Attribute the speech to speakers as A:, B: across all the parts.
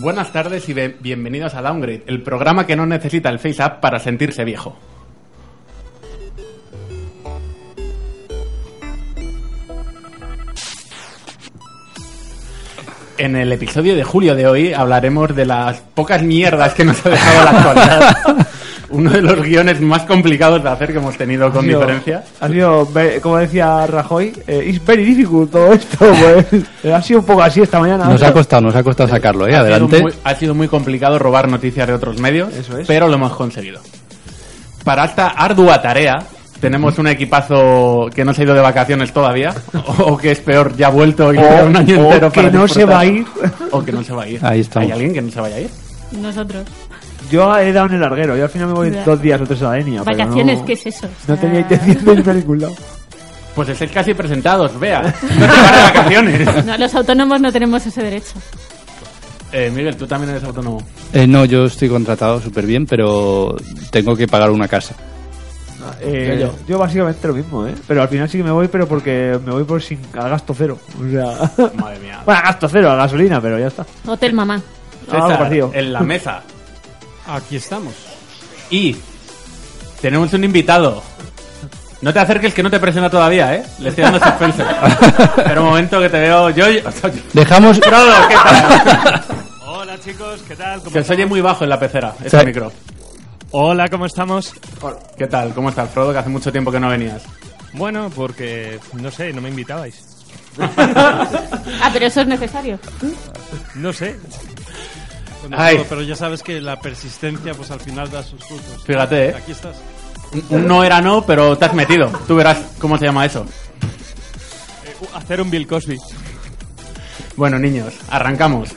A: Buenas tardes y be- bienvenidos a Downgrade, el programa que no necesita el Face App para sentirse viejo. En el episodio de julio de hoy hablaremos de las pocas mierdas que nos ha dejado la actualidad. Uno de los guiones más complicados de hacer que hemos tenido con diferencia.
B: Ha sido, ve- como decía Rajoy, eh, it's very difficult todo esto, pues. ha sido un poco así esta mañana.
C: Nos ha costado, nos ha costado sacarlo, ¿eh?
A: Ha sido
C: Adelante.
A: muy- ha sido muy complicado robar noticias de otros medios,
B: Eso es.
A: pero lo hemos conseguido. Para esta ardua tarea, tenemos un equipazo que no se ha ido de vacaciones todavía, o, o que es peor, ya ha vuelto y
B: O-
A: queda un año
B: o
A: entero
B: que
A: para
B: no se
A: disfrutar.
B: va a ir.
A: O que no se va a ir.
C: Ahí estamos.
A: ¿Hay alguien que no se vaya a ir?
D: Nosotros.
B: Yo he dado en el larguero, yo al final me voy
D: Ya.
B: dos días o tres a la Enia. pero
D: Vacaciones,
B: no,
D: ¿qué es eso? O sea,
B: No tenía intención de irme a ningún lado.
A: Pues estáis casi presentados, vea. No se van de vacaciones.
D: no, los autónomos no tenemos ese derecho.
A: Eh, Miguel, tú también eres autónomo.
C: Eh, no, yo estoy contratado súper bien, pero tengo que pagar una casa.
B: Eh,
A: yo.
B: yo. básicamente lo mismo, ¿eh? Pero al final sí que me voy, pero porque me voy por sin, al gasto cero. O sea... bueno,
A: Madre mía.
B: a gasto cero, a gasolina, pero ya está.
D: Hotel mamá.
B: algo
C: Ah,
A: César,
B: parecido.
A: en la mesa.
E: Aquí estamos.
A: Y tenemos un invitado. No te acerques que no te presenta todavía, ¿eh? Le estoy dando suspense. Pero un momento que te veo... Yo...
C: Dejamos,
A: Frodo, ¿qué tal?
E: Hola chicos, ¿qué tal? ¿Cómo
A: Se os
E: estamos?
A: oye muy bajo en la pecera, este
C: Sí.
A: micro.
E: Hola, ¿cómo estamos?
A: ¿Qué tal? ¿Cómo estás, Frodo? Que hace mucho tiempo que no venías.
E: Bueno, porque no sé, no me invitabais.
D: Ah, pero eso es necesario.
E: No sé. Bueno,
A: Ay.
E: todo, pero ya sabes que la persistencia pues al final da sus frutos.
A: Fíjate, ¿eh?
E: Aquí estás.
A: Un no era no, pero te has metido. Tú verás cómo se llama eso.
E: Eh, uh, hacer un Bill Cosby.
A: Bueno, niños, arrancamos.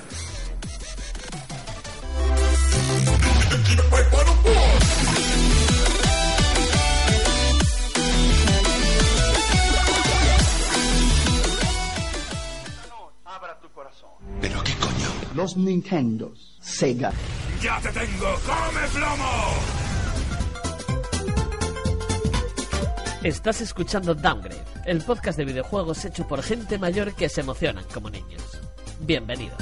F: ¿Pero qué coño?
G: los Nintendos, Sega,
H: ¡Ya te tengo! ¡Come plomo!
I: Estás escuchando Downgrade, el podcast de videojuegos hecho por gente mayor que se emocionan como niños. Bienvenidos.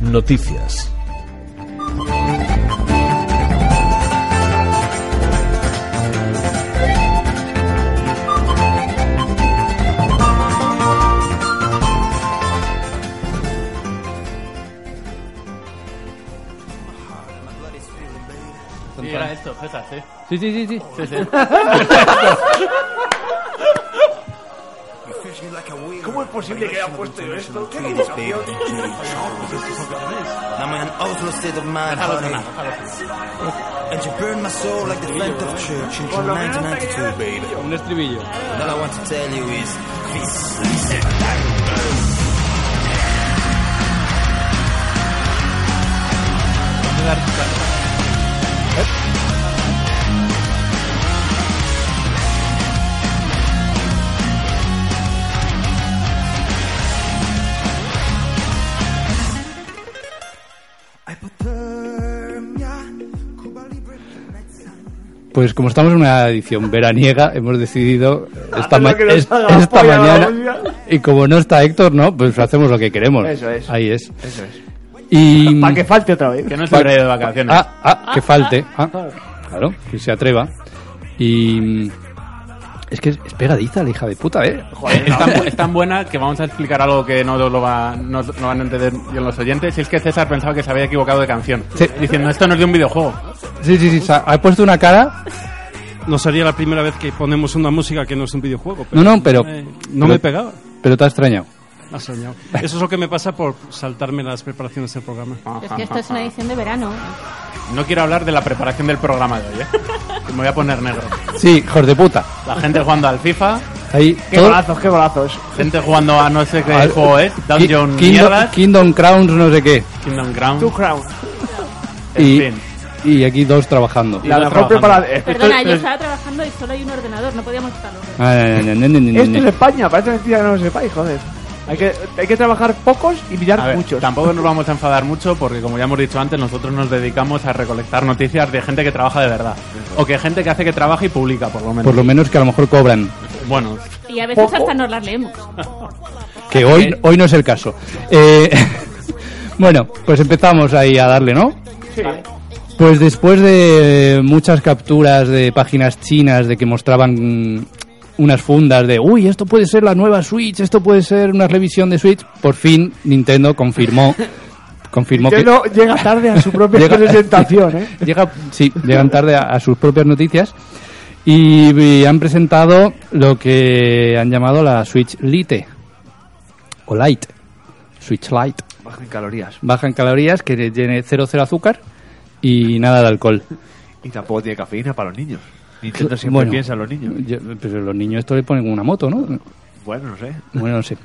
J: Noticias.
A: Era esto, César, sí.
C: Sí, sí, sí, sí.
H: ¿Cómo es posible que haya puesto yo esto? ¿Qué sensación? Por lo menos hasta que llegue el vídeo.
C: Un estribillo. Pues como estamos en una edición veraniega, hemos decidido esta,
B: Hacer lo
C: ma-
B: Ah, que nos
C: es-
B: haga la
C: esta
B: polla,
C: mañana.
B: vamos
C: Y como no está Héctor, ¿no? Pues hacemos lo que queremos.
B: Eso es.
C: Ahí es.
B: Eso es.
C: Y...
B: Para que falte otra vez.
A: Que no se hubiera ido de vacaciones.
C: Ah, ah, que falte. Ah, claro, que se atreva. Y. mm, Es que es es pegadiza la hija de puta, ¿eh?
A: Es tan, bu- es tan buena que vamos a explicar algo que no lo va- no- no van a entender bien los oyentes. Y es que César pensaba que se había equivocado de canción.
C: Sí.
A: Diciendo, esto no es de un videojuego.
C: Sí, sí, sí. o sea, ha puesto una cara.
E: No sería la primera vez que ponemos una música que no es un videojuego.
C: No, no, pero.
E: eh, no me pegaba.
C: Pero te ha extrañado.
E: Me has soñado. Eso es lo que me pasa por saltarme las preparaciones del programa.
A: Eh,
D: Es que esto es una edición de verano.
A: No quiero hablar de la preparación del programa de hoy, ¿eh? Que Me voy a poner negro.
C: Sí, hijos de puta.
A: La gente jugando al FIFA,
C: Ahí.
B: Qué
C: todo-
B: golazos, qué golazos.
A: gente jugando a no sé qué
C: al-
A: juego es,
C: Ki-
A: Dungeon
C: Kingdom,
A: mierdas,
C: Kingdom Crowns, no sé qué.
A: Kingdom
B: Two
A: Ground,
B: Crown.
C: Y,
A: en fin.
C: y aquí dos trabajando.
B: La
A: yo
B: mejor
A: trabajando.
B: preparación.
D: Perdona, yo
B: esto,
D: estaba trabajando y solo hay un ordenador, no podíamos estarlo.
C: Ah, ne, ne, ne, ne, ne,
A: Este
B: esto es
C: ne.
B: España, parece mentira que no lo sepáis, joder. Hay que, hay que trabajar pocos y
A: A
B: pillar
A: ver,
B: muchos.
A: tampoco nos vamos a enfadar mucho porque, como ya hemos dicho antes, nosotros nos dedicamos a recolectar noticias de gente que trabaja de verdad. O que gente que hace que trabaja y publica, por lo menos.
C: Por lo menos que a lo mejor cobran.
A: Bueno,
D: Y a veces
B: Poco.
D: hasta nos las leemos.
C: Que hoy, hoy no es el caso. Eh, bueno, pues empezamos ahí a darle, ¿no? Pues después de muchas capturas de páginas chinas de que mostraban mm, unas fundas de, uy, esto puede ser la nueva Switch, esto puede ser una revisión de Switch, por fin Nintendo confirmó, confirmó que...
B: Nintendo llega tarde a su propia
C: Llega-
B: presentación, ¿eh?
C: Llega, sí, llegan tarde a, a sus propias noticias y, y han presentado lo que han llamado la Switch Lite o Light, Switch Light,
B: Baja en calorías.
C: baja en calorías, que tiene 0,0 azúcar y nada de alcohol.
B: Y tampoco tiene cafeína para los niños. Nintendo siempre
C: Bueno,
B: piensa en los niños.
C: yo- pero los niños esto le ponen una moto, ¿no?
B: Bueno, no sé.
C: Bueno, no sé.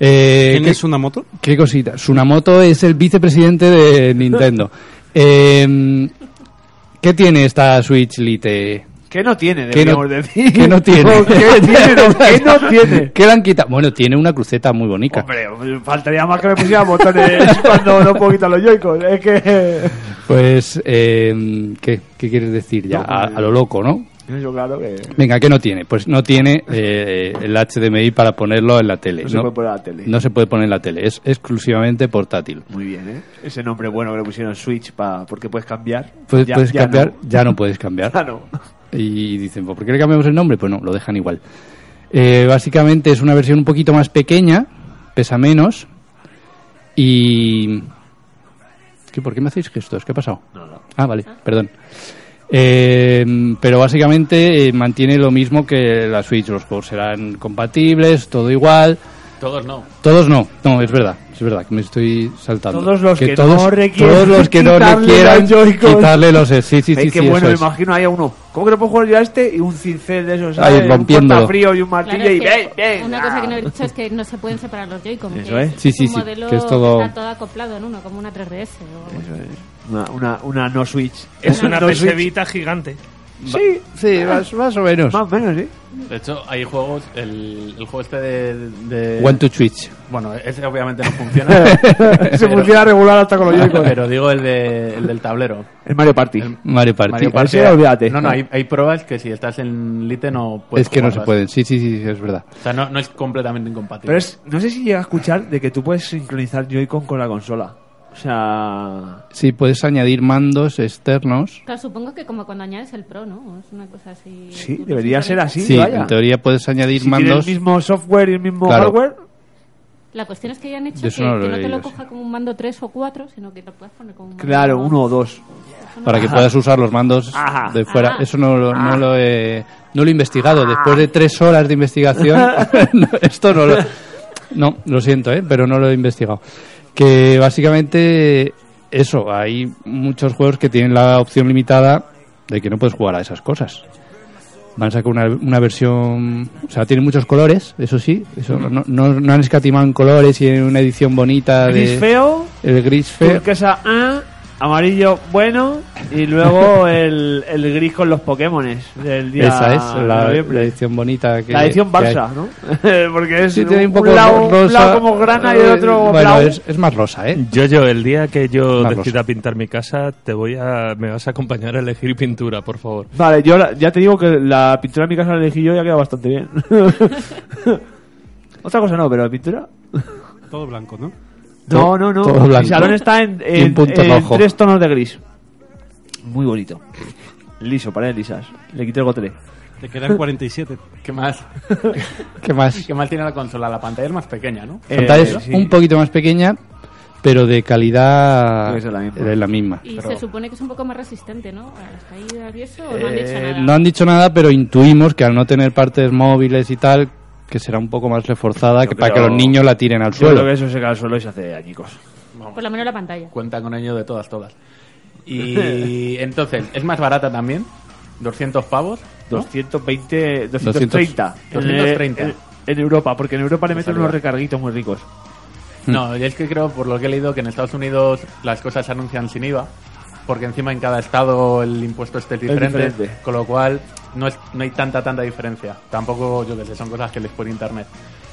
C: Eh,
E: ¿Quién
C: ¿qué-
E: es una moto?
C: ¿Qué cosita? Sunamoto es el vicepresidente de Nintendo. Eh, ¿Qué tiene esta Switch Lite?
B: ¿Qué no tiene,
C: ¿Qué no-
B: deberíamos decir?
C: qué no tiene?
B: ¿Qué tiene? no? ¿Qué no tiene?
C: ¿Qué le han quitado? Bueno, tiene una cruceta muy bonita.
B: Hombre, faltaría más que me pusieran botones cuando no puedo quitar los joycos. Es que...
C: Pues, eh, ¿qué, qué quieres decir ya?
B: No,
C: a,
B: eh.
C: a lo loco, ¿no?
B: Eso claro que...
C: Venga, ¿qué no tiene? Pues no tiene eh, el HDMI para ponerlo en la tele.
B: No se puede poner en la tele.
C: No se puede poner en la tele, es exclusivamente portátil.
B: Muy bien, ¿eh? Ese nombre bueno que le pusieron Switch pa... porque puedes cambiar.
C: Puedes,
B: Ya-
C: Pues puedes
B: ya
C: cambiar,
B: no.
C: ya no puedes cambiar.
B: Ya no.
C: Y dicen, "Pues, ¿por qué le cambiamos el nombre? Pues no, lo dejan igual. Eh, básicamente es una versión un poquito más pequeña, pesa menos. Y. ¿Qué, ¿Por qué me hacéis gestos? ¿Qué ha pasado? Ah, vale, perdón. Eh, pero básicamente eh, mantiene lo mismo que la Switch. Los juegos serán compatibles, todo igual.
F: Todos no.
C: Todos no, no, es verdad, es verdad, que me estoy saltando.
B: Todos los que no requieran
C: todos los que no
B: quitarle
C: requieran
B: los Joy-Cons.
C: quitarle los... Sí, sí, sí,
B: Ve, qué
C: sí,
B: bueno,
C: eso
B: me
C: es.
B: imagino ahí a uno. ¿Cómo que no puedo jugar yo a este? Y un cincel de esos,
C: Ahí,
B: ¿sabes?
C: rompiéndolo.
B: Un frío y un martillo
D: Claro, es
B: y...
D: que
B: Ah, ¡Ven, ven!
D: una cosa que no he
B: Ah.
D: dicho es que no se pueden separar los Joy-Con.
B: Eso
D: que
B: es.
C: Sí, sí,
D: un
C: sí,
D: modelo
C: que es todo-
D: está todo acoplado en uno, como una 3DS. o algo así.
B: Una, una, una no Switch.
H: Es una
B: no
H: PS
B: Switch.
H: Vita gigante.
B: Sí,
C: Sí, más, más o menos.
B: más o menos, ¿eh?
A: De hecho, hay juegos, el, el juego este de... de-
C: One to Switch.
A: Bueno, ese obviamente no funciona,
B: Se funciona regular hasta con los
C: pues-
B: Joy-Con.
A: pero digo el, de, el del tablero.
B: El Mario Party.
C: Mario Party.
A: Mario
B: Party, olvídate.
A: No, no, hay, hay pruebas que si estás en Lite no
B: pues,
A: puedes
C: es que no se
A: jugarlas.
C: pueden, sí, sí, sí, sí, es verdad.
A: O sea, no, no es completamente incompatible.
B: Pero es, no sé si llega a escuchar de que tú puedes sincronizar Joy-Con con la consola. O sea...
C: Sí, puedes añadir mandos externos.
D: Claro, supongo que como cuando añades el Pro, ¿no? Es una cosa así.
B: Sí,
D: Tú lo
B: debería ser
D: sincronizas.
B: así,
C: Sí,
B: vaya.
C: en teoría puedes añadir
B: si tiene el
C: mandos.
B: mismo software y el mismo
C: Claro.
B: hardware,
D: La cuestión es que ya han hecho
C: Yo
D: que,
C: eso no lo
D: que no,
C: he
D: te
C: leído,
D: lo coja como un mando 3 o 4, sino que lo puedas poner como un mando
B: claro,
D: uno.
B: uno o dos.
C: Para que puedas usar los mandos
B: Ajá.
C: de fuera.
D: Ajá.
C: Eso no, lo- no lo he, no lo he investigado. Después de tres horas de investigación, no, esto no lo... No, lo siento, ¿eh? pero no lo he investigado. Que básicamente eso, hay muchos juegos que tienen la opción limitada de que no puedes jugar a esas cosas. Van a sacar una, una versión... O sea, tienen muchos colores, eso sí. Eso, no, no- no han escatimado en colores y en una edición bonita de...
B: Gris feo,
C: El gris feo.
B: turquesa ah, amarillo bueno y luego el, el gris con los Pokémones del día
C: Esa es
B: de
C: la,
B: noviembre.
C: la edición bonita que
B: La edición
C: que hay.
B: Barça, ¿no? Porque es
C: Sí, tiene un poco
B: lado, un
C: rosa.
B: lado como grana y el otro
C: Bueno,
B: blau.
C: Es, es más rosa, ¿eh?
F: Yo, yo, el día que yo
C: Una
F: decida pintar mi casa, te voy a, me vas a acompañar a elegir pintura, por favor.
B: Vale, yo la- ya te digo que la pintura de mi casa la elegí yo y ha quedado bastante bien. Otra cosa no, pero la pintura...
E: Todo blanco, ¿no?
B: No, no, no.
C: todo blanco.
B: El salón está en,
C: Y un
B: en-
C: punto
B: en
C: rojo.
B: tres tonos de gris. Muy bonito. Liso, paredes lisas. Le quité el gotelé.
E: Te quedan 47.
A: ¿Qué más?
C: ¿Qué más?
A: ¿Qué más tiene la consola? La pantalla es más pequeña, ¿no?
B: Eh,
C: Pantalla es
B: sí.
C: un poquito más pequeña, pero de calidad
B: Creo que es la misma.
C: es la misma.
D: Y se supone que es un poco más resistente, ¿no? A las caídas y eso, ¿o no han dicho
C: Eh,
D: nada?
C: no han dicho nada, pero intuimos que al no tener partes móviles y tal, que será un poco más reforzada que para que
B: creo-
C: los niños la tiren al
B: Yo creo que
C: suelo.
B: eso se cae al suelo y se hace añicos.
D: Por lo menos la pantalla.
A: Cuenta con ello de todas, todas. Y entonces, es más barata también, 200 pavos. ¿no?
B: 220, 230.
A: 230.
B: En, en- en Europa, porque en Europa le meten
A: salida.
B: unos recarguitos muy ricos.
A: No, y es que creo, por lo que he leído, que en Estados Unidos las cosas se anuncian sin IVA, porque encima en cada estado el impuesto este es diferente,
B: diferente.
A: con lo cual no, es, no hay tanta, tanta diferencia. Tampoco, yo que sé, son cosas que les pone internet.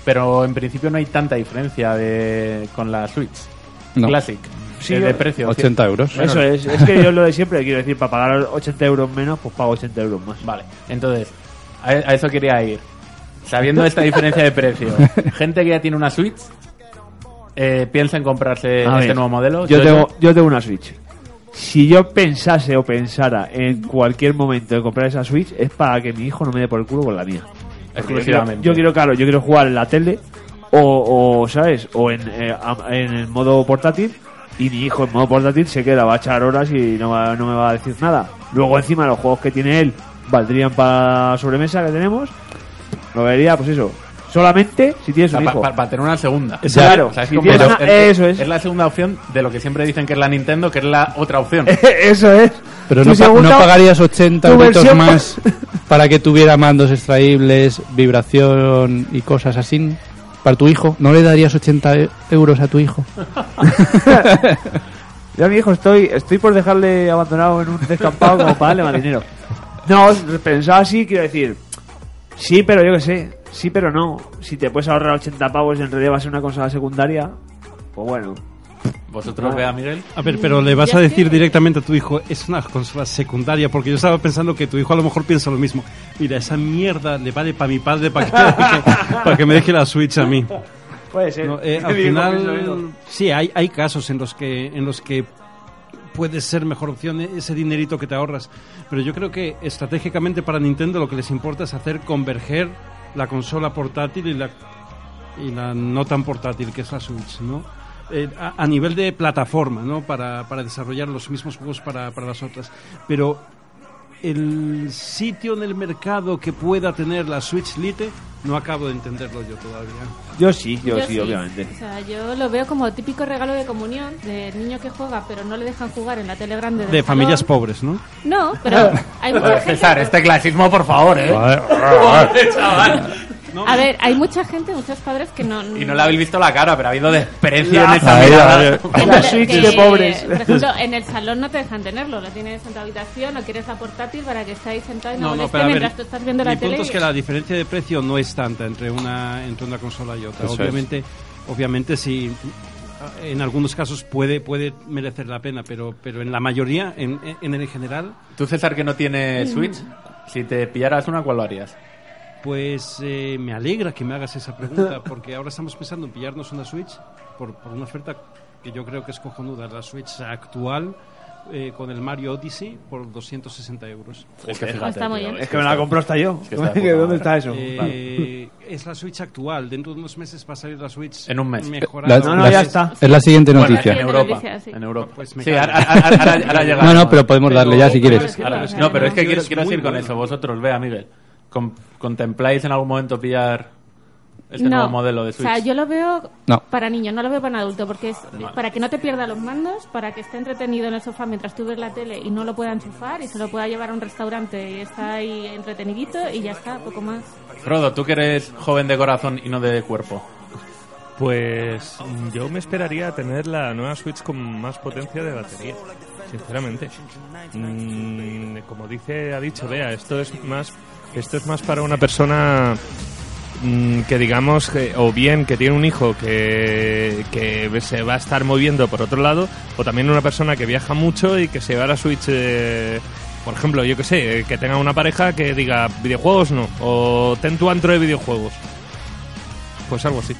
A: Pero en principio no hay tanta diferencia de, con la Switch
C: No.
A: Classic,
B: Sí,
A: eh, de precio.
C: 80 euros.
A: Bueno,
B: eso es, es que yo lo de siempre quiero decir, para pagar 80 euros menos, pues pago 80 euros más.
A: Vale, entonces, a, a eso quería ir. sabiendo esta diferencia de precio, gente que ya tiene una Switch, eh, piensa en comprarse
B: A
A: este
B: ver,
A: nuevo modelo.
B: Yo tengo, yo tengo una Switch. Si yo pensase o pensara en cualquier momento de comprar esa Switch, es para que mi hijo no me dé por el culo con la mía.
A: exclusivamente.
B: Yo quiero, claro, yo quiero jugar en la tele o, o, ¿sabes? O en, eh, am- en el modo portátil y mi hijo en modo portátil se queda, va a echar horas y no, va- no me va a decir nada. Luego encima los juegos que tiene él valdrían para sobremesa que tenemos. Lo vería, pues eso. Solamente si tienes un
A: para
B: hijo.
A: tener una segunda.
B: Exacto. Claro,
A: O sea, es
B: si
A: como-
B: tienes
A: pero
B: una-
A: es-
B: eso es.
A: es la segunda opción de lo que siempre dicen que es la Nintendo, que es la otra opción.
B: Eh. eso es.
C: Pero
B: Tu
C: no, pa- no
B: segunda-
C: pagarías 80
B: tu
C: euros
B: versión-
C: más para que tuviera mandos extraíbles, vibración y cosas así para tu hijo. ¿No le darías 80 e- euros a tu hijo?
B: Yo a mi hijo estoy, estoy por dejarle abandonado en un descampado como para darle más dinero. No, pensaba así, quiero decir, sí, pero yo qué sé, sí, pero no. Si te puedes ahorrar 80 pavos y en realidad va a ser una consola secundaria, pues bueno.
A: Vosotros vea, Miguel.
E: A ver, pero le vas
D: Ya
E: a decir
D: que-
E: directamente a tu hijo, es una consola secundaria, porque yo estaba pensando que tu hijo a lo mejor piensa lo mismo. Mira, esa mierda le vale para mi padre para que, para que me deje la Switch a mí.
B: Puede ser.
E: No, eh, al
B: Digo,
E: final, sí, hay, hay casos en los que en los que puede ser mejor opción e-, ese dinerito que te ahorras. Pero yo creo que estratégicamente para Nintendo lo que les importa es hacer converger la consola portátil y la, y la no tan portátil, que es la Switch, ¿no? Eh, a, a nivel de plataforma, ¿no? Para, para desarrollar los mismos juegos para, para las otras. Pero el sitio en el mercado que pueda tener la Switch Lite, no acabo de entenderlo yo todavía.
B: Yo sí, yo,
D: Yo
B: sí,
D: sí.
B: obviamente.
D: O sea, yo lo veo como típico regalo de comunión del niño que juega, pero no le dejan jugar en la tele grande. del
E: De familias
D: salón.
E: pobres, ¿no?
D: No, pero hay mucha gente.
A: César, este clasismo, por favor, ¿eh?
D: A ver, hay mucha gente, muchos padres que no.
A: Y no le habéis visto la cara, pero ha habido desprecio en
B: La-
A: esa
B: Ahí,
A: mirada.
B: ahí,
D: que no
B: La
D: le-
B: Switch
D: que,
B: de pobres.
D: Por ejemplo, en el salón no te dejan tenerlo, lo tienes en tu habitación o quieres la portátil para que esté ahí sentado y no, moleste
E: a ver,
D: mientras tú estás viendo
E: mi
D: la
E: punto
D: tele.
E: es que la diferencia de precio no es tanta entre una entre una consola y otra.
A: Eso es.
E: obviamente, obviamente sí en algunos casos puede puede merecer la pena, pero pero en la mayoría en en, en general
A: Tú, César, que no tiene Switch, si te pillaras una, ¿cuál lo harías?
E: pues eh, me alegra que me hagas esa pregunta porque ahora estamos pensando en pillarnos una Switch por, por una oferta que yo creo que es cojonuda, la Switch actual eh, con el Mario Odyssey por 260 euros.
A: Es que
D: No, Pues está muy
A: tío,
D: bien.
B: Es que me la compro hasta yo.
A: que está de puta
B: ¿Dónde
A: madre.
B: está eso?
E: Eh, es la Switch actual. Dentro de unos meses va a salir la Switch.
A: En un mes.
E: mejorada.
C: La-
B: No, no,
C: la-
B: ya está.
C: Es la siguiente
A: Bueno,
C: noticia.
A: en
D: Sí,
A: Europa.
D: noticia, sí.
A: En Europa.
E: Pues me
A: sí,
E: callo.
A: ahora, ahora- ahora- ahora llega.
C: No, no, pero podemos darle ya si quieres.
D: pero-
A: Ahora-
D: Sí,
A: no, pero es que
E: sí,
A: quiero,
E: es
A: quiero
E: muy
A: seguir con
E: bueno.
A: eso. Vosotros, vea, Miguel. con- ¿Contempláis en algún momento pillar este
D: no.
A: nuevo modelo de Switch?
D: O sea, yo lo veo
C: No.
D: para niño, no lo veo para un adulto, porque es para que no te pierda los mandos, para que esté entretenido en el sofá mientras tú ves la tele y no lo pueda enchufar y se lo pueda llevar a un restaurante y está ahí entretenidito y ya está, poco más.
A: Frodo, tú que eres joven de corazón y no de cuerpo.
F: Pues yo me esperaría a tener la nueva Switch con más potencia de batería, sinceramente. Mm, como dice, ha dicho Bea, esto es más, esto es más para una persona mm, que digamos, que- o bien que tiene un hijo que, que se va a estar moviendo por otro lado, o también una persona que viaja mucho y que se va a la Switch, eh, por ejemplo, yo que sé, que tenga una pareja que diga videojuegos no, o ten tu antro de videojuegos. Pues algo así.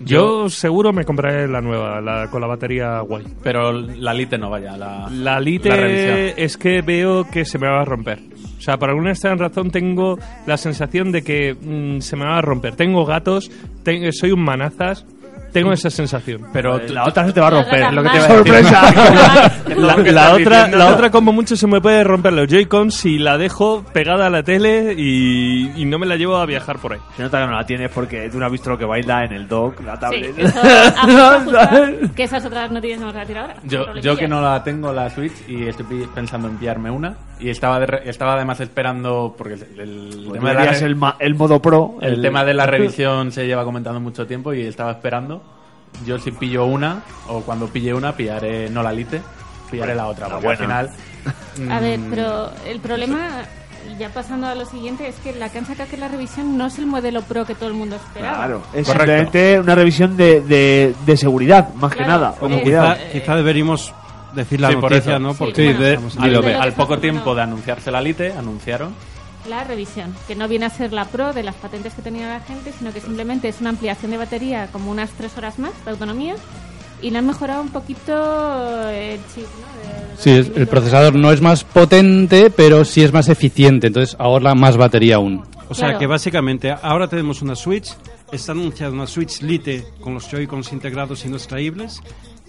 F: Yo seguro me compraré la nueva, la, con la batería guay.
A: Pero la Lite no, vaya. La, la
F: La
A: revisión.
F: Lite es que veo que se me va a romper. O sea, por alguna extraña razón tengo la sensación de que mm, se me va a romper. Tengo gatos, te- soy un manazas, tengo esa sensación.
A: Pero tú-
B: La otra se te va a romper.
A: lo que te
D: Más.
A: iba a decir.
D: Más.
F: La,
A: Lo que
F: la
A: estás
F: otra,
A: diciendo,
F: la
A: ¿no?
F: otra como mucho se me puede romper los Joy-Cons si la dejo pegada a la tele y, y no me la llevo a viajar por ahí.
B: Se nota que no la tienes porque tú no has visto lo que baila en el dock, la
D: Sí,
B: tablet.
D: eso, ajusta, ajusta, que esas otras noticias no las voy a tirar ahora.
A: Yo,
D: Problemilla.
A: yo que no la tengo la Switch y estoy pi- pensando en pillarme una y estaba de re- estaba además esperando porque el, el
B: Pues
A: tema, de la,
B: deberías
A: re-
B: el, ma- el modo pro.
A: el tema de la revisión se lleva comentando mucho tiempo y estaba esperando. Yo si pillo una o cuando pille una pillaré no la Lite, pillaré la otra porque al final
D: A
A: mm,
D: ver, pero el problema, y ya pasando a lo siguiente, es que la que han sacado que la revisión no es el modelo pro que todo el mundo esperaba.
B: Claro, es
A: Correcto.
B: simplemente una revisión de, de, de seguridad, más que
D: Claro,
B: nada.
D: sí.
B: Como
D: Como
B: cuidado.
E: Quizá, quizá deberíamos decir la
A: Sí, por
E: noticia,
A: eso.
E: ¿no?
D: Sí,
E: Porque
D: bueno,
A: de-
D: estamos
A: al,
D: hablando de lo
A: al
D: que
A: poco
D: está
A: tiempo
D: pasando.
A: de anunciarse la Lite anunciaron
D: la revisión, que no viene a ser la pro de las patentes que tenía la gente, sino que simplemente es una ampliación de batería como unas tres horas más de autonomía y le han mejorado un poquito el chip, ¿no? De- de
C: Sí, es- el
D: rendimiento.
C: procesador no es más potente, pero sí es más eficiente, entonces ahorra más batería aún.
E: O sea
D: Claro.
E: que básicamente ahora tenemos una Switch, está anunciada una Switch Lite con los Joy-Cons integrados y no extraíbles.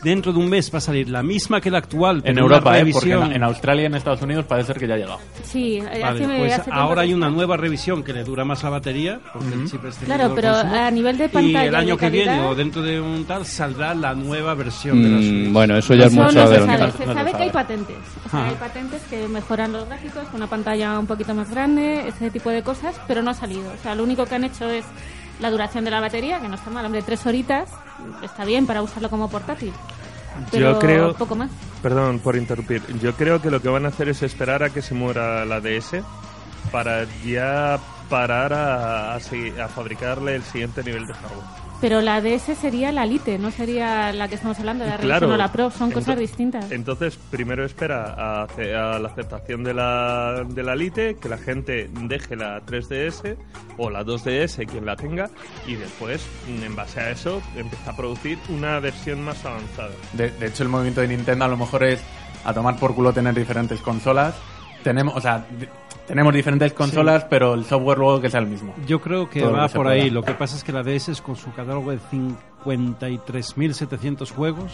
E: Dentro de un mes va a salir la misma que la actual,
A: En
E: pero
A: Europa,
E: una
A: ¿eh? Porque
E: revisión.
A: en, en Australia y en Estados Unidos parece ser que ya ha llegado.
D: Sí, eh,
E: Vale,
D: hace-
E: pues
D: hace tiempo
E: ahora hay
D: que-
E: una nueva revisión que le dura más la batería, porque el chip este
D: Claro,
E: no
D: pero
E: consume.
D: a nivel de pantalla
E: Y el año
D: de
E: que viene
D: calidad-
E: o dentro de un tal saldrá la nueva versión de la Switch.
C: Mm, bueno, eso ya es
D: Eso
C: mucho.
D: no
C: a
D: se
C: ver,
D: sabe,
A: no
D: se
A: se
D: sabe que
A: sabe.
D: hay patentes. O sea,
E: Ajá.
D: hay patentes que mejoran los gráficos, una pantalla un poquito más grande, ese tipo de cosas, pero no ha salido. O sea, lo único que han hecho es la duración de la batería, que no está mal, hombre, tres horitas está bien para usarlo como portátil. Pero
F: Yo creo-
D: poco más.
F: Perdón por interrumpir. Yo creo que lo que van a hacer es esperar a que se muera la DS para ya parar a, a segui- a fabricarle el siguiente nivel de hardware.
D: Pero la DS sería la Lite, no sería la que estamos hablando, la Revisión o la Pro, son cosas
F: Ento-
D: distintas.
F: Entonces, primero espera a, ace- a la aceptación de la, de la Lite, que la gente deje la 3DS o la 2DS, quien la tenga, y después, mm, en base a eso, empieza a producir una versión más avanzada.
A: De, de hecho, el movimiento de Nintendo a lo mejor es a tomar por culo tener diferentes consolas. Tenemos, o sea, di- tenemos diferentes consolas, pero el software luego que sea el mismo.
E: Yo creo que
A: Todo lo
E: va
A: que se
E: por
A: pueda.
E: ahí. Lo que pasa es que la DS es con su catálogo de 53.700 juegos.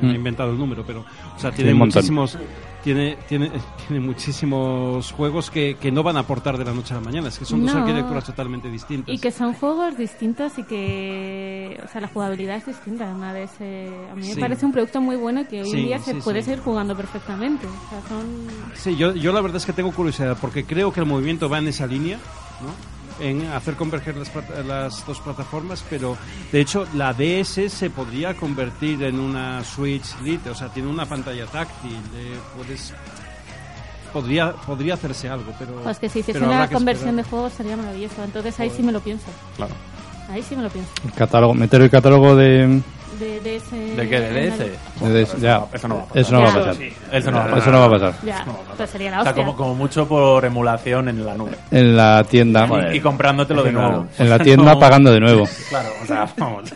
C: Mm.
E: Me he inventado el número, pero o sea, tiene
C: un montón.
E: muchísimos tiene, tiene, tiene muchísimos juegos que, que no van a aportar de la noche a la mañana. Es que son dos
D: No.
E: arquitecturas totalmente distintas.
D: Y que son juegos distintos y que. O sea, la jugabilidad es distinta. Una de ese, a mí me
E: Sí.
D: parece un producto muy bueno que hoy en
E: Sí,
D: día se
E: sí,
D: puede
E: sí.
D: seguir jugando perfectamente. O sea, son.
E: Sí, yo, yo la verdad es que tengo curiosidad porque creo que el movimiento va en esa línea, ¿no? en hacer converger las, plata- las dos plataformas, pero de hecho la DS se podría convertir en una Switch Lite, o sea, tiene una pantalla táctil, eh, puedes- podría, podría hacerse algo, pero...
D: Pues que si hiciese
E: pero habrá
D: una
E: que
D: conversión de
E: esperar.
D: juegos sería maravilloso. Entonces ahí sí me lo pienso.
A: Claro.
D: Ahí sí me lo pienso.
C: El catálogo, meter el catálogo de.
D: De, de ese.
A: ¿De qué? ¿De DS?
C: de- ya.
A: Eso no va a pasar.
C: Eso no va a
D: Ya.
C: pasar.
A: Eso no va a pasar.
C: Eso no va a pasar.
D: Ya, pues sería la
A: O sea,
D: hostia.
A: como, como mucho por emulación en la nube.
C: En la tienda.
A: Y, y comprándotelo de nuevo.
C: Ah, En la tienda pagando de nuevo.
A: Claro, o sea, vamos.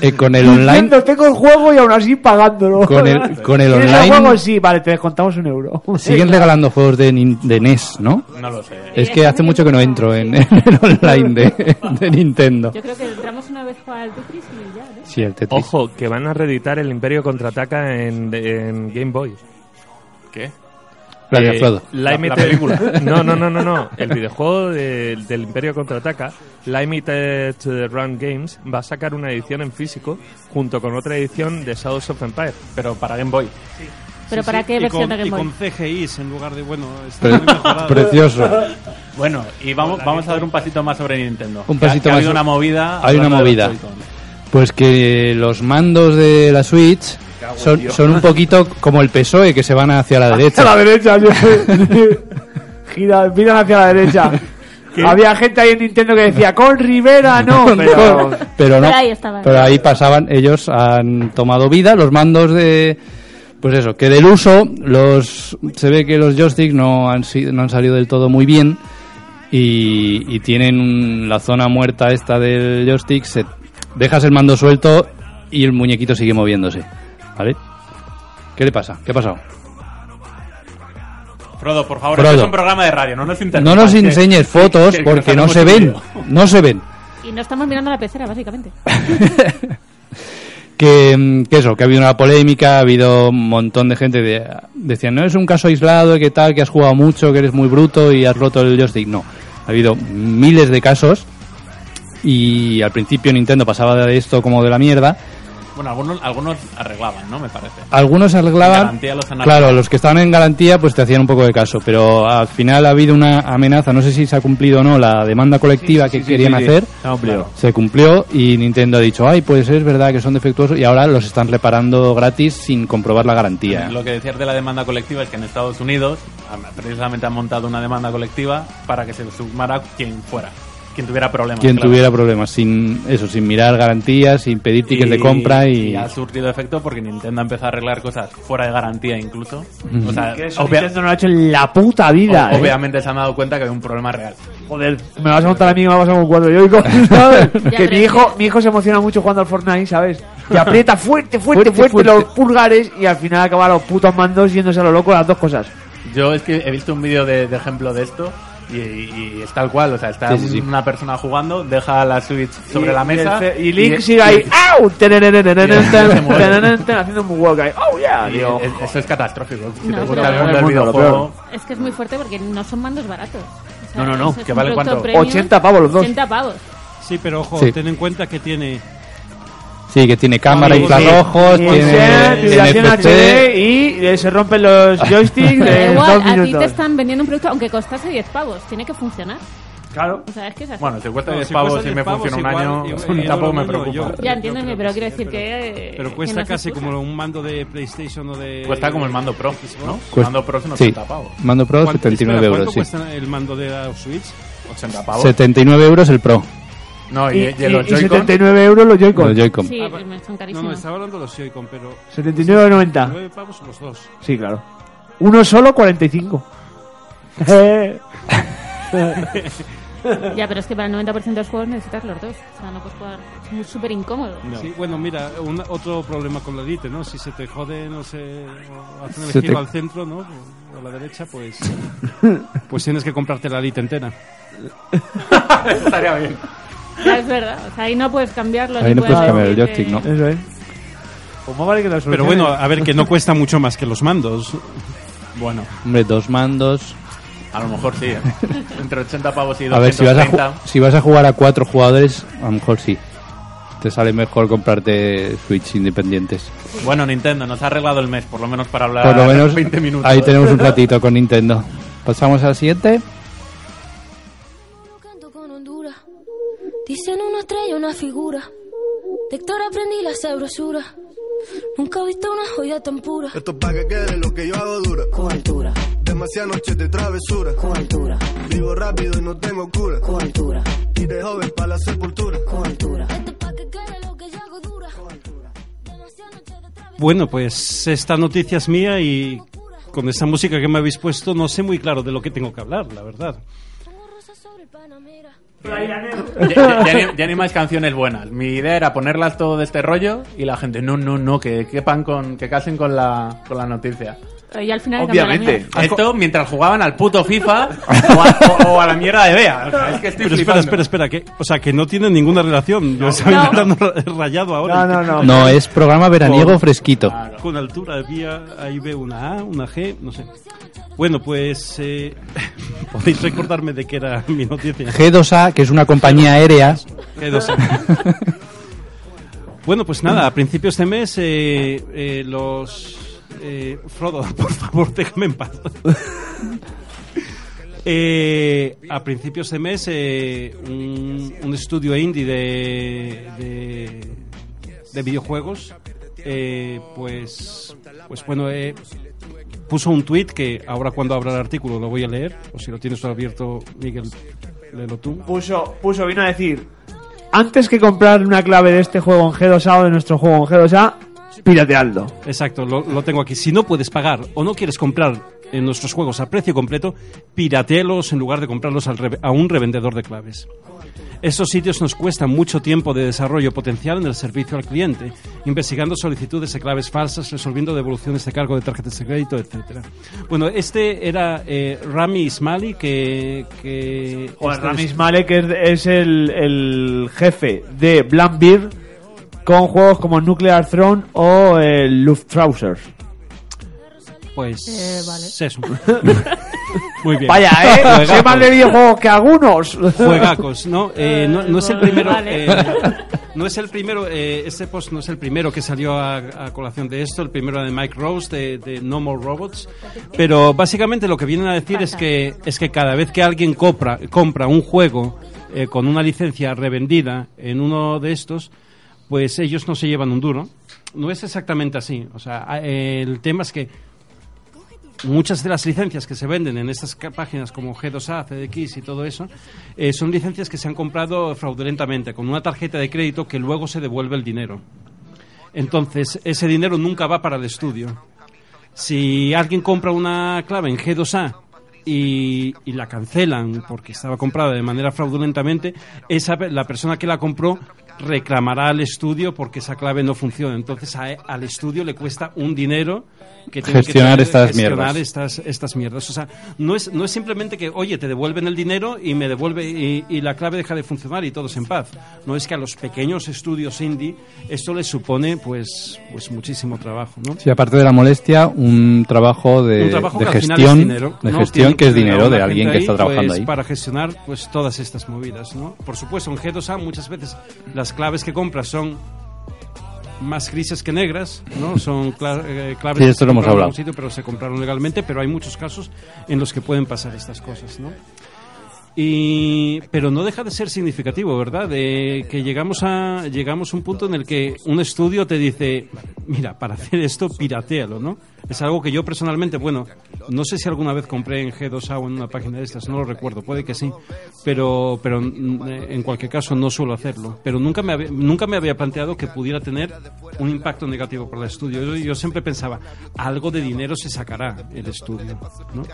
C: Eh, con el online.
B: Diciendo, tengo el juego y aún así pagándolo.
C: Con el, con el
B: ¿Quieres el juego?
C: online.
B: Sí, vale, te descontamos un euro.
C: Siguen regalando juegos de, Nin- de NES, ¿no?
A: No lo sé.
C: Es que hace mucho que no entro en, en el online de, de Nintendo.
D: Yo creo que entramos una vez al Tetris y ya, ¿no?
C: Sí, el Tetris.
F: Ojo, que van a reeditar el Imperio Contraataca en, en Game Boy.
A: ¿Qué?
C: Gracias,
F: Eh,
C: Frodo.
F: La,
A: La-
F: Imited-
A: la película.
F: No, no, no, no, no. El videojuego de- del Imperio Contraataca, Limited to the Run Games, va a sacar una edición en físico junto con otra edición de Shadows of Empire.
A: Pero para Game Boy.
D: Pero
E: Sí,
D: ¿para
E: sí,
D: qué
E: y
D: versión
E: con-
D: de Game
E: Y con
D: Boy?
E: CGIs en lugar de, bueno, está
C: Pre-
E: muy mejorado.
C: precioso.
A: Bueno, y vamos, vamos a dar un pasito más sobre Nintendo.
C: Un
A: Que ha-
C: pasito
A: que ha
C: más
A: habido
C: sobre-
A: una movida.
C: Hay una
A: hablando de
C: movida.
A: los Joy-Con.
C: Pues que los mandos de la Switch son, son un poquito como el PSOE, E, que se van hacia la
B: A la
C: derecha.
B: derecha. Gira, miran hacia la derecha. Había gente ahí en Nintendo que decía, con Rivera no, pero...
C: Pero no.
D: Pero ahí estaban.
C: Pero ahí pasaban, ellos han tomado vida, los mandos de... Pues eso, que del uso, los se ve que los joysticks no han, sido- no han salido del todo muy bien y, y tienen un- la zona muerta esta del joystick, se, dejas el mando suelto y el muñequito sigue moviéndose, ¿vale? ¿Qué le pasa? ¿Qué ha pasado?
A: Frodo, por favor,
C: Frodo.
A: esto es un programa de radio, no nos
C: No
A: interrumpas,
C: nos
A: que-
C: enseñes fotos
A: que- que
C: porque no
A: hacemos
C: se
A: un
C: ven,
A: vídeo.
C: no se ven.
D: Y no estamos mirando la pecera, básicamente.
C: que, mm, que eso, que ha habido una polémica, ha habido un montón de gente de decían, no es un caso aislado, que tal, que has jugado mucho, que eres muy bruto y has roto el joystick. No, ha habido miles de casos y al principio Nintendo pasaba de esto como de la mierda.
A: Bueno, algunos, algunos arreglaban, ¿no? Me parece.
C: Algunos arreglaban,
A: Garantía los análogos.
C: claro, los que estaban en garantía pues te hacían un poco de caso, pero al final ha habido una amenaza, no sé si se ha cumplido o no la demanda colectiva que querían hacer. Se cumplió y Nintendo ha dicho, ay, pues es verdad que son defectuosos y ahora los están reparando gratis sin comprobar la garantía.
A: Lo que decías de la demanda colectiva es que en Estados Unidos ah, precisamente han montado una demanda colectiva para que se sumara quien fuera. Quien tuviera problemas.
C: Quien
A: claro.
C: tuviera problemas, sin eso, sin mirar garantías, sin pedir tickets de compra y...
A: ha surtido efecto porque Nintendo empezó a arreglar cosas fuera de garantía incluso.
C: Ujú.
A: O sea,
B: Que eso
A: obvia-
B: Nintendo no lo ha hecho en la puta vida.
A: o-
B: eh.
A: obviamente se han dado cuenta que había un problema real.
B: Joder, me vas a montar a mí y me vas a un cuadro yoico. ¿sabes? que mi
D: tres.
B: hijo, mi hijo se emociona mucho jugando al Fortnite, ¿sabes? Y aprieta fuerte, fuerte, fuerte, los pulgares y al final acaba los putos mandos yéndose a lo loco las dos cosas.
A: Yo es que he visto un vídeo de, de ejemplo de esto y, y es tal cual, o sea, está
C: Sí, sí, sí.
A: una persona jugando, deja la Switch sobre
B: Y-
A: la
B: y el
A: mesa
B: ce- Y, Link
A: y-
B: sigue ahí. ¡Au! Tenenenenenen,
A: se mueve.
B: tenenenen, Haciendo un walk ahí. ¡Oh, yeah!
A: y-
B: Digo,
A: es- eso es catastrófico. Si
D: No,
A: te
D: pero-
A: gusta el mundo
D: Lo
B: peor
A: del
B: del mundo, lo
A: videojuego,
D: Es que es muy fuerte porque no son mandos baratos. O sea,
B: No, no, no,
D: eso es
A: que
D: un
A: valen
D: producto
A: cuánto,
D: premium.
B: 80 pavos los dos.
D: 80 pavos.
E: Sí, pero ojo,
C: Sí.
E: ten en cuenta que tiene
C: Sí, que tiene cámara,
E: Sí,
C: infrarrojos,
B: y
C: tiene,
B: se-
C: tiene
B: vibración
C: NFC.
B: HD y eh, se rompen los joysticks
D: Da
B: en dos
D: igual, a ti te
B: minutos.
D: están vendiendo un producto, aunque costase 10 pavos, tiene que funcionar.
B: Claro.
D: O sea, es que es así.
A: bueno, si cuesta
E: No,
A: 10
E: si
A: pavos y
E: cuesta 10
A: me
E: pavos,
A: funciona un
E: igual,
A: año,
E: igual,
A: tampoco me
E: igual,
A: preocupa.
E: yo-
D: ya
E: yo
D: entiendo,
E: creo que
D: pero
E: sí,
D: quiero decir que. eh,
E: Pero
D: que
E: cuesta
D: no se
E: casi
D: excusa.
E: como un mando de PlayStation o de.
A: Cuesta como el mando Pro, ¿no? El
C: Cuest-
A: mando Pro es unos
C: sí,
A: 80 pavos.
C: Mando Pro
E: ¿Cuánto-
C: 79
E: espera,
C: euros, sí.
E: ¿Cuánto cuesta el mando de la Switch?
A: 80 pavos.
C: 79 euros el Pro,
A: No,
B: Y,
A: y, y los
B: y- y
A: Joy-Con
B: 79 euros los
C: con
B: Joy-Con.
C: el Joy-Con.
D: Sí,
E: Ah, va-
D: son
E: No,
D: carísimos.
E: no, estaba hablando de los Joy-Con, pero.
B: 79,90.
E: 9 pavos los dos.
B: Sí, claro. Uno solo, 45. Eh,
D: Ya, pero es que para el 90% de los juegos necesitas los dos. O sea, no puedes jugar. Es muy súper incómodo.
E: Sí, bueno, mira, un- otro problema con la Elite, ¿no? Si se te jode, no sé, o hacen el
C: Se te-
E: giro al centro, ¿no? O a la derecha, pues. pues tienes que comprarte la Elite entera.
A: estaría bien.
D: Ya, es verdad. O sea, ahí no puedes cambiarlo.
C: Ahí
D: ni
C: no puedes cambiar el joystick,
D: decir que-
C: ¿no?
B: eso es. Pues más vale que lo
E: Pero
B: solucionen.
E: bueno, a ver, que no cuesta mucho más que los mandos.
A: Bueno,
C: Hombre, dos mandos.
A: a lo mejor sí. ¿eh? Entre 80 pavos y 230.
C: A ver, si vas a, ju- si vas a jugar a cuatro jugadores, a lo mejor sí. Te sale mejor comprarte Switch independientes.
A: Bueno, Nintendo, nos ha arreglado el mes, por lo menos para hablar
C: Por lo menos
A: 20 minutos.
C: ahí tenemos un ratito con Nintendo. Pasamos al siguiente.
K: Canto con Honduras. Dicen una estrella, una figura. De Héctor aprendí la sabrosura. Nunca he visto una joya tan pura.
H: Esto para que quede lo que yo hago dura.
K: Con altura,
H: Demasiadas noches de travesura.
K: con altura,
H: Vivo rápido y no tengo cura.
K: con altura,
H: Y de joven para la sepultura.
K: con altura. Esto para que quede lo que yo hago dura. Con altura. Demasiadas noches de travesura.
E: Bueno, pues esta noticia es mía y con esta música que me habéis puesto no sé muy claro de lo que tengo que hablar, la verdad.
K: Pongo rosas sobre el panamera.
A: Ya, ya- ya ni- ya ni más canciones buenas. Mi idea era ponerlas todo de este rollo y la gente, no, no, no, que quepan con, que casen con la, con la noticia.
D: Y al final.
H: Obviamente.
D: cambia
A: Esto mientras jugaban al puto FIFA o a, o- o a la mierda de Bea. O sea, es que estoy
E: Pero espera, espera,
A: flipando.
E: espera, que, o sea, que no tiene ninguna relación. Yo estaba
D: No.
E: intentando ra- rayado ahora.
B: No, no, no.
C: No, es programa veraniego fresquito.
E: Con altura había, ahí veo una A, una G, no sé. Bueno, pues eh, podéis recordarme de qué era mi noticia.
C: G2A, que es una compañía aérea.
E: Qué dos. bueno, pues nada, a principios de mes eh, eh, los... eh, Frodo, por favor, déjame en paz. Eh, a principios de mes eh, un, un estudio indie de, de, de videojuegos eh, pues pues bueno eh, puso un tweet que ahora cuando abra el artículo lo voy a leer o si lo tienes abierto Miguel léelo tú
B: Puso, puso, vino a decir: Antes que comprar una clave de este juego en G2A o de nuestro juego en G2A, pirateadlo.
E: Exacto, lo, lo tengo aquí. Si no puedes pagar o no quieres comprar en nuestros juegos a precio completo, piratealos en lugar de comprarlos al reve- a un revendedor de claves. Estos sitios nos cuestan mucho tiempo de desarrollo potencial en el servicio al cliente, investigando solicitudes de claves falsas, resolviendo devoluciones de cargo de tarjetas de crédito, etc. Bueno, este era eh, Rami Ismaili, que... que
B: Joder,
E: este
B: Rami
E: es-
B: Ismail, que es, es el, el jefe de Blanc Beer con juegos como Nuclear Throne o el Luftrausers.
E: Pues...
D: Eh, vale.
E: Eso. Muy bien.
B: Vaya, eh.
E: Juegazos.
B: sé más de videojuegos que algunos.
E: Juegacos, ¿no? Eh, no, no es el primero.
D: Vale.
E: eh, no es el primero. eh, este post no es el primero que salió a, a colación de esto. El primero de Mike Rose de, de No More Robots. Pero básicamente lo que vienen a decir es que es que cada vez que alguien compra compra un juego eh, con una licencia revendida en uno de estos, pues ellos no se llevan un duro. No es exactamente así. O sea, a- el tema es que muchas de las licencias que se venden en estas ca- páginas como G2A, CDX y todo eso, eh, son licencias que se han comprado fraudulentamente con una tarjeta de crédito que luego se devuelve el dinero. Entonces, ese dinero nunca va para el estudio. Si alguien compra una clave en G2A y, y la cancelan porque estaba comprada de manera fraudulentamente, esa, pe- la persona que la compró reclamará al estudio porque esa clave no funciona. Entonces a- e-, al estudio le cuesta un dinero que tiene
C: Gestionar
E: que tener-
C: estas
E: gestionar
C: mierdas.
E: Estas, estas mierdas. O sea, no es, no es simplemente que, oye, te devuelven el dinero y me devuelve y, y la clave deja de funcionar y todos en paz. No es que a los pequeños estudios indie esto les supone pues, pues muchísimo trabajo. ¿no?
C: Sí, aparte de la molestia, un trabajo de,
E: Un trabajo
C: de
E: que al final
C: gestión,
E: es dinero,
C: de
E: ¿no?
C: gestión
E: Tiene
C: que es
E: tener a
C: dinero
E: una
C: de alguien que
E: gente
C: está trabajando
E: pues,
C: ahí.
E: Para gestionar pues todas estas movidas, ¿no? Por supuesto, en G2A muchas veces las claves que compras son más grises que negras, ¿no? Son cla- eh, claves
C: Sí,
E: que
C: esto
E: se
C: lo hemos
E: compraron en
C: hablado.
E: algún sitio, pero se compraron legalmente, pero hay muchos casos en los que pueden pasar estas cosas, ¿no? Y, pero no deja de ser significativo, ¿verdad? De que llegamos a llegamos a un punto en el que un estudio te dice, mira, para hacer esto, piratealo, ¿no? Es algo que yo personalmente, bueno, no sé si alguna vez compré en G2A o en una página de estas, no lo recuerdo, puede que sí, pero, pero mm, eh, en cualquier caso no suelo hacerlo. Pero nunca me había, nunca me había planteado que pudiera tener un impacto negativo para el estudio. Yo, yo siempre pensaba, algo de dinero se sacará el estudio, ¿no?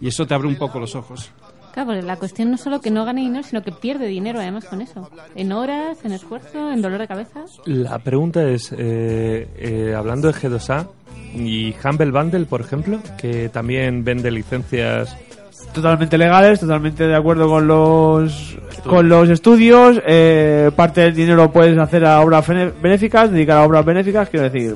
E: Y eso te abre un poco los ojos.
D: Claro, porque la cuestión no solo que no gane dinero, sino que pierde dinero además con eso. En horas, en esfuerzo, en dolor de cabeza.
F: La pregunta es, eh, eh, hablando de G2A y Humble Bundle, por ejemplo, que también vende licencias...
B: Totalmente legales, totalmente de acuerdo con los con los estudios. eh, parte del dinero puedes hacer a obras fene- benéficas, dedicar a obras benéficas, quiero decir.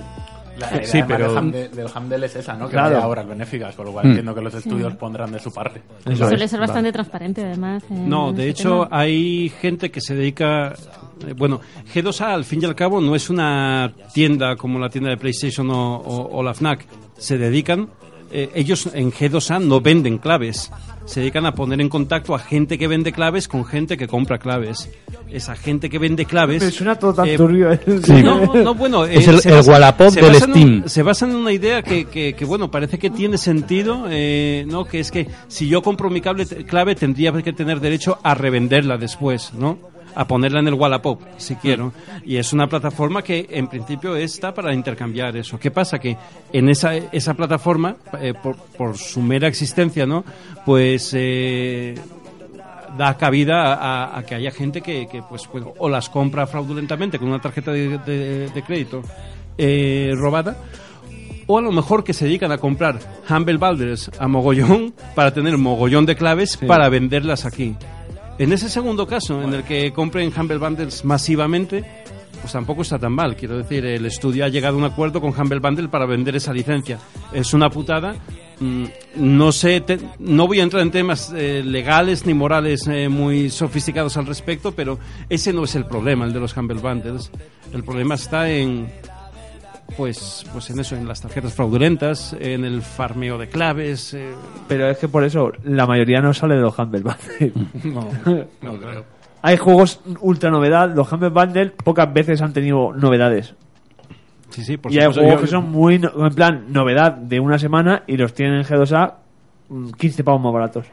A: La idea
B: Sí,
A: además,
B: pero-
A: del, Handel, del Handel es esa, ¿no? Que
B: Claro.
A: vaya ahora el benéficas, con lo cual
B: Mm.
A: entiendo que los estudios
D: Sí.
A: pondrán de su parte.
D: Suele ser bastante transparente además. en
E: No,
D: ese
E: de hecho
D: tema.
E: hay gente que se dedica... eh, Bueno, G2A al fin y al cabo no es una tienda como la tienda de PlayStation o, o- o la FNAC. Se dedican... eh, ellos en G2A no venden claves. Se dedican a poner en contacto a gente que vende claves con gente que compra claves. Esa gente que vende claves...
B: Me suena todo tan
E: eh,
B: turbio.
C: Sí.
E: No, no, bueno, eh,
C: Es el- el Wallapop
E: se
C: del
E: basa en un-
C: Steam.
E: se basa en una idea que, que- que, bueno, parece que tiene sentido, eh, ¿no? Que es que si yo compro mi cable t- clave tendría que tener derecho a revenderla después, ¿no? A ponerla en el Wallapop, si quiero. Y es una plataforma que en principio está para intercambiar eso. ¿Qué pasa? Que en esa, esa plataforma, eh, por, por su mera existencia, ¿no? Pues. eh, da cabida a, a- a que haya gente que, que, pues, bueno, o las compra fraudulentamente con una tarjeta de, de- de crédito eh, robada o a lo mejor que se dedican a comprar Humble Bundles a mogollón para tener mogollón de claves para venderlas aquí. En ese segundo caso, en el que compren Humble Bundles masivamente, pues tampoco está tan mal. Quiero decir, el estudio ha llegado a un acuerdo con Humble Bundle para vender esa licencia. Es una putada. Mm, No sé, te- no voy a entrar en temas eh, legales ni morales eh, muy sofisticados al respecto, pero ese no es el problema, el de los Humble Bundles. El problema está en, pues, pues en eso, en las tarjetas fraudulentas, en el farmeo de claves. eh,
B: Pero es que por eso la mayoría no sale de los Humble Bundle.
E: no, no creo.
B: Hay juegos ultra novedad, los Humble Bundle pocas veces han tenido novedades.
E: Sí, sí, por
B: y hay
E: supuesto,
B: juegos
E: Pues yo-
B: que son muy, no- en plan, novedad de una semana y los tienen en G2A mm, 15 pavos más baratos.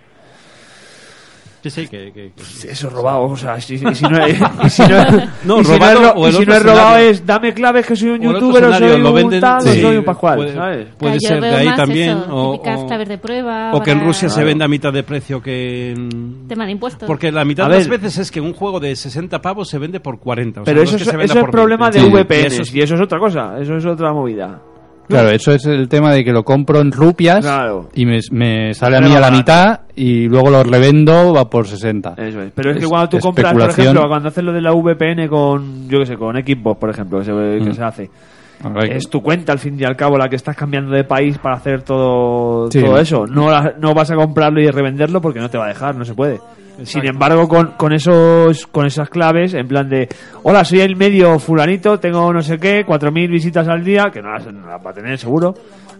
E: Sí, sí, que- que- que-
B: Eso es robado, o sea, si, si no es, y si no es,
E: No,
B: y si no es,
E: robado
B: ro-
E: o
B: y
E: el
B: si
E: otro
B: no es robado
E: escenario.
B: es dame claves que soy un
E: O el otro
B: youtuber o soy
E: escenario, lo
B: un
E: venden-
B: tal
E: sí,
B: o soy un pascual,
E: puede-
B: ¿sabes?
E: puede
D: Claro, yo
E: ser de
D: veo
E: ahí
D: más
E: también,
D: eso,
E: o-
D: típicas
E: o-
D: claves de prueba.
E: O que en
D: para
E: Rusia se venda a mitad de precio que en...
D: Tema de impuestos.
E: Porque la mitad
B: A
E: de las
B: ver.
E: veces es que un juego de 60 pavos se vende por 40. o sea,
B: Pero
E: no
B: eso
E: Pues que
B: es,
E: se venda
B: eso es
E: por
B: problema
E: 20.
B: de
E: Sí,
B: VPNs
E: eso es-
B: y eso es otra cosa, eso es otra movida.
C: Claro, eso es el tema de que lo compro en rupias
B: Claro.
C: y me, me sale a
B: Pero
C: mí a la
B: barato.
C: mitad y luego lo revendo va por 60.
B: Eso es. Pero es, que cuando tú compras, por
C: especulación.
B: ejemplo, cuando haces lo de la VPN con, yo qué sé, con Xbox, por ejemplo, que se, que
C: Mm.
B: se hace,
C: A ver,
B: es tu cuenta al fin y al cabo la que estás cambiando de país para hacer todo,
C: Sí.
B: todo eso. No, la- no vas a comprarlo y revenderlo porque no te va a dejar, no se puede. Sin embargo, con, con esos con esas claves, en plan de, hola, soy el medio fulanito, tengo no sé qué, 4.000 visitas al día, que no las, no las va a tener seguro.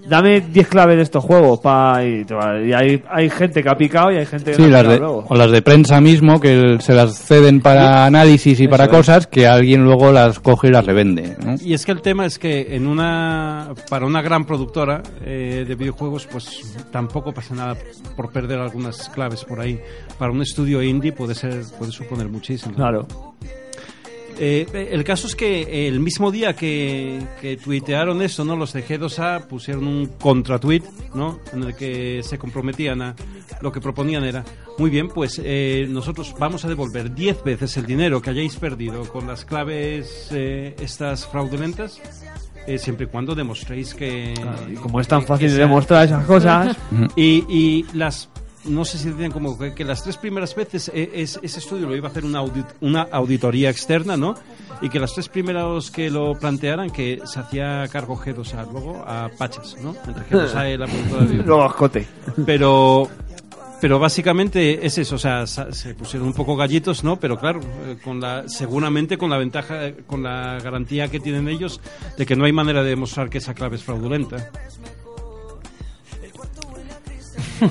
B: Dame 10 claves de estos juegos. Pa, y te va- y hay, hay gente que ha picado y hay gente que
C: Sí,
B: no ha
C: las
B: picado
C: de,
B: luego.
C: o las de prensa mismo, que el- se las ceden para análisis y para
E: es.
C: cosas que alguien luego las coge y las revende. ¿no?
E: Y es que el tema es que en una para una gran productora eh, de videojuegos, pues tampoco pasa nada por perder algunas claves por ahí. Para un estudio indie puede ser puede suponer muchísimo.
B: Claro.
E: Eh, el caso es que el mismo día que, que tuitearon eso, ¿no? Los de G2A pusieron un contratuit, ¿no? En el que se comprometían a lo que proponían era, muy bien, pues eh, nosotros vamos a devolver 10 veces el dinero que hayáis perdido con las claves eh, estas fraudulentas, eh, siempre y cuando demostréis que...
B: Claro, y como es tan
E: que-
B: fácil
E: que
B: de
E: sea-
B: demostrar esas cosas.
E: y, y las no sé si tienen como que, que las tres primeras veces eh, es- ese estudio lo iba a hacer una, audit- una auditoría externa, ¿no? Y que las tres primeras que lo plantearan que se hacía cargo G2A luego a Pachas, ¿no? Entre G2A y la productora de videojuegos.
B: Luego a Escote.
E: Pero pero básicamente es eso, o sea, sa- se pusieron un poco gallitos, ¿no? Pero claro, eh, con la seguramente con la ventaja eh, con la garantía que tienen ellos de que no hay manera de demostrar que esa clave es fraudulenta.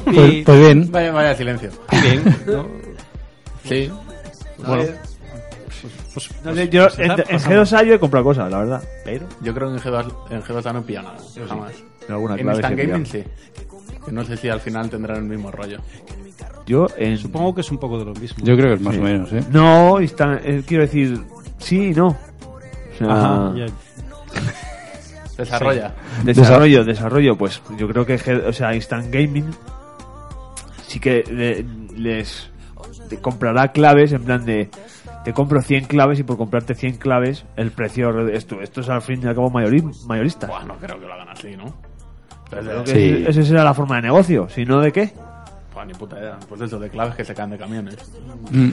C: Pues, pues bien.
A: Vaya, vaya silencio.
E: Bien, ¿no?
A: Sí.
E: A
A: Bueno,
E: ver. Pues,
B: No sé, yo en, en G2A yo he comprado cosas, la verdad. Pero
A: yo creo que en G2, en G2 no pilla nada, jamás.
B: en alguna
A: En
B: clave
A: Stan
B: se
A: Gaming
B: pilla.
A: sí. Que no sé si al final tendrán el mismo rollo.
B: Yo en...
E: Supongo que es un poco de lo mismo.
C: Yo creo que es más
B: Sí.
C: o menos, ¿eh?
B: No, Instan- eh, quiero decir, sí y no. O sea,
E: Ajá, Ah, ya.
A: Desarrolla.
B: Desarrollo, desarrollo, pues yo creo que, G- o sea, Instant Gaming sí que le- les te comprará claves en plan de te compro 100 claves y por comprarte 100 claves el precio esto esto es al fin y al cabo mayori- mayorista.
A: Buah, no creo que lo hagan así, ¿no? Pero
B: Creo
A: de-
B: que
C: Sí.
B: ese- esa será la forma de negocio, si no de qué?
A: Buah, ni puta idea. Pues eso, de claves que se caen de camiones.
C: Mm.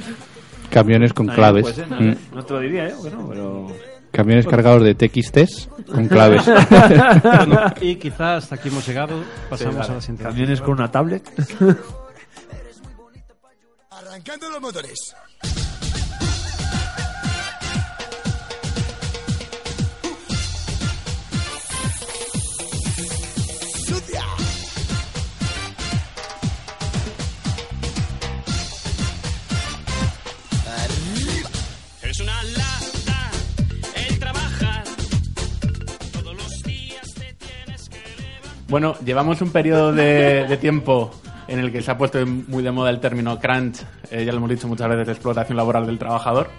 C: Camiones con claves.
B: Pues, eh, no,
C: Mm.
B: no te lo diría yo, que no, pero
C: Camiones cargados de TXTs con claves.
E: Bueno, y quizá hasta aquí hemos llegado. Pasamos
A: Sí, vale.
E: a la siguiente.
B: camiones con una tablet.
H: Arrancando los motores. Sucia. Arriba. Eres una lata, el trabajar. Todos los días te tienes que
A: Bueno, llevamos un periodo de, de tiempo en el que se ha puesto muy de moda el término crunch, eh, ya lo hemos dicho muchas veces, explotación laboral del trabajador.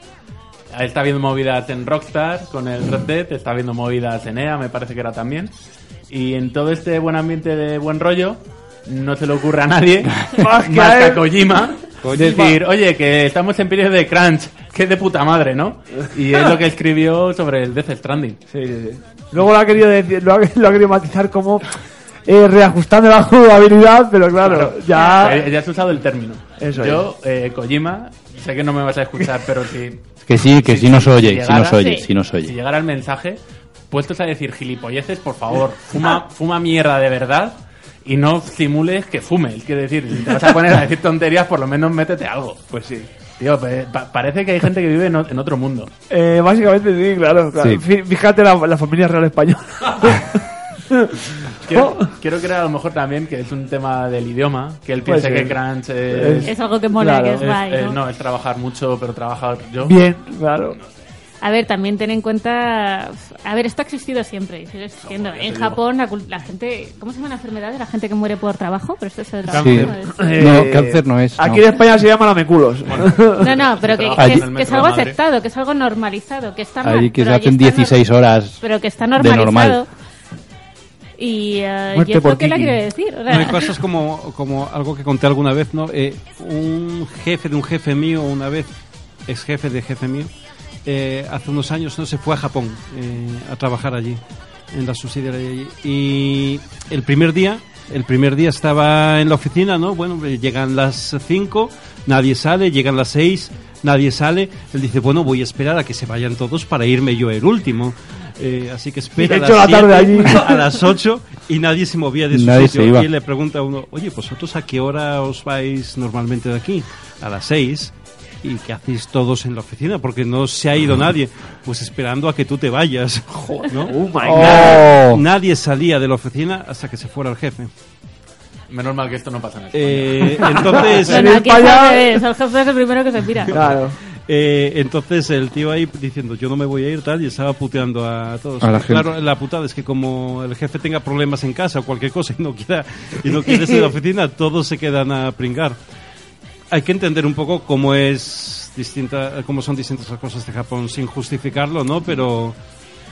A: Eh, Está habiendo movidas en Rockstar con el Red Dead, está habiendo movidas en EA, me parece que era también. Y en todo este buen ambiente de buen rollo, no se le ocurre a nadie, más que
B: a él.
A: a Kojima, decir, oye, que estamos en periodo de crunch, que de puta madre, ¿no? Y es lo que escribió sobre el Death Stranding.
B: Sí, sí, sí. Luego lo ha querido decir, lo ha, lo ha querido matizar como eh, reajustando la jugabilidad, pero claro,
A: Eh,
B: ya
A: Ya has usado el término.
B: Eso
A: Yo, eh, Kojima, sé que no me vas a escuchar, pero si,
C: que sí, que sí nos oye, si
A: llegara-
C: nos oye,
D: Sí.
C: si nos
A: si
C: oye.
A: llegara el mensaje, puestos a decir gilipolleces, por favor, fuma, fuma mierda de verdad y no simules que fumes. Quiero decir, si te vas a poner a decir tonterías, por lo menos métete algo.
B: pues sí.
A: Tío, pe- pa- parece que hay gente que vive en, o- en otro mundo.
B: Eh, básicamente sí, claro. claro.
C: Sí.
B: Fí- Fíjate la, la familia real española.
A: Quiero,
B: Oh.
A: quiero creer a lo mejor también que es un tema del idioma, que él piense
B: Puede
A: que
B: ser.
A: crunch es...
D: Es algo que mola,
B: Claro,
D: que es,
A: es-
D: guay,
A: eh,
D: ¿no?
A: no, es trabajar mucho, pero trabajar yo.
B: Bien, claro.
D: A ver, también ten en cuenta. A ver, esto ha existido siempre. y sigue existiendo.
A: ya te
D: En
A: digo.
D: Japón, la, cul- la gente. ¿Cómo se llama la enfermedad de la gente que muere por trabajo? Pero esto es el trabajo.
C: Sí.
D: ¿no? Es-
B: Eh,
C: No, cáncer no es,
B: Aquí
C: no.
B: en España se llama lameculos.
D: No, no, pero que,
A: Trabajo en el
D: que es, que es
A: metro de
D: algo
A: Madrid.
D: aceptado, que es algo normalizado, que está mal.
C: Allí que se
D: pero allí
C: hacen
D: está nor-
C: 16 horas.
D: Pero que está
C: normal.
D: normalizado. Y, eh,
B: Muerte
D: y es
B: por
D: lo que la
B: Kiki.
D: quiere decir. o sea,
E: No, hay cosas como, como algo que conté alguna vez, ¿no? Eh, un jefe de un jefe mío, una vez, ex jefe de jefe mío, eh, hace unos años no se fue a Japón eh, a trabajar allí, en la subsidiaria allí. Y el primer día, el primer día estaba en la oficina, ¿no? Bueno, eh, llegan las 5, nadie sale, llegan las 6, nadie sale. Él dice, bueno, voy a esperar a que se vayan todos para irme yo el último. Eh, así que espera
B: Y
E: a
B: te echo
E: las
B: la tarde
E: siete,
B: allí.
E: a las 8 y nadie se movía de su
C: Nadie se
E: sitio.
C: iba.
E: pues Y le pregunta a uno, oye, ¿vosotros a qué hora os vais normalmente de aquí? a las 6 y que hacéis todos en la oficina porque no se ha ido nadie, pues esperando a que tú te vayas. ¿no?
B: Oh,
A: God.
E: Nadie salía de la oficina hasta que se fuera el jefe.
A: Menos mal que esto no pasa en España.
E: Eh, entonces,
D: Bueno, aquí es al revés, el jefe es el primero que se pira.
E: Eh, entonces el tío ahí diciendo yo no me voy a ir tal y estaba puteando a todos.
C: A la gente.
E: claro, la putada es que como el jefe tenga problemas en casa o cualquier cosa y no quiera y no quiere ser la oficina, todos se quedan a pringar. Hay que entender un poco cómo es distinta, cómo son distintas las cosas de Japón sin justificarlo, ¿no? Pero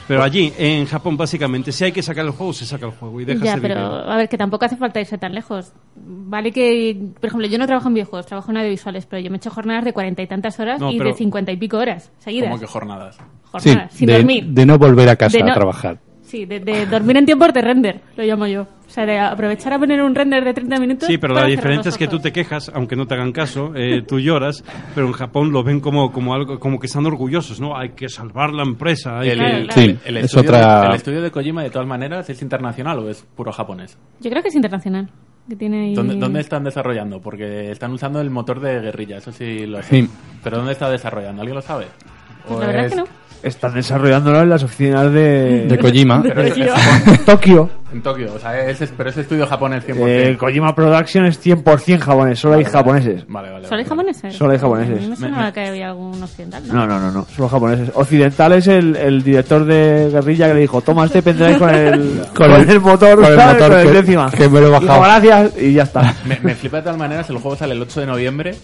E: pero allí en Japón básicamente si hay que sacar el juego se saca el juego y dejas
D: Ya,
E: de
D: pero
E: vivir.
D: a ver, que tampoco hace falta irse tan lejos. Vale que, por ejemplo, yo no trabajo en videojuegos, trabajo en audiovisuales, pero yo me echo jornadas de cuarenta y tantas horas
A: No,
D: y de
A: pero-
D: cincuenta y pico horas seguidas.
A: Como que jornadas.
D: Jornadas,
C: Sí,
D: sin
C: de-
D: dormir.
C: de no volver a casa
D: De
C: a trabajar.
D: Sí, de, de dormir en tiempos de render, lo llamo yo. O sea, de aprovechar a poner un render de 30 minutos.
E: Sí, pero
D: para
E: la
D: cerrar
E: diferencia
D: los
E: es que tú
D: ojos.
E: te quejas, aunque no te hagan caso, eh, tú lloras, pero en Japón lo ven como, como algo, como que están orgullosos, ¿no? Hay que salvar la empresa. hay
A: El,
E: que-
A: el- el- el
C: es
A: estudio,
C: otra-
A: el estudio de Kojima, de todas maneras, ¿es internacional o es puro japonés?
D: Yo creo que es internacional. Que tiene ahí-
A: ¿Dónde, dónde están desarrollando? Porque están usando el motor de guerrilla, eso sí lo sé.
C: Sí.
A: Pero ¿dónde está desarrollando? ¿Alguien lo sabe?
D: Pues la verdad es que no.
B: Están desarrollándolo en las oficinas de...
C: De Kojima. De
A: Pero es-
C: Kojima.
A: es-
B: Tokio.
A: En Tokio, o sea, es, es- pero es estudio japonés 100%.
B: Eh, Kojima Production es 100% japonés, solo hay japoneses.
A: Vale, vale.
D: ¿Solo hay japoneses?
B: Solo hay
D: A mí me
B: japoneses.
D: sonaba que había algún occidental. ¿no?
B: No, no, no, no, solo japoneses. Occidental es el, el director de Guerrilla que le dijo, toma este pendrive con el, con el, motor,
C: con el
B: ¿sabes?
C: motor
B: Con el
C: que-
B: décima.
C: que me lo he
B: Dijo,
C: bajado.
B: gracias, y ya está.
A: Me, me flipa de todas maneras, el juego sale el 8 de noviembre.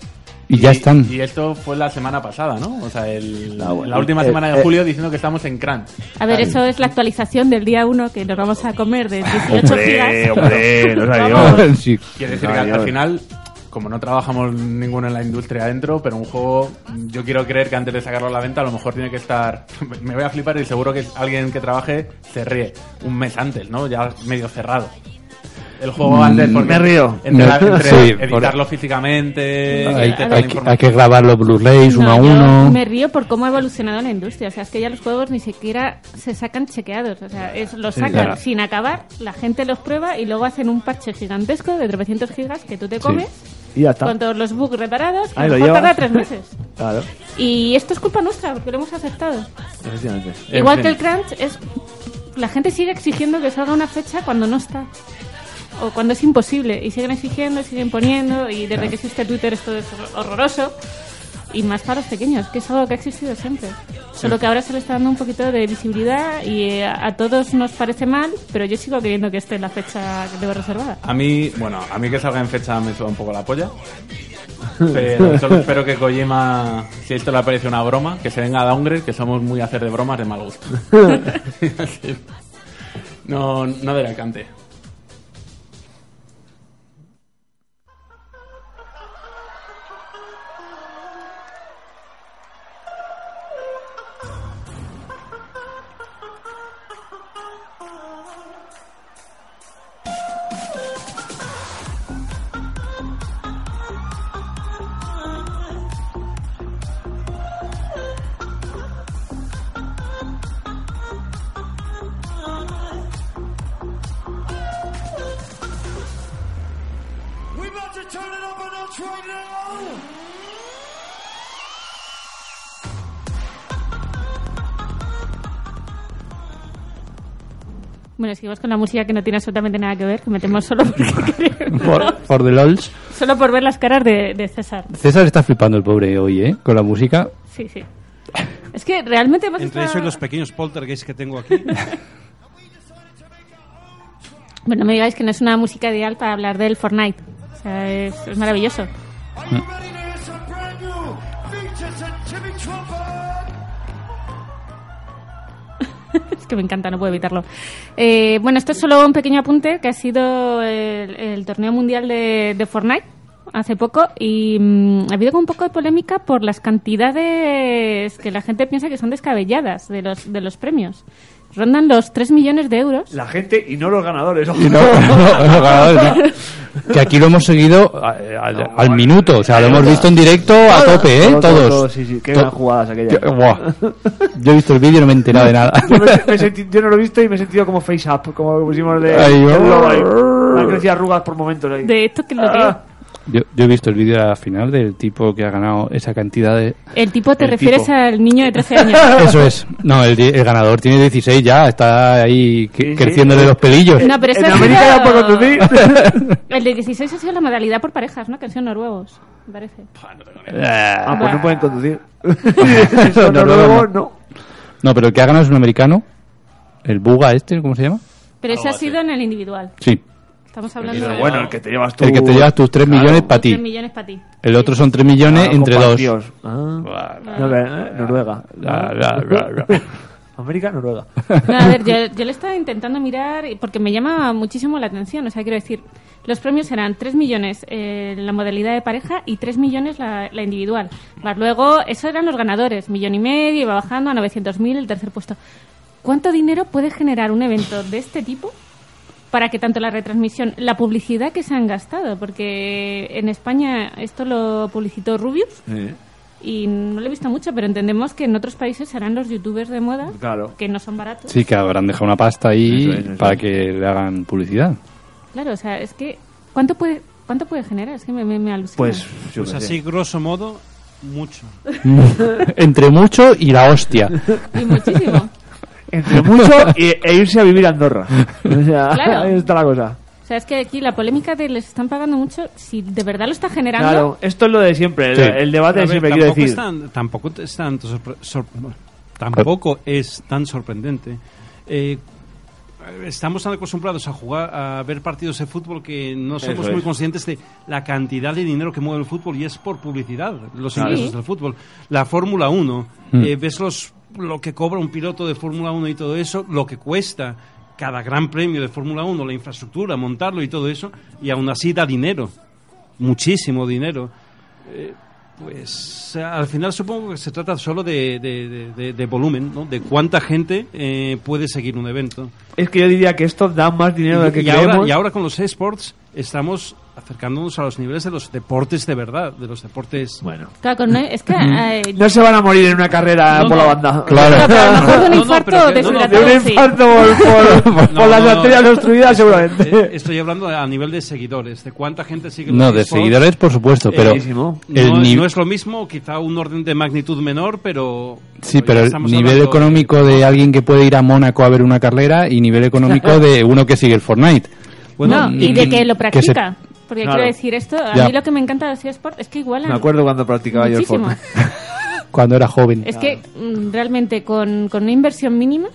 C: Y ya están.
A: Y esto fue la semana pasada, ¿no? O sea, el-
C: Ah, bueno.
A: la última
C: Eh,
A: semana de
C: eh.
A: julio diciendo que estamos en Crunch.
D: A ver,
A: Ahí.
D: eso es la actualización del día 1 que nos vamos a comer de 18 gigas.
B: hombre, no sea
C: Dios. Sí.
A: Quiere decir
C: No
A: que
C: sea
A: al-
C: Dios.
A: al final, como no trabajamos ninguno en la industria adentro, pero un juego, yo quiero creer que antes de sacarlo a la venta, a lo mejor tiene que estar. Me voy a flipar y seguro que alguien que trabaje se ríe un mes antes, ¿no? Ya medio cerrado. El juego
C: Mm,
A: antes. porque
B: me río.
A: Entre, la-
C: Me-
A: entre
C: sí,
A: editarlo físicamente.
C: Hay,
A: editar la
C: hay que,
A: información.
C: hay que grabar los Blu-rays uno a
D: No, yo
C: uno.
D: Me río por cómo ha evolucionado la industria. O sea, es que ya los juegos ni siquiera se sacan chequeados. O sea, es, los
C: Sí,
D: sacan
C: claro.
D: sin acabar, la gente los prueba y luego hacen un parche gigantesco de 300 gigas que tú te comes
B: Y ya está.
D: con todos los bugs reparados que
B: Ahí
D: a
B: lo
D: lo mejor
B: llevas.
D: tarda tres meses.
B: Claro,
D: Y esto es culpa nuestra porque lo hemos aceptado.
B: efectivamente.
C: ¿Eh?
A: En
D: Igual
A: fin.
D: que el crunch, es la gente sigue exigiendo que salga una fecha cuando no está. O cuando es imposible. Y siguen exigiendo, siguen poniendo. Y desde que existe Twitter esto es hor- horroroso. Y más para los pequeños, que es algo que ha existido siempre. Solo que ahora se le está dando un poquito de visibilidad y eh, a a todos nos parece mal, pero yo sigo queriendo que esté en la fecha que tengo reservada.
A: A mí, bueno, a mí que salga en fecha me suda un poco la polla. Pero solo espero que Kojima, si esto le parece una broma, que se venga a Downgrade, que somos muy a hacer de bromas de mal gusto. Así. no, no de Alicante.
H: We about to turn it up on Ultra now!
D: Bueno, seguimos con la música que no tiene absolutamente nada que ver, que metemos solo porque queremos.
C: Por, por the LOLs.
D: Solo por ver las caras de- de César.
C: César está flipando el pobre hoy, ¿eh? Con la música.
D: Sí, sí. Es que realmente hemos
E: Entre
D: estado-
E: eso y los pequeños poltergeists que tengo aquí.
B: Pues
D: Bueno, no me digáis que no es una música ideal para hablar del Fortnite. O sea, es, es maravilloso.
H: Are you ready to hear some brand new features and Jimmy Trumpet?
D: Es que me encanta, no puedo evitarlo. Eh, bueno, esto es solo un pequeño apunte que ha sido el, el torneo mundial de, de Fortnite hace poco y mm, ha habido como un poco de polémica por las cantidades que la gente piensa que son descabelladas de los, de los premios. Rondan los 3 millones de euros.
B: La gente y no los ganadores. ojo.
C: Y no- no, los ganadores, no. Que aquí lo hemos seguido a- al, al minuto. O sea, lo hemos visto en directo a
B: Todo,
C: tope, ¿eh?
B: todo, todo, todo,
C: Todos.
B: sí, sí, qué
C: To-
B: gran jugadas aquellas.
C: Yo, buah. Yo he visto el vídeo y no me he enterado de nada.
B: Yo, me- me sentí- yo no lo he visto y me he sentido como face up, como pusimos de.
C: Ahí,
B: el
C: oh.
B: logo ahí. Me han crecido arrugas por momentos ahí.
D: De esto que lo veo.
C: Yo, yo he visto el vídeo al final del tipo que ha ganado esa cantidad de...
D: El tipo te
C: El
D: refieres
C: tipo.
D: al niño de 13 años.
C: Eso es. No, el, di- el ganador tiene 16 ya, está ahí que- creciéndole los pelillos.
D: No, pero eso ha sido- El de 16 ha sido la modalidad por parejas, ¿no? Que han sido noruegos, me parece.
B: Ah, pues no pueden conducir.
C: No,
B: Son
C: no, no,
B: noruegos,
C: no.
B: no.
C: No, pero el que ha ganado es un americano. El Buga este, ¿cómo se llama?
D: Pero eso ha sido en el individual.
C: Sí.
D: Estamos hablando
B: Pero
D: de...
B: bueno, el que te llevas tú.
C: El que te llevas tus 3
B: Claro.
C: millones para ti.
D: Tres millones para ti.
C: El otro son 3 millones
B: Ah,
C: Eh, entre dos.
B: compartidos. Ah. No, que- eh, Noruega.
C: Ra, ra, ra, ra.
B: América, Noruega.
D: No, a ver, yo, yo lo estaba intentando mirar y- porque me llama muchísimo la atención. O sea, quiero decir, los premios eran 3 millones eh, la modalidad de pareja y 3 millones la, la individual. Más luego, esos eran los ganadores. Millón y medio, iba bajando a 900.000, el tercer puesto. ¿Cuánto dinero puede generar un evento de este tipo para que tanto la retransmisión, la publicidad que se han gastado? Porque en España esto lo publicitó Rubius y no lo he visto mucho, pero entendemos que en otros países serán los youtubers de moda,
C: Claro.
D: que no son baratos.
C: Sí, que habrán dejado una pasta ahí
B: Eso es, eso
C: para
B: es.
C: que le hagan publicidad.
D: Claro, o sea, es que ¿cuánto puede cuánto puede generar? Es que me, me, me alucina.
E: Pues así, grosso modo, mucho.
C: Entre mucho y la hostia.
D: Y muchísimo.
B: Entre mucho y- e irse a vivir a Andorra. O sea,
D: Claro.
B: ahí está la cosa.
D: O sea, es que aquí la polémica de les están pagando mucho, si de verdad lo está generando.
B: Claro, esto es lo de siempre, el,
E: Sí.
B: el debate
E: A
B: de
E: ver,
B: siempre, quiero
E: tampoco
B: decir.
E: Es tan, tampoco es tan, sorpre- sor- tampoco es tan sorprendente. Eh, estamos tan acostumbrados a jugar, a ver partidos de fútbol que no
B: Eso
E: somos muy
B: es.
E: conscientes de la cantidad de dinero que mueve el fútbol y es por publicidad, los
B: Sí.
E: ingresos del fútbol. La Fórmula 1,
C: Mm.
E: eh, ves los, lo que cobra un piloto de Fórmula 1 y todo eso, lo que cuesta cada gran premio de Fórmula 1, la infraestructura, montarlo y todo eso, y aún así da dinero, muchísimo dinero. Eh, pues eh, al final supongo que se trata solo de, de- de- de- de volumen, ¿no? de cuánta gente eh, puede seguir un evento.
B: Es que yo diría que esto da más dinero del que
E: Y
B: creemos.
E: ahora, y ahora con los esports estamos acercándonos a los niveles de los deportes de verdad, de los deportes...
B: Bueno.
D: Claro, con- es que eh,
B: No se van a morir en una carrera
E: No,
B: por
E: no.
B: la banda.
C: Claro.
D: pero a lo mejor de un
E: No, no,
D: infarto
E: pero que-
D: deshidratado,
B: De un
D: sí.
B: infarto por, por- por
E: No,
B: las
E: no,
B: arterias
E: no.
B: obstruidas,
E: Eh,
B: seguramente.
E: estoy hablando a nivel de seguidores, de cuánta gente sigue los
C: No, de
E: esports.
C: seguidores, por supuesto, pero.
B: Buenísimo.
C: el
E: no,
C: ni-
E: no es lo mismo, quizá un orden de magnitud menor, pero...
C: Sí,
E: ya
C: pero el
E: estamos
C: nivel
E: hablando-
C: económico de alguien que puede ir a Mónaco a ver una carrera y nivel económico de uno que sigue el Fortnite.
D: No, y de que lo
C: mm, que se-
D: practica. Porque
B: Claro.
D: quiero decir esto, a
C: Ya.
D: mí lo que me encanta de los eSports es que igualan
B: Me acuerdo cuando practicaba yo el
D: muchísimo.
B: Fortnite.
C: Cuando era joven.
D: Es que mm, realmente con, con una inversión mínima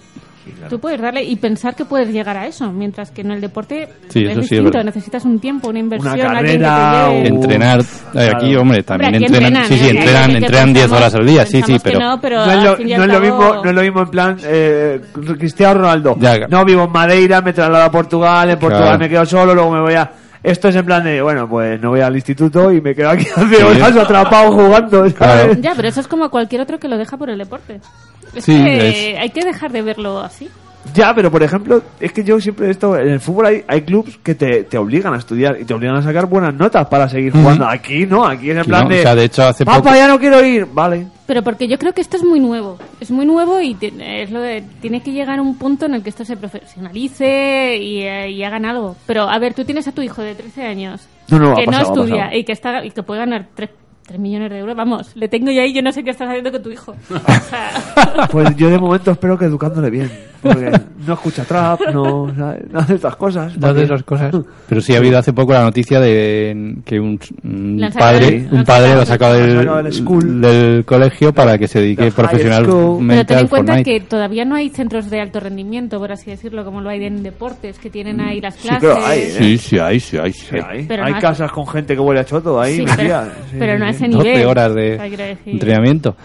D: tú puedes darle y pensar que puedes llegar a eso, mientras que en el deporte
C: Sí,
D: es
C: eso sí es
D: distinto,
C: verdad.
D: necesitas un tiempo, una inversión,
B: Una
D: alguien que
B: carrera,
D: te lleve.
B: un-
C: Entrenar. Ay,
B: Claro.
C: Aquí, hombre, también
D: Hombre, aquí
C: entrenan. sí, sí,
D: ¿eh?
C: entrenan,
D: Que
C: entrenan 10
D: pensamos-
C: horas al día. Sí, sí,
D: pensamos que
C: pero.
D: No, pero
B: No es,
D: al
B: lo,
D: fin y
B: no
D: al
B: es lo
D: cabo-
B: mismo, no es lo mismo en plan eh, Cristiano Ronaldo.
C: Ya.
B: No vivo en Madeira, me traslado a Portugal, en Portugal
C: Claro.
B: me quedo solo, luego me voy a... Esto es en plan de, bueno, pues no voy al instituto y me quedo aquí
C: Sí.
B: hace horas atrapado jugando, ¿sabes?
C: Claro.
D: Ya, pero eso es como cualquier otro que lo deja por el deporte. Es
C: Sí,
D: que hay que dejar de verlo así.
B: Ya, pero por ejemplo, es que yo siempre esto, en el fútbol hay, hay clubes que te, te obligan a estudiar y te obligan a sacar buenas notas para seguir jugando. Aquí no, aquí es en
C: Aquí
B: plan
C: no,
B: de...
C: o sea, de hecho, hace
B: Papá,
C: poco-
B: ya no quiero ir. Vale.
D: Pero porque yo creo que esto es muy nuevo. Es muy nuevo y ti- es lo de- tiene que llegar a un punto en el que esto se profesionalice y, eh, y hagan algo. Pero, a ver, tú tienes a tu hijo de 13 años
B: No, no, ha
D: que
B: pasado, ha
D: no estudia
B: pasado.
D: y que, está, y que puede ganar 3, millones de euros. Vamos, le tengo yo ahí, yo no sé qué estás haciendo con tu hijo. O sea,
B: Pues yo de momento espero que educándole bien. Porque no escucha trap, no, ¿sabes? no hace estas cosas.
C: No de esas cosas. Pero sí ha habido hace poco la noticia de que un, un
D: Le han sacado
C: padre,
D: del-
C: un padre lo ha sacado
B: Lo han
C: del,
B: sacado del school.
C: del colegio para que se dedique
B: high school.
D: pero
C: profesionalmente
D: ten en
C: al
D: cuenta
C: Fortnite.
D: que todavía no hay centros de alto rendimiento, por así decirlo, como lo hay en deportes, que tienen ahí las
B: Sí,
D: clases.
B: pero hay, ¿eh?
C: Sí, sí, hay, sí, hay. sí.
B: Sí, hay
D: Pero
B: hay
D: no-
B: casas con gente que huele a choto ahí,
D: Sí,
B: metida.
D: pero,
B: Sí,
D: pero
B: sí,
D: no a
B: sí.
D: ese nivel.
C: 12 horas
D: O sea, quiero
C: de
D: decir-
C: entrenamiento.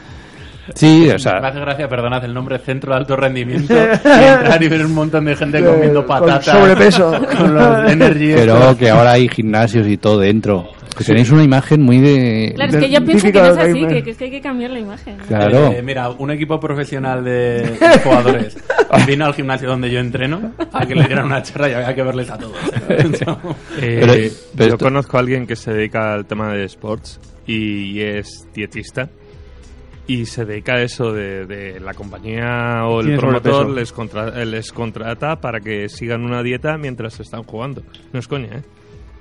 C: Sí, o sea,
A: Me hace gracia, perdonad el nombre, centro de alto rendimiento. y entrar y ver un montón de gente comiendo
B: con
A: patatas.
B: sobrepeso.
A: Con los energy.
C: pero que ahora hay gimnasios y todo dentro. Que tenéis una imagen muy de...
D: Claro,
B: Del
D: es que yo pienso que
B: típico
D: no es así,
B: gamer.
D: que, que es que hay que cambiar la imagen. ¿no?
C: Claro.
A: Eh, mira, un equipo profesional de jugadores vino al gimnasio donde yo entreno a que le dieran una charla y había que verles a todos.
F: Eh,
C: Pero- pero
F: yo
C: esto-
F: conozco a alguien que se dedica al tema de sports y es dietista y se dedica a eso de, de la compañía o el
B: Tiene
F: promotor
B: sobrepeso.
F: les, contra- eh, les contrata para que sigan una dieta mientras están jugando. No es coña, ¿eh?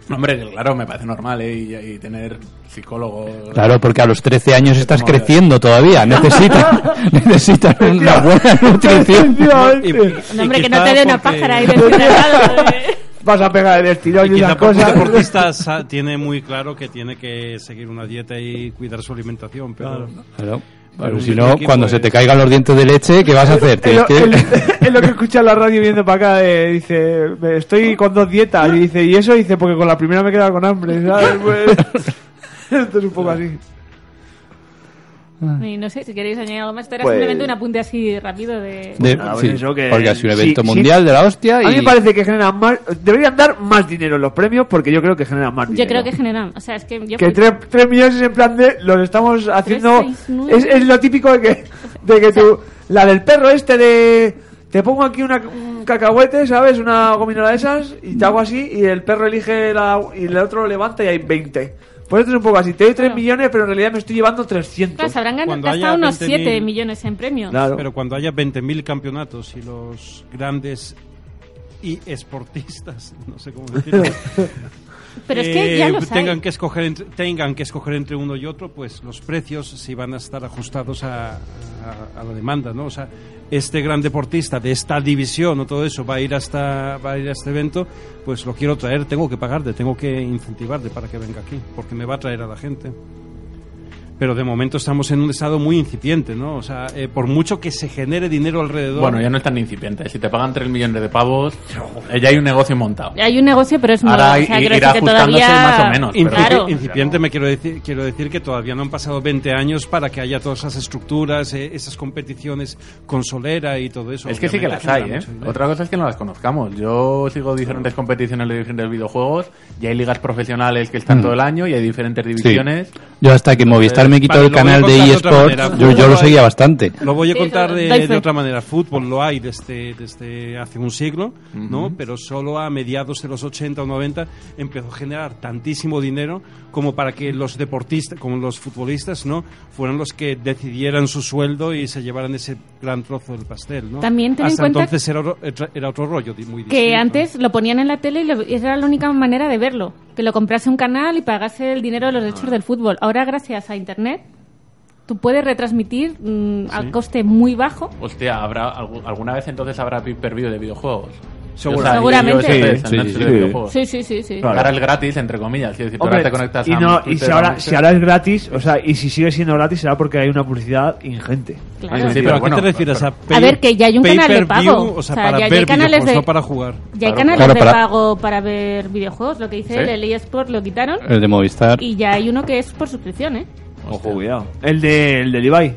A: Hombre, claro, me parece normal, ¿eh? Y, y tener psicólogo.
C: Claro, porque a los 13 años estás
A: mola.
C: creciendo todavía. Necesitas, necesitas una buena nutrición.
D: Un hombre que no te dé una pájara ¿eh? ahí
B: Tú,
D: de eh.
B: tío, Vas a pegar el estirón y,
E: Y
B: unas
E: quizá porque el
B: cosas.
E: deportista sa- tiene muy claro que tiene que seguir una dieta y cuidar su alimentación, pero...
C: Claro.
E: Pero
C: Pero
E: un
C: si no,
E: equipo
C: cuando
E: es-
C: se te caigan los dientes de leche, ¿qué vas a hacer?
B: Es
C: Tienes
B: lo,
C: que-
B: es- es lo que escucha en la radio viendo para acá. eh, dice, "Me- estoy con dos dietas. Y dice, y eso dice, porque con la primera me he quedado con hambre. ¿sabes? Pues, esto es un poco así.
D: Y no sé, si queréis añadir algo más, era
B: Pues-
D: simplemente un apunte así rápido de...
C: de-
B: Ah, pues
C: sí,
B: eso que-
C: porque ha sido un
B: sí,
C: evento
B: sí.
C: mundial de la hostia.
B: A mí
C: y-
B: me parece que generan más. Deberían dar más dinero en los premios porque yo creo que generan más
D: Yo
B: dinero.
D: creo que generan, o sea, es que yo...
B: Que 3, millones es en plan de los estamos haciendo.
D: seis, nueve.
B: es, es lo típico de que, de que tú. La del perro este de. Te pongo aquí una, un cacahuete, ¿sabes? Una gominola de esas y te hago así y el perro elige la, y el otro lo levanta y hay 20. Pues esto es un poco así. Te doy 3 millones, pero en realidad me estoy llevando 300.
D: Claro, se habrán ganado-
E: Cuando haya
D: gastado unos
E: 20.000.
D: 7 millones en premios.
E: Pero cuando haya 20.000 campeonatos y los grandes y esportistas, no sé cómo decirlo.
D: Pero es que ya los hay.
E: Eh, tengan que escoger entre, tengan que escoger entre uno y otro, pues los precios sí van a estar ajustados a, a- a la demanda, ¿no? O sea, este gran deportista de esta división o todo eso va a ir hasta va a ir a este evento, pues lo quiero traer, tengo que pagarle, tengo que incentivarle para que venga aquí, porque me va a traer a la gente pero de momento estamos en un estado muy incipiente, ¿no? O sea, eh, por mucho que se genere dinero alrededor.
A: Bueno, ya no es tan incipiente. Si te pagan 3 millones de pavos, eh, ya hay un negocio montado.
D: Hay un negocio, pero es muy...
A: Ahora
D: o sea,
A: i-
D: quiero
A: irá
D: decir que
A: ajustándose
D: todavía...
A: más o menos, pero-
D: Claro.
A: Claro.
E: Incipiente me quiero decir, quiero decir que todavía no han pasado 20 años para que haya todas esas estructuras, eh, esas competiciones con solera y todo eso.
A: Es que sí que
E: Obviamente
A: las hay,
E: genera
A: ¿eh?
E: mucho dinero.
A: Otra cosa es que no las conozcamos. Yo sigo diferentes competiciones de diferentes videojuegos y hay ligas profesionales que están
C: Mm.
A: todo el año y hay diferentes
C: Sí.
A: divisiones.
C: Yo hasta que Movistar me quitó el
E: Vale, lo voy a
C: canal de
E: contar de otra manera.
C: eSports, yo, yo lo seguía bastante.
E: Lo voy a
D: Sí,
E: contar de,
D: dais fe.
E: de otra manera. Fútbol lo hay desde, desde hace un siglo, ¿no? Pero solo a mediados de los 80 o 90 empezó a generar tantísimo dinero como para que los deportistas, como los futbolistas, ¿no? Fueran los que decidieran su sueldo y se llevaran ese gran trozo del pastel, ¿no?
D: También ten en
E: Hasta
D: cuenta
E: entonces era otro, era- era otro rollo di- muy distinto.
D: Que antes lo ponían en la tele y, lo- y era la única manera de verlo. Que lo comprase un canal y pagase el dinero de los derechos del fútbol. Ahora, gracias a Internet, tú puedes retransmitir mm, al coste muy bajo.
A: Hostia, ¿habrá, algu- ¿alguna vez entonces habrá pay-per-view de videojuegos?
D: Seguro.
A: O sea,
D: Seguramente.
A: yo- yo eso es,
B: Sí,
A: el
B: sí,
A: Netflix
B: sí.
A: de videojuegos.
D: Sí, sí, sí, sí.
A: Ahora es gratis, entre comillas. Quiero decir, tú
B: Hombre,
A: ahora te conectas
B: y,
A: a
B: no,
A: Twitter,
B: y si
A: a
B: ahora,
A: Twitter.
B: si ahora es gratis, o sea, y si sigue siendo gratis será porque hay una publicidad ingente.
D: Claro.
E: Sí, pero ¿a qué te refieres? A, pay-
D: A ver, que ya hay un canal de
E: pay-per-view,
D: pago.
E: O sea,
D: O sea,
E: para
D: ya hay
E: ver
D: canales
E: videojuegos,
D: de-
E: no para jugar.
D: Ya hay canales
C: Claro,
D: de
C: para-
D: pago para ver videojuegos. Lo que dice
C: Sí.
D: el el eSport lo quitaron.
C: El de Movistar.
D: Y ya hay uno que es por suscripción, ¿eh?
B: Ojo, cuidado. El de, el de Levi.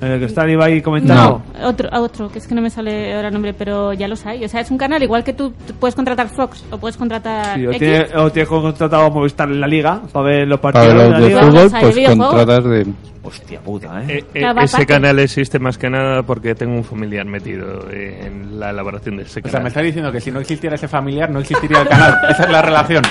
B: El que está Levi comentando.
D: No, otro, a otro, que es que no me sale ahora el nombre, pero ya los hay. O sea, es un canal igual que tú t- puedes contratar Fox o puedes contratar
B: Sí, o,
D: X.
B: tiene, o tiene contratado a Movistar en la liga para ver los partidos
C: Para los
B: de
C: de
B: la liga.
D: Vamos
C: fútbol,
D: a
C: pues
D: videojuegos.
C: contratas de...
B: Hostia puta,
F: Eh, eh,
D: Claro, va
F: ese
D: aparte.
F: canal existe más que nada porque tengo un familiar metido en la elaboración de ese
A: O sea,
F: canal.
A: me está diciendo que si no existiera ese familiar, no existiría el canal. Esa es la relación.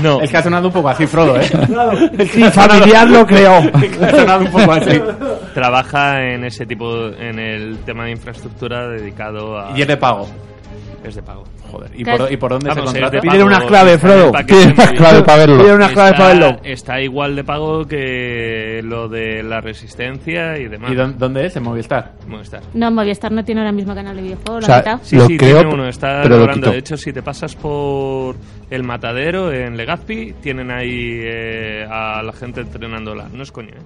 F: no,
A: Es que ha sonado un poco así, Frodo, ¿eh?
B: Sí, familiar lo creó.
A: Ha sonado un poco así.
F: trabaja en ese tipo, en el tema de infraestructura dedicado a...
A: Y es de pago.
F: es de pago.
A: Joder, ¿y
D: Claro.
A: por, y por dónde se
F: Vamos, es de
A: contrata?
F: pago,
B: Pídele unas claves,
F: está en
B: Frodo.
F: el
C: Pídele
F: paquete
C: unas
F: muy-
C: claves para verlo.
B: Tiene unas claves
F: está,
B: para verlo.
F: Está igual de pago que lo de la resistencia y demás.
A: ¿Y dó- dónde es? En Movistar.
F: Movistar.
D: No, Movistar no tiene ahora mismo canal de videojuegos,
C: O
D: lo
C: sea,
D: han quitado.
F: Sí,
C: Lo
F: sí,
C: creo,
F: tiene uno, está
C: pero lo
F: laborando.
C: quitó.
F: De hecho, si te pasas por el matadero en Legazpi, tienen ahí eh, a la gente entrenándola. No es coño, ¿eh?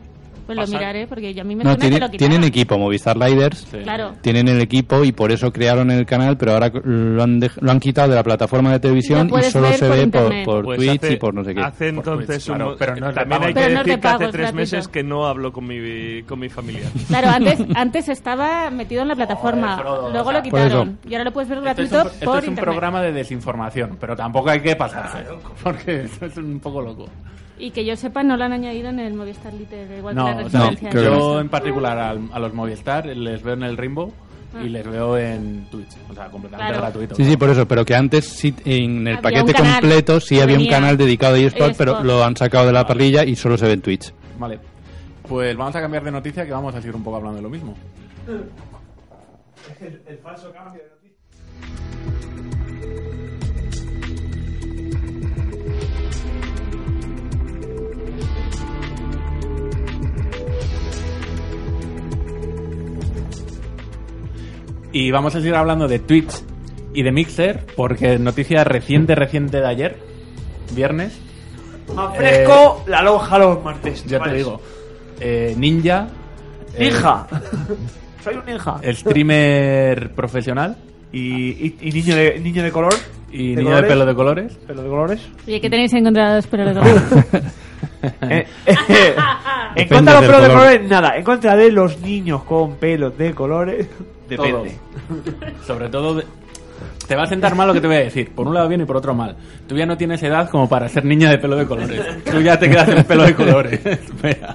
D: Pues lo
F: pasar.
D: miraré porque yo a mí me
C: No,
D: suena
C: tiene-
D: que lo quitaron.
C: tienen equipo, Movistar Riders.
D: Claro.
C: Tienen el equipo y por eso crearon el canal, pero ahora lo han, dej- lo han quitado de la plataforma de televisión y
D: puedes
C: solo
D: ver
C: se ve
D: por
C: por,
D: internet.
C: por
F: Pues
C: Twitch
F: hace-
C: y por no sé qué.
F: Hace
A: Por
F: entonces
A: Twitch, claro,
F: un-
A: pero no es de
F: También
A: pago.
F: hay que
D: Pero no es
F: decir
D: de
F: que
D: pago,
F: hace
D: es
F: tres
D: gratuito.
F: meses que no hablo con mi, con mi familia.
D: Claro, antes, antes estaba metido en la plataforma,
A: Joder, Frodo,
D: luego
A: o sea,
D: lo quitaron y ahora lo puedes ver
A: Esto es
D: gratuito
A: un, pro- esto
D: por
A: es un
D: internet.
A: programa de desinformación, pero tampoco hay que pasarse. ¿eh? Porque esto es un poco loco.
D: Y que yo sepa no lo han añadido en el Movistar Lite, igual
A: No,
D: que Pues la
A: o sea,
D: residencia.
C: creo que
A: yo en particular ah. al- a, los Movistar les veo en el Rainbow y les veo en Twitch. O sea, completamente
D: Ah. Claro.
A: gratuito.
C: Sí, sí, por eso, pero que antes sí, en el
D: Había
C: paquete
D: un canal
C: completo sí
D: que
C: había un
D: venía
C: canal dedicado a eSport,
D: eSport.
C: pero lo han sacado de la parrilla y solo se ve en Twitch.
A: Vale. Pues vamos a cambiar de noticia que vamos a seguir un poco hablando de lo mismo. Y vamos a seguir hablando de Twitch y de Mixer, porque noticia reciente, reciente de ayer, viernes.
B: Más fresco, la lonja los martes.
A: Eh, Ya te
B: chavales.
A: digo. eh, ninja. eh,
B: Ninja. Soy un ninja.
A: streamer profesional.
B: Y, y- y niño, de, niño de color.
A: Y niño de pelo de colores.
B: Pelo de colores.
D: Oye, ¿qué tenéis encontrados pero los dos?
B: Eh, eh, en
A: Depende
B: contra de los
A: del
B: pelos de
A: color.
B: colores, nada. En contra de los niños con pelos de colores. Depende.
A: Sobre todo, de- te va a sentar mal lo que te voy a decir. Por un lado bien y por otro mal. Tú ya no tienes edad como para ser niña de pelo de colores. Tú ya te quedas en pelo de colores. Vea.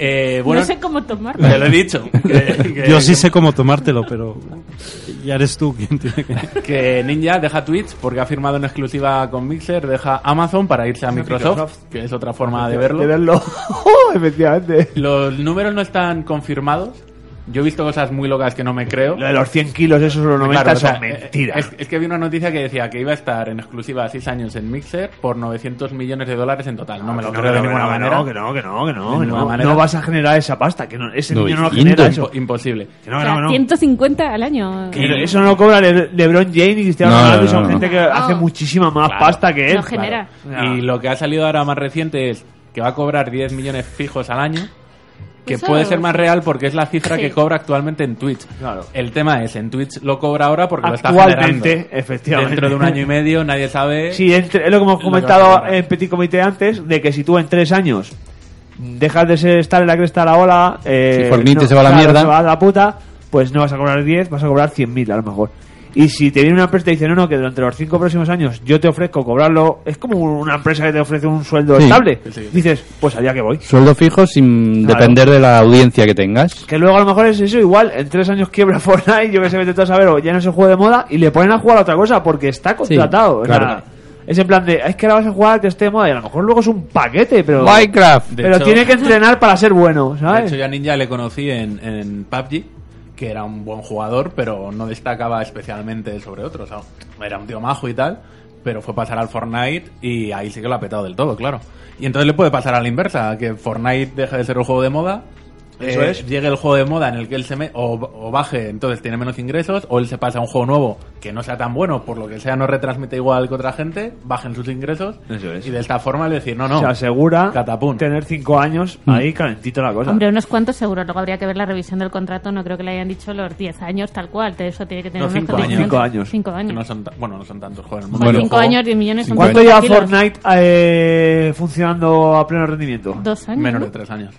A: Eh, bueno,
D: No sé cómo tomarlo.
A: te lo he dicho. que- que-
E: Yo sí sé cómo tomártelo, pero ya eres tú quien tiene que...
A: que Ninja deja Twitch porque ha firmado en exclusiva con Mixer, deja Amazon para irse a Microsoft,
B: Microsoft.
A: que es otra forma de verlo.
B: De verlo. Oh, Efectivamente.
A: Los números no están confirmados. Yo he visto cosas muy locas que no me creo.
B: Lo de los 100 kilos, esos los 90
A: Claro, o
B: son
A: sea,
B: mentiras.
A: Es, es que vi una noticia que decía que iba a estar en exclusiva 6 años en Mixer por 900 millones de dólares en total. No me lo
B: No,
A: creo
B: que
A: de
B: no,
A: ninguna
B: que no,
A: manera.
B: que no, que no, que no,
A: De
B: que
A: ninguna
B: no.
A: manera.
B: No vas a generar esa pasta, que no, ese
A: No,
B: niño no lo
A: impo-
B: genera eso.
A: impo- Imposible.
B: Que no, que no, que no.
D: 150 al año.
B: Que no- Eso no lo cobra Le- LeBron James y Cristiano
A: No,
B: Ronaldo, y
A: no,
B: son
A: no,
B: gente
A: no.
B: que hace muchísima más
A: Claro.
B: pasta que él.
D: Lo genera.
A: Claro. Y lo que ha salido ahora más reciente es que va a cobrar 10 millones fijos al año, que
D: Eso-
A: puede ser más real porque es la cifra
D: Sí.
A: que cobra actualmente en Twitch. El tema es, en Twitch lo cobra ahora porque lo está generando.
B: Actualmente, efectivamente.
A: Dentro de un año y medio nadie sabe...
B: Sí, entre- es lo que hemos
A: Lo que
B: comentado
A: va a
B: en Petit Comité antes, de que si tú en tres años dejas de ser estar en la cresta de la ola, eh,
C: Si Fornite se va a la mierda.
B: se va a la puta, pues no vas a cobrar 10, vas a cobrar 100.000 a lo mejor. Y si te viene una empresa y te dice, no, no, que durante los cinco próximos años yo te ofrezco cobrarlo, es como una empresa que te ofrece un sueldo
C: Sí.
B: estable.
C: Sí.
B: Dices, pues allá que voy.
C: Sueldo fijo sin
B: Claro.
C: depender de la audiencia que tengas.
B: Que luego a lo mejor es eso igual, en tres años quiebra Fortnite, yo que sé, vete tú a saber, o ya no se juega de moda, y le ponen a jugar a otra cosa porque está contratado. o sea,
C: claro.
B: es en plan de, "Ah, es que ahora vas a jugar al que esté de moda, y a lo mejor luego es un paquete, pero...
C: Minecraft.
A: De
B: Pero
A: hecho-
B: tiene que entrenar para ser bueno,
A: De
B: ¿sabes?
A: hecho, yo a Ninja le conocí en, en PUBG, que era un buen jugador, pero no destacaba especialmente sobre otros. o sea, era un tío majo y tal, pero fue pasar al Fortnite y ahí sí que lo ha petado del todo, claro. Y entonces le puede pasar a la inversa, que Fortnite deje de ser un juego de moda. eh,
B: Eso es.
A: Llegue el juego de moda en el que él se me, o, o baje, entonces tiene menos ingresos, o él se pasa a un juego nuevo que no sea tan bueno, por lo que sea no retransmite igual que otra gente, bajen sus ingresos,
B: Eso es.
A: y de esta forma le decir, no, no,
B: Se asegura
A: catapum.
B: tener cinco años ahí calentito la cosa.
D: Hombre, unos cuantos seguros. Luego habría que ver la revisión del contrato. No creo que le hayan dicho los 10 años tal cual. Te- Eso tiene que tener
A: No,
D: unos
A: cinco años.
D: condiciones.
B: Cinco años.
D: Cinco
A: Que
D: años.
A: no son ta- bueno, no son tantos jóvenes.
D: O sea, cinco años, 10 millones son
B: ¿Cuánto
D: 50
B: lleva
D: kilos.
B: Fortnite eh, funcionando a pleno rendimiento?
D: Dos años.
A: Menos
D: ¿no?
A: de tres años.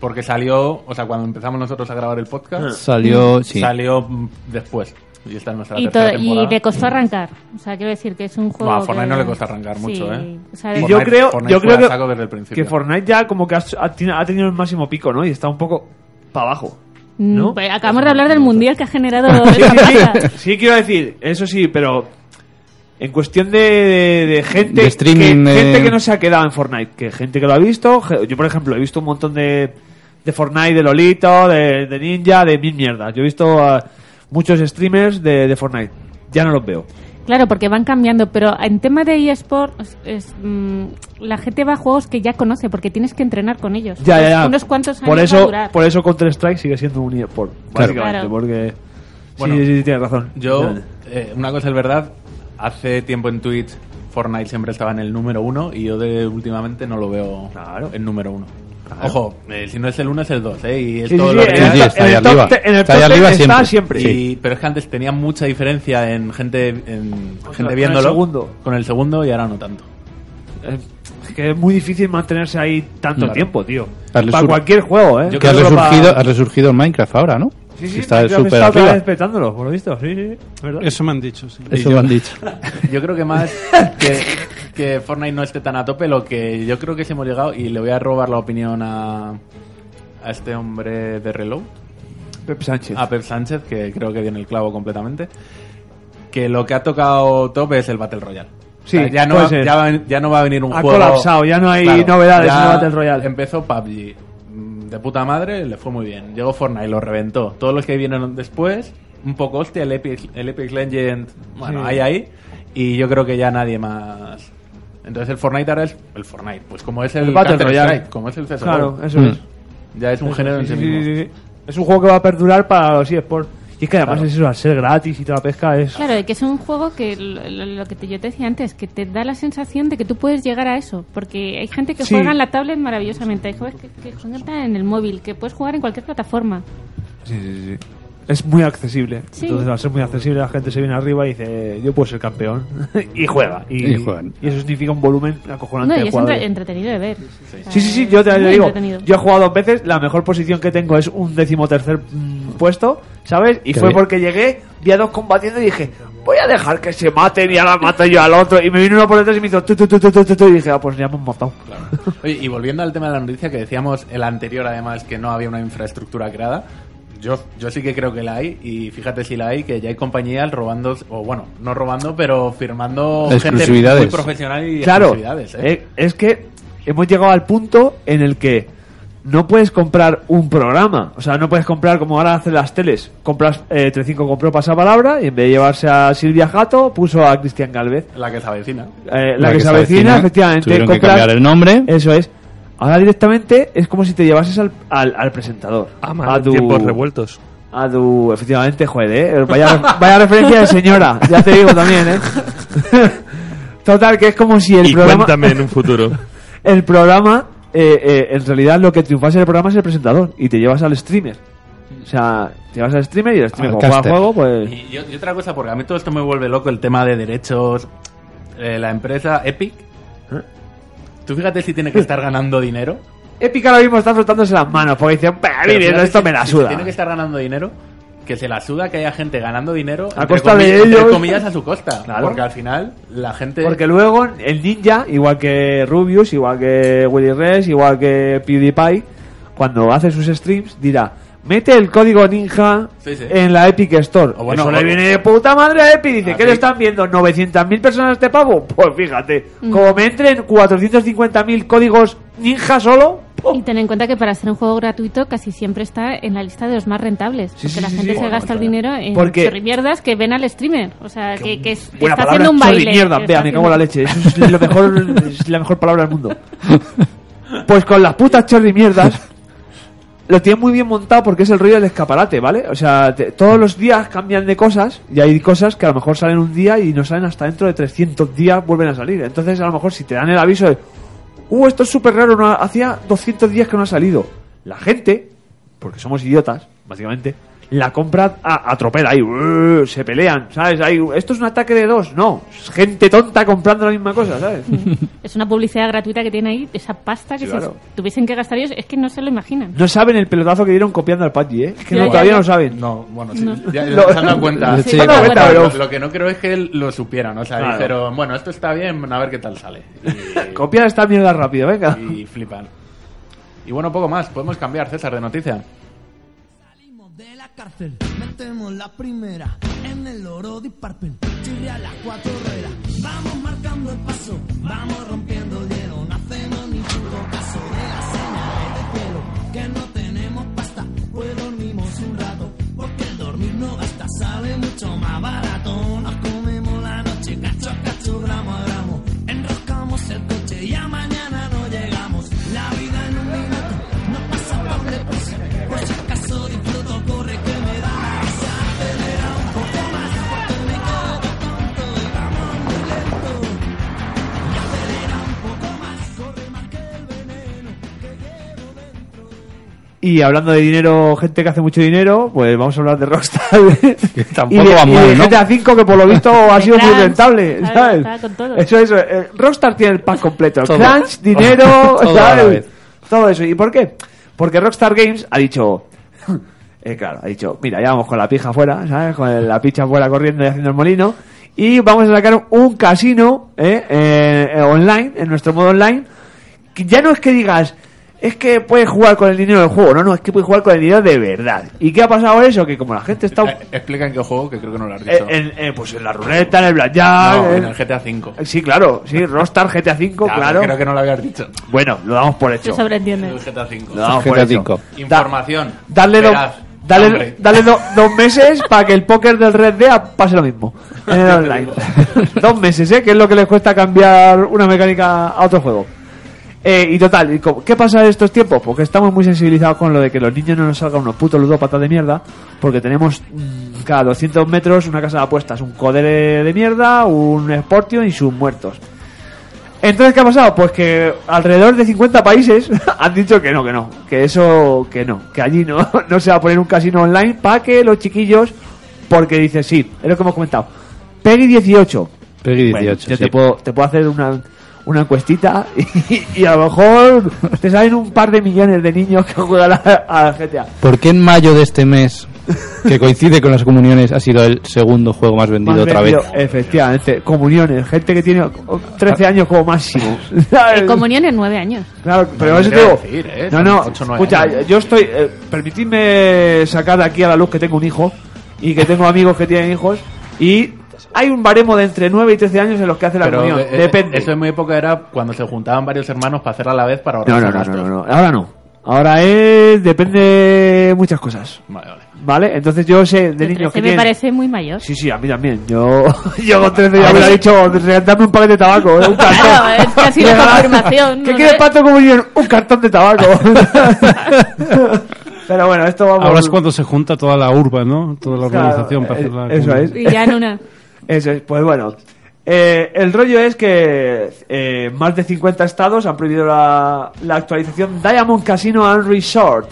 A: Porque salió, o sea, cuando empezamos nosotros a grabar el podcast,
C: Salió, Ah, sí.
A: salió mm, después. Y esta es nuestra
D: Y,
A: tercera
D: todo- y
A: temporada.
D: le costó arrancar. O sea, quiero decir que es un juego.
A: No, a Fortnite
D: que-
A: no le cuesta arrancar
D: Sí.
A: mucho, ¿eh?
D: O sea,
B: Y
A: Fortnite-
B: yo creo,
A: Fortnite
B: yo
A: fue
B: creo
A: a
B: que,
A: saco desde el principio.
B: que Fortnite ya como que ha, ha tenido- ha tenido el máximo pico, ¿no? Y está un poco para abajo.
D: mm,
B: ¿no?
D: pues acabamos de hablar del mundial que ha generado
B: Sí,
D: esa
B: sí,
D: pasta.
B: sí, sí, quiero decir, eso sí, pero en cuestión de, de- de gente,
C: De streaming,
B: que,
C: eh.
B: gente que no se ha quedado en Fortnite, que gente que lo ha visto, ge- yo por ejemplo he visto un montón de, de Fortnite, de Lolito, de, de Ninja, de mil mierdas. Yo he visto a muchos streamers de, de Fortnite, ya no los veo.
D: Claro, porque van cambiando, pero en tema de eSport es- es, mm, la gente va a juegos que ya conoce porque tienes que entrenar con ellos.
B: Ya, ya,
D: Entonces,
B: ya.
D: Unos cuantos años
B: por
D: va a
B: eso,
D: durar.
B: por eso Counter Strike sigue siendo un eSport, básicamente,
D: Claro.
B: porque
A: Bueno,
B: sí, sí, sí, tienes razón.
A: Yo,
B: Ya.
A: eh, una cosa es verdad, hace tiempo en Twitch Fortnite siempre estaba en el número uno y yo de últimamente no lo veo
B: Claro.
A: en número uno. Ojo, eh, si no es el uno es el dos, ¿eh? Y es
B: Sí, sí,
A: todo
B: sí,
A: lo
B: en
A: que
B: el
C: Sí,
B: top-
C: está ahí
B: en el top
C: arriba.
B: te- en el top
C: Está ahí
B: ten
C: arriba
B: está
C: siempre.
B: siempre.
A: Y- pero es que antes tenía mucha diferencia en gente, en
B: con
A: gente
B: el
A: viéndolo.
B: segundo.
A: Con el segundo y ahora no tanto.
B: Eh, Es que es muy difícil mantenerse ahí tanto
C: Claro.
B: tiempo, tío.
C: Darle
B: Para
C: sur-
B: cualquier juego, ¿eh?
A: Yo
C: que ha
A: creo
C: resurgido, ha resurgido el Minecraft ahora, ¿no?
B: Sí, sí,
C: está
B: creo que
C: súper
B: está otra
C: arriba.
B: vez petándolo, por lo visto. Sí, sí, ¿verdad?
E: Eso me han dicho, sí.
C: Eso lo han dicho.
A: Yo creo que más que, que Fortnite no esté tan a tope, lo que yo creo que se hemos llegado, y le voy a robar la opinión a, a este hombre de reloj,
B: Pep Sánchez.
A: a Pep Sánchez, que creo que dio en el clavo completamente, que lo que ha tocado tope es el Battle Royale.
B: Sí,
A: ya, no
B: puede
A: va,
B: ser.
A: ya, va- ya no va a venir un
B: Ha
A: juego.
B: colapsado, ya no hay novedades
A: ya
B: en el Battle Royale.
A: Empezó PUBG mm, de puta madre, le fue muy bien. Llegó Fortnite, lo reventó. Todos los que vinieron después, un poco hostia, el Epic, el Epic Legend, bueno,
B: Sí.
A: ahí, ahí. Y yo creo que ya nadie más. Entonces el Fortnite ahora es el Fortnite, pues como es el,
B: El Battle
A: Counter-Strike,
B: Royale.
A: como es el CSGO.
B: Claro, eso
C: Mm.
B: es.
A: Ya es un género en
B: Sí,
A: sí
B: sí,
A: mismo.
B: sí, sí. Es un juego que va a perdurar para los eSports. Y es que además
D: Claro.
B: eso, al ser gratis y toda la pesca, es...
D: Claro, y que es un juego que lo, lo- lo que te- yo te decía antes, que te da la sensación de que tú puedes llegar a eso, porque hay gente que
B: Sí.
D: juega en la tablet maravillosamente, hay juegos que, que juegan en el móvil, que puedes jugar en cualquier plataforma.
B: Sí, sí, sí. Es muy accesible.
D: Sí.
B: Entonces, al ser muy accesible, la gente se viene arriba y dice, "Eh, yo puedo ser campeón. y juega. Y,
C: Y juegan.
B: y eso significa un volumen acojonante
D: No, y
B: de
D: es entre-
B: jugadores.
D: entretenido de ver.
B: Sí, sí, sí, yo te
D: Es
B: lo
D: muy
B: digo.
D: entretenido.
B: Yo he jugado dos veces, la mejor posición que tengo es un decimotercer mm, puesto, ¿sabes? Y
C: Qué
B: fue
C: bien.
B: porque llegué, vi a dos combatiendo y dije, voy a dejar que se maten y ahora mato yo al otro. Y me vino uno por detrás y me hizo tu, tu, tu, tu, tu, tu, tu, y dije, ah, pues ya hemos matado.
A: Oye, y volviendo al tema de la noticia que decíamos el anterior, además, que no había una infraestructura creada. Yo, yo sí que creo que la hay, y fíjate si la hay, que ya hay compañías robando, o bueno, no robando, pero firmando gente muy
C: Exclusividades.
A: profesional y
B: Claro,
A: exclusividades. ¿eh?
B: eh, es que hemos llegado al punto en el que no puedes comprar un programa. O sea, no puedes comprar como ahora hacen las teles. Compras, eh, 35 compró pasapalabra y en vez de llevarse a Silvia Jato, puso a Cristian Galvez.
A: La que se avecina.
B: Eh, la, que, se avecina, efectivamente.
C: Tuvieron que
B: compras-
C: cambiar el nombre.
B: Eso es. Ahora directamente es como si te llevases al, al, al presentador.
F: Ah, madre, tiempos revueltos.
B: A tu, efectivamente, joder, eh. Vaya, vaya referencia de señora, ya te digo también, eh. Total, que es como si el
F: y
B: programa.
F: cuéntame en un futuro.
B: El programa, eh, eh, en realidad lo que triunfase el programa es el presentador y te llevas al streamer. O sea, te llevas al streamer y el streamer, como
C: Al
B: juega
C: caster.
B: juego, pues.
A: Y, y- y otra cosa, porque a mí todo esto me vuelve loco, el tema de derechos, eh, la empresa Epic.
B: ¿Eh?
A: Tú fíjate si tiene que estar ganando dinero.
B: Epic ahora mismo está frotándose las manos porque dice, "Bah,
A: Pero
B: miren,
A: fíjate
B: esto
A: si-
B: me la
A: si
B: suda.
A: tiene que estar ganando dinero, que se la suda que haya gente ganando dinero
B: A
A: entre
B: costa de
A: entre
B: ellos.
A: comillas a su costa.
B: Claro.
A: Porque al final la gente
B: Porque luego el ninja, igual que Rubius, igual que Willy Rex, igual que PewDiePie, cuando hace sus streams dirá, mete el código ninja
A: Sí, sí.
B: en la Epic Store.
A: O bueno,
B: Eso le
A: o- Ah,
B: viene de puta madre a Epic. Dice,
A: Así.
B: ¿qué le están viendo? ¿900.000 personas este pavo? Pues fíjate, como me entren 450.000 códigos ninja solo... ¡pum!
D: Y ten en cuenta que para ser un juego gratuito casi siempre está en la lista de los más rentables,
B: Sí,
D: porque
B: sí,
D: la
B: sí,
D: gente
B: sí.
D: se
B: Bueno,
D: gasta el dinero en
B: Porque-
D: chorrimierdas que ven al streamer, o sea, que, que es- que
B: Buena
D: está
B: palabra,
D: haciendo un baile.
B: mierda,
D: que
B: vea,
D: está
B: me cago en la
D: haciendo-
B: leche. Eso es, lo mejor, es la mejor palabra del mundo. Pues con las putas chorri mierdas lo tienen muy bien montado porque es el rollo del escaparate, ¿vale? O sea, te- todos los días cambian de cosas y hay cosas que a lo mejor salen un día y no salen hasta dentro de 300 días, vuelven a salir. Entonces, a lo mejor si te dan el aviso de, uh, esto es súper raro, no, ha- hacía 200 días que no ha salido. La gente, porque somos idiotas, básicamente, la compra a, a tropel ahí, "Uh", se pelean, ¿sabes? Ahí, esto es un ataque de dos, no, es gente tonta comprando la misma cosa, ¿sabes?
D: Es una publicidad gratuita que tiene ahí, esa pasta que
B: Sí,
D: si
B: claro.
D: tuviesen que gastar ellos, es que no se lo imaginan.
B: No saben el pelotazo que dieron copiando al Pachi, ¿eh? Es que
D: Ya,
B: no,
D: ya,
B: todavía
D: ya.
B: no saben.
A: No, bueno, sí.
D: No.
A: Ya, ya
B: Lo-
A: se han dado cuenta.
C: Sí,
A: Lo-
C: Sí, se han dado
B: cuenta,
A: lo,
B: pero-
A: lo que no creo es que lo supieran. O sea,
B: Claro.
A: dijeron, bueno, esto está bien, a ver qué tal sale.
B: Copiar esta mierda rápido, venga.
A: Y, y flipan. Y bueno, poco más. Podemos cambiar, César, de noticia.
L: Salimos de la cárcel, metemos la primera en el oro disparpen, chirria las cuatro ruedas. Vamos marcando el paso, vamos rompiendo el hielo, no hacemos ni puto caso de las señales de cielo. Que no tenemos pasta, pues dormimos un rato, porque el dormir no gasta, sale mucho más barato. Nos comemos la noche, cacho a cacho, gramo a gramo, enroscamos el coche y a mañana no llegamos. La vida en un minuto, no pasa por deprisa, por si acaso disfruto, corre que me da la risa. Acelera un poco más, porque me quedo tonto y vamos muy lento. Y acelera un poco más, corre más que el veneno que llevo dentro.
B: Y hablando de dinero, gente que hace mucho dinero, pues vamos a hablar de Rockstar.
C: tampoco
B: y de,
C: va
B: y
C: mal,
B: de
C: ¿no?
B: GTA V, que por lo visto ha sido muy
D: Crunch,
B: rentable,
D: claro,
B: ¿sabes?
D: está con todo.
B: Eso, eso. eh, Rockstar tiene el pack completo.
C: Todo.
B: Crunch, dinero,
C: Todo a la
B: ¿sabes?
C: vez.
B: Todo eso. ¿Y por qué? Porque Rockstar Games ha dicho... eh, claro, ha dicho, mira, ya vamos con la pija fuera, ¿sabes? Con la picha fuera corriendo y haciendo el molino. Y vamos a sacar un casino ¿eh? Eh, eh, online, en nuestro modo online, que ya no es que digas, es que puedes jugar con el dinero del juego, no, no, es que puedes jugar con el dinero de verdad. ¿Y qué ha pasado eso? Que como la gente está
A: Eh, Explica en qué juego, que creo que no lo has dicho.
B: en, en- en, pues en la ruleta, en el blackjack,
A: No, en
B: en-
A: el GTA V.
B: sí, claro, sí, Rockstar GTA V,
A: Ya,
B: claro.
A: Creo que no lo habías dicho.
B: Bueno, lo damos por
D: Se
B: hecho.
A: En
D: sobreentiende.
A: el GTA V.
B: Lo damos por
C: GTA
B: hecho.
C: V.
B: Da-
A: Información.
B: Darle, dos-
A: veraz,
B: dale-
A: hambre.
B: dale do- dos meses para que el póker del Red Dead pase lo mismo en el online. dos meses, ¿eh? Que es lo que les cuesta cambiar una mecánica a otro juego. Eh, y total, y co- ¿qué pasa en estos tiempos? Porque estamos muy sensibilizados con lo de que los niños no nos salgan unos putos ludópatas de mierda, porque tenemos mm, cada 200 metros una casa de apuestas, un codere de mierda, un Sportio y sus muertos. Entonces, ¿qué ha pasado? Pues que alrededor de 50 países han dicho que no, que no, que eso, que no, que allí no, no se va a poner un casino online para que los chiquillos, porque dice, sí, es lo que hemos comentado. Peggy 18.
C: Peggy
B: Bueno,
C: 18,
B: yo
C: sí.
B: te, puedo, te puedo hacer una, una encuestita y, y a lo mejor te salen un par de millones de niños que juegan a- al GTA.
C: ¿Por qué en mayo de este mes, que coincide con las comuniones, ha sido el segundo juego más vendido
B: Más
C: otra
B: vendido,
C: vez? Ah.
B: Efectivamente, comuniones, gente que tiene 13 años como máximo. ¿sabes?
D: Eh, comunión en nueve años.
B: Claro, pero
A: No,
B: eso
A: ¿qué
B: te digo.
A: voy a decir, eh?
B: no,
A: Son
B: no,
A: ocho, nueve
B: escucha,
A: años.
B: yo estoy. eh, permitidme sacar de aquí a la luz que tengo un hijo y que tengo amigos que tienen hijos y hay un baremo de entre 9 y 13 años en los que hace la
A: Pero
B: comunión.
A: eh, eh,
B: Depende.
A: Eso en mi época era cuando se juntaban varios hermanos para hacerla a la vez para ahorrar
B: No, no, no,
A: gastos.
B: no, no, no, ahora no. Ahora es. Depende muchas cosas.
A: Vale, vale.
B: ¿Vale? Entonces yo sé de niños
D: Se
B: que
D: me
B: tienen.
D: parece muy mayor.
B: Sí, sí, a mí también. Yo, yo con 13 ya me lo he dicho, dame un paquete de tabaco, eh, un cartón.
D: Claro, es que ha sido
B: Regala-
D: confirmación.
B: ¿Qué
D: ¿no?
B: quieres pato como yo? Un cartón de tabaco. Pero bueno, esto vamos.
E: Ahora es cuando se junta toda la urba, ¿no? Toda la
B: Claro,
E: organización para
B: eh,
E: hacer la
B: Eso es.
D: Y ya en una.
B: Eso es. Pues bueno. Eh, el rollo es que eh, más de 50 estados han prohibido la, la actualización Diamond Casino and Resort.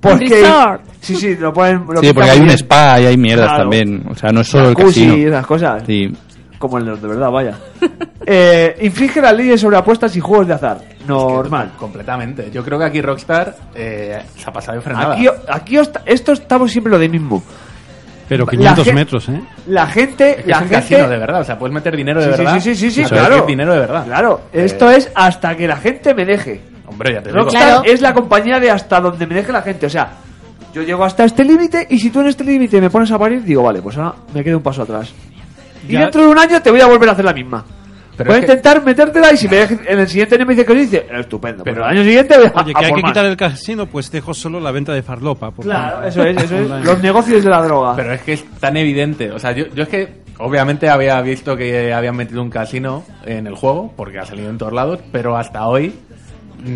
B: Porque,
D: Resort.
B: Sí, sí, lo pueden. Lo
C: Sí, porque
B: pintan
C: hay
B: muy
C: un
B: bien.
C: spa y hay mierdas
B: Claro.
C: también. O sea, no es solo el
B: Jacuzzi
C: casino.
B: y esas cosas.
C: Sí.
B: Como el de los de verdad, vaya. Eh, infringe las leyes sobre apuestas y juegos de azar. Normal.
A: Completamente. Yo creo que aquí Rockstar eh, se ha pasado de frenada.
B: Aquí, aquí os- esto estamos siempre lo de mismo.
E: Pero
B: La
E: 500
B: gen-
E: metros, ¿eh?
B: La gente,
A: Es que
B: la
A: es un
B: gente,
A: casino de verdad. O sea, puedes meter dinero de
B: Sí, sí,
A: verdad.
B: sí, sí, sí, sí,
A: a cualquier
B: claro.
A: dinero de verdad. Eh,
B: Claro, esto es hasta que la gente me deje.
A: Hombre, ya te digo.
B: Rockstar es la compañía de hasta donde me deje la gente. O sea, yo llego hasta este límite y si tú en este límite me pones a parir, digo, vale, pues ahora me quedo un paso atrás. Y
E: Ya-
B: dentro de un año te voy a volver a hacer la misma.
A: Pero
B: voy a
A: es que-
B: intentar metértela y si me deje- en el siguiente no me dice que lo dice, estupendo. pues Pero el año siguiente voy a,
E: Oye, que
B: a
E: hay
B: por
E: que
B: más.
E: quitar el casino, pues dejo solo la venta de farlopa. por
B: Claro,
E: ejemplo.
B: eso es, eso es.
E: Online.
B: Los negocios de la droga.
A: Pero es que es tan evidente. O sea, yo, yo es que obviamente había visto que habían metido un casino en el juego, porque ha salido en todos lados, pero hasta hoy,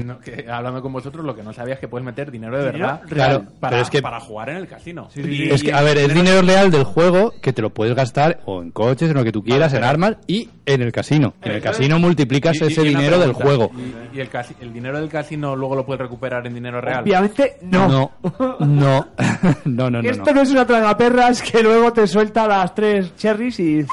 A: no, que, hablando con vosotros, lo que no sabía es que puedes meter dinero de
B: Dinero
A: verdad
C: real. Claro,
A: para,
C: pero es que-
A: para jugar en el casino. Y-
C: Es que, a ver, es dinero real del juego que te lo puedes gastar o en coches, en lo que tú quieras, en armas y en el casino. En el casino multiplicas
A: y- y-
C: ese
A: y una
C: dinero del
A: pregunta,
C: juego.
A: ¿Y, y el, casi- el dinero del casino luego lo puedes recuperar en dinero real?
B: Obviamente no.
C: No, no, no, no, no.
B: Esto no. es una tragaperras que luego te suelta las tres cherries y...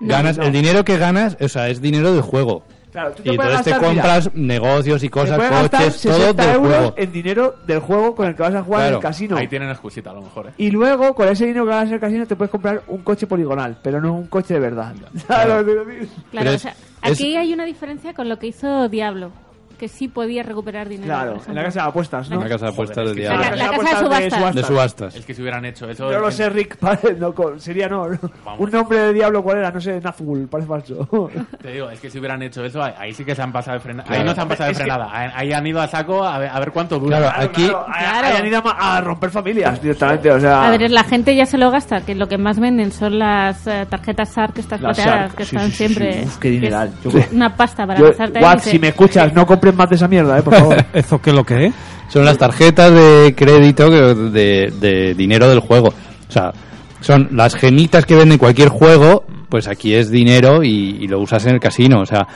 C: Ganas,
B: No.
C: El dinero que ganas, o sea, es dinero del juego.
B: Claro, tú te
C: Y
B: puedes
C: entonces te
B: gastar, mira,
C: compras negocios y
B: te
C: cosas,
B: puedes gastar
C: coches, todo
B: 60
C: del
B: euros
C: juego.
B: en dinero del juego con el que vas a jugar en
C: Claro,
B: el casino.
A: Ahí tienen excusita a lo mejor, ¿eh?
B: Y luego, con ese dinero que ganas en el casino, te puedes comprar un coche poligonal, pero no un coche de verdad. ¿Sabes
C: Claro.
B: lo que te digo?
D: Claro,
C: Pero
D: o sea,
C: es-
D: aquí hay una diferencia con lo que hizo Diablo, que sí podía recuperar dinero.
B: Claro, en
D: por
B: la
D: ejemplo.
B: casa de apuestas, ¿no?
C: Una casa de apuestas del
D: La,
C: diablo.
D: la
B: Claro.
D: casa de subastas.
C: De subastas.
A: Es que si hubieran hecho eso...
B: Yo lo sé, Rick, padre, no, con- sería no. no. Un nombre de diablo, ¿cuál era? No sé, Nazgul, parece falso.
A: Te digo, es que si hubieran hecho eso, ahí, ahí sí que se han pasado de frenada.
C: Claro.
A: Ahí no se han pasado de
B: Es que-
A: frenada. Ahí ahí han ido a saco a ver, a ver cuánto dura.
C: Claro, aquí,
B: Claro, a- hayan ido a, a romper familias directamente, o sea...
D: A ver, la gente ya se lo gasta, que lo que más venden son las eh, tarjetas SAR que están
B: Las
D: plateadas,
B: Shark,
D: que
B: sí,
D: están
B: sí, sí,
D: siempre...
B: sí. Uf, qué dineral.
D: que es
B: Yo-
D: Una pasta para
B: Yo-
D: gastarte. ahí,
B: Guad,
D: dice,
B: si me escuchas, no compres más de esa mierda, eh, por favor.
E: ¿Eso qué lo que es?
C: Son las tarjetas de crédito que- de, de dinero del juego. O sea, son las gemitas que venden cualquier juego, pues aquí es dinero y, y lo usas en el casino. O sea,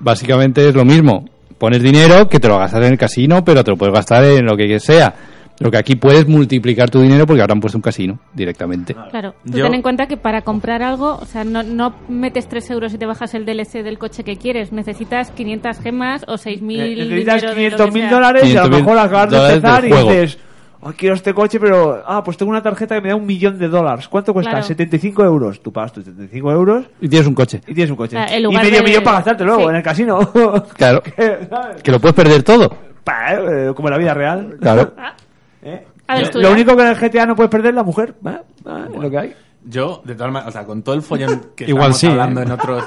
C: básicamente es lo mismo. Pones dinero que te lo gastas en el casino, pero te lo puedes gastar en lo que sea. Lo que aquí puedes multiplicar tu dinero porque ahora han puesto un casino
B: Ah.
C: directamente.
D: Claro, tú
A: Yo-
D: ten en cuenta que para comprar algo, o sea, no, no metes 3 euros y te bajas el DLC del coche que quieres, necesitas 500 gemas o 6.000
B: Eh, Necesitas
D: dinero de lo que
B: 500 mil
D: sea.
B: dólares y a lo
C: 500.000
B: mejor acabas de
C: dólares
B: empezar
C: del
B: y
C: juego.
B: dices, "Ah, quiero este coche, pero... Ah, pues tengo una tarjeta que me da un millón de dólares. ¿Cuánto cuesta?
D: Claro.
B: 75 euros. Tú pagas tus 75 euros
C: Y tienes un coche.
B: y tienes un coche.
D: Ah, en
B: y
D: lugar
B: medio
D: de-
B: millón para gastarte luego
D: Sí.
B: en el casino.
C: Claro.
B: Que, ¿sabes?
C: Que lo puedes perder todo.
B: Pa, eh, Como en la vida real.
C: Claro.
B: ¿Eh?
D: A ver, estudia.
B: Lo único que en el GTA no puedes perder es la mujer. ¿eh? Ah, es lo que hay.
A: Yo, de todas maneras, o sea, con todo el follón que
E: Igual
A: estamos
E: sí,
A: hablando
E: ¿eh?
A: en otros...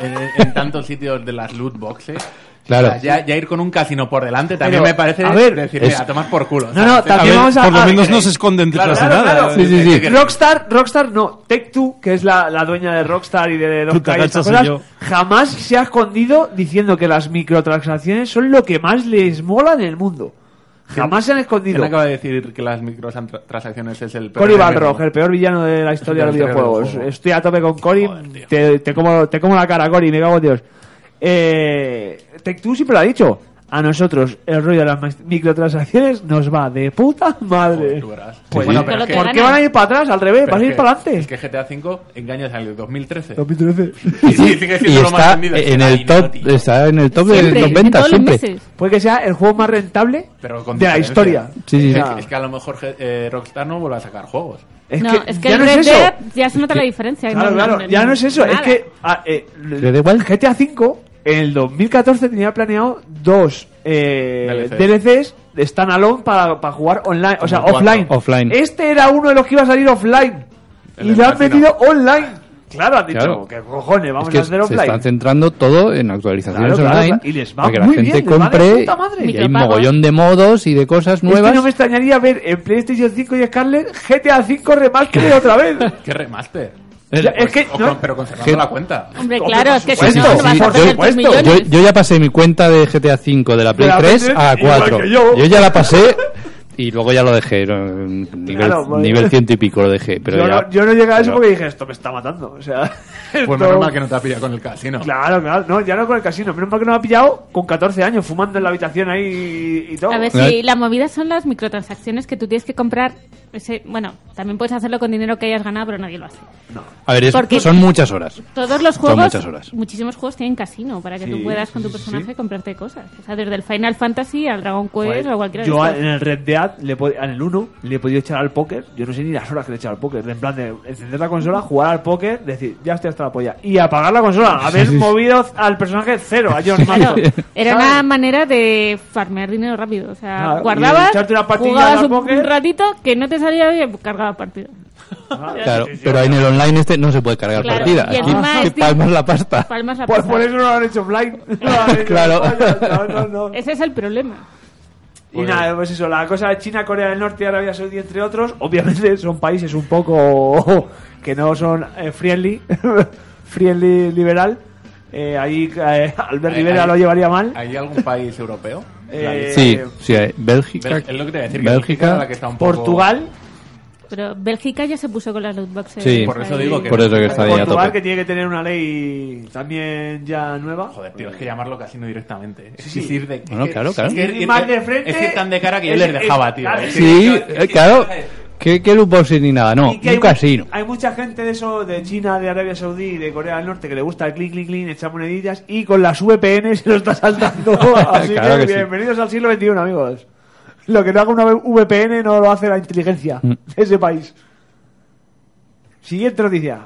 A: en, en tantos sitios de las loot boxes... O sea, ya, ya ir con un casino por delante también
B: Pero,
A: me parece
B: a ver,
A: decir,
B: es-
A: mira, a tomar por culo.
B: No, no, también vamos a... a- Claro, claro, claro.
A: Sí, sí, sí.
B: Rockstar, Rockstar no. Tech Two, que es la, la dueña de Rockstar y de
E: Tú te
B: Doctor y estas
E: agachas
B: cosas,
E: y yo.
B: jamás se ha escondido diciendo que las microtransacciones son lo que más les mola en el mundo. Jamás se han escondido.
A: ¿Quién acaba de decir que las microtransacciones es el
B: Cory
A: peor
B: Balrog, el peor villano de la historia de los
A: De la historia
B: videojuegos.
A: del juego.
B: Estoy a tope con Cory. Te, te como, te como la cara, Cory, me cago en Dios. Eh, Tech Two siempre lo ha dicho. A nosotros el rollo de las mas- microtransacciones nos va de puta madre. Pues,
A: bueno, pero es que-
B: ¿Por qué van a ir para atrás? Al revés,
A: Pero
B: van a
A: es
B: ir
A: que-
B: para adelante.
A: Es que GTA V engaña salió en 2013.
B: 2013.
A: Y sigue
C: Y
A: siendo lo más
C: está
A: vendido.
C: en el top, está en el top de
B: Siempre,
C: los ventas
B: en todos los
C: siempre.
B: meses. Puede que sea el juego más rentable
A: Pero con
B: de la
A: diferencia.
B: historia.
C: Sí, sí,
A: Es,
C: sí.
A: que- es que a lo mejor eh, Rockstar no vuelve a sacar juegos.
D: no, es que
B: ya
D: el
B: no es
D: Red
B: eso.
D: Dead ya se nota la diferencia.
B: Claro, claro, ya no es eso. Es
D: nada.
B: que ah, eh, GTA V en el 2014 tenía planeado dos eh,
C: DLCs.
B: DLCs de standalone para, para jugar online, o sea,
C: Como cuatro.
B: offline.
C: Offline.
B: Este era uno de los que iba a salir offline.
C: El
B: y
C: del
B: lo han
C: casino.
B: metido online. Claro, han dicho,
C: Claro.
B: que cojones, vamos
C: Es que
B: a hacer
C: se
B: offline.
C: están centrando todo en actualizaciones
B: Claro, claro,
C: online
B: claro. Y les va
C: para que la
B: muy
C: gente
B: bien, les va de
C: compre
B: puta madre.
C: y hay
B: Micropagos.
C: mogollón de modos y de cosas
B: Es que
C: nuevas.
B: Este no me extrañaría ver en PlayStation 5 y Scarlett GTA V remastered otra vez.
A: ¿Qué remaster?
B: Ya, es que
A: Pues, O
B: no-
A: con- pero conservando
C: Gen-
A: la cuenta.
D: Hombre, claro, es que
C: Eh, Sí,
D: si
C: sí,
D: no, no
C: sí.
D: vas a perder tus
C: Yo,
D: millones.
C: yo- yo ya pasé mi cuenta de GTA V de la Play
D: la Play
C: 3
D: 3,
C: a
D: igual
C: 4.
D: que
C: Yo.
D: yo.
C: ya la pasé y luego ya lo dejé. ¿no? Nivel,
B: Claro, bueno.
C: nivel ciento y pico lo dejé. Pero
B: yo,
C: ya,
B: no, yo no llegué a eso
C: pero-
B: porque dije, esto me está matando. O sea,
A: Pues menos mal que no te ha pillado con el casino.
B: Claro, claro, no, ya no con el casino. Menos mal que nos ha pillado con 14 años fumando en la habitación ahí y, y todo.
D: A ver si la movida son las microtransacciones que tú tienes que comprar. Ese, bueno, también puedes hacerlo con dinero que hayas ganado, pero nadie lo hace.
C: A ver, es-
D: Porque-
C: son muchas horas.
D: Todos los
C: Son
D: juegos,
C: muchas horas.
D: muchísimos juegos tienen casino para que
B: Sí,
D: tú puedas con tu
B: sí, sí, Pues,
D: personaje comprarte cosas. O sea, desde el Final Fantasy al Dragon Quest o a cualquiera de
B: yo a-
D: estos.
B: en el Red Dead, le he pod- en el 1, le he podido echar al póker. Yo no sé ni las horas que le he echado al póker. En plan de encender la consola, jugar al póker, decir, ya estoy hasta la polla. Y apagar la consola. Haber
C: Sí, sí.
B: movido al personaje cero, a John
D: Claro,
B: Marston.
D: era una manera de farmear dinero rápido. O sea,
B: Claro, y
D: guardabas,
B: echarte una partida
D: jugabas
B: al
D: un,
B: póker.
D: un ratito que no te salía bien, pues cargaba partida.
C: Claro, pero en el online este no se puede cargar
D: Claro,
C: partida.
D: y
C: Aquí
D: encima este
C: te
D: es-
C: palmas la pasta.
D: Palmas la
B: Pues
D: pasta.
B: por eso no lo han hecho offline. No lo han hecho
C: Claro.
B: offline. No, no, no.
D: Ese es el problema.
B: Y nada, pues eso, la cosa de China, Corea del Norte y Arabia Saudí, entre otros, obviamente son países un poco que no son eh, friendly, friendly liberal. Eh, ahí eh, Albert
A: Ahí-
B: Rivera
A: ahí-
B: lo llevaría mal.
A: ¿Hay algún país europeo?
B: Eh,
C: Sí, sí, eh, Bélgica.
A: Bel- es lo que te iba a decir, que Bélgica
C: Bélgica.
A: era la que está un poco- Portugal.
D: Pero Bélgica ya se puso con las lootboxes.
C: Sí,
A: Por eso digo que-
C: por eso que está ahí a
B: Portugal
C: tope.
B: que tiene que tener una ley también ya nueva.
A: Joder, tío, es que llamarlo casino directamente. Es
B: sí.
A: Exigir de.
C: Bueno,
A: es que-
C: claro, claro.
A: Es que, ir-
B: Más de frente,
A: es que ir tan de cara que yo
B: es-
A: les dejaba,
B: es-
A: tío.
B: claro.
A: Es que-
C: Sí, eh, claro. ¿Qué, qué lootboxing ni nada? No,
B: Y que hay
C: un
B: mu-
C: casino.
B: Hay mucha gente de eso, de China, de Arabia Saudí, de Corea del Norte, que le gusta el clink, clink, clink, echar monedillas y con las VPN se lo está saltando. Así
C: Claro
B: que,
C: que sí.
B: bienvenidos al siglo XXI, amigos. Lo que no haga una VPN no lo hace la inteligencia
C: Mm.
B: de ese país. Siguiente noticia.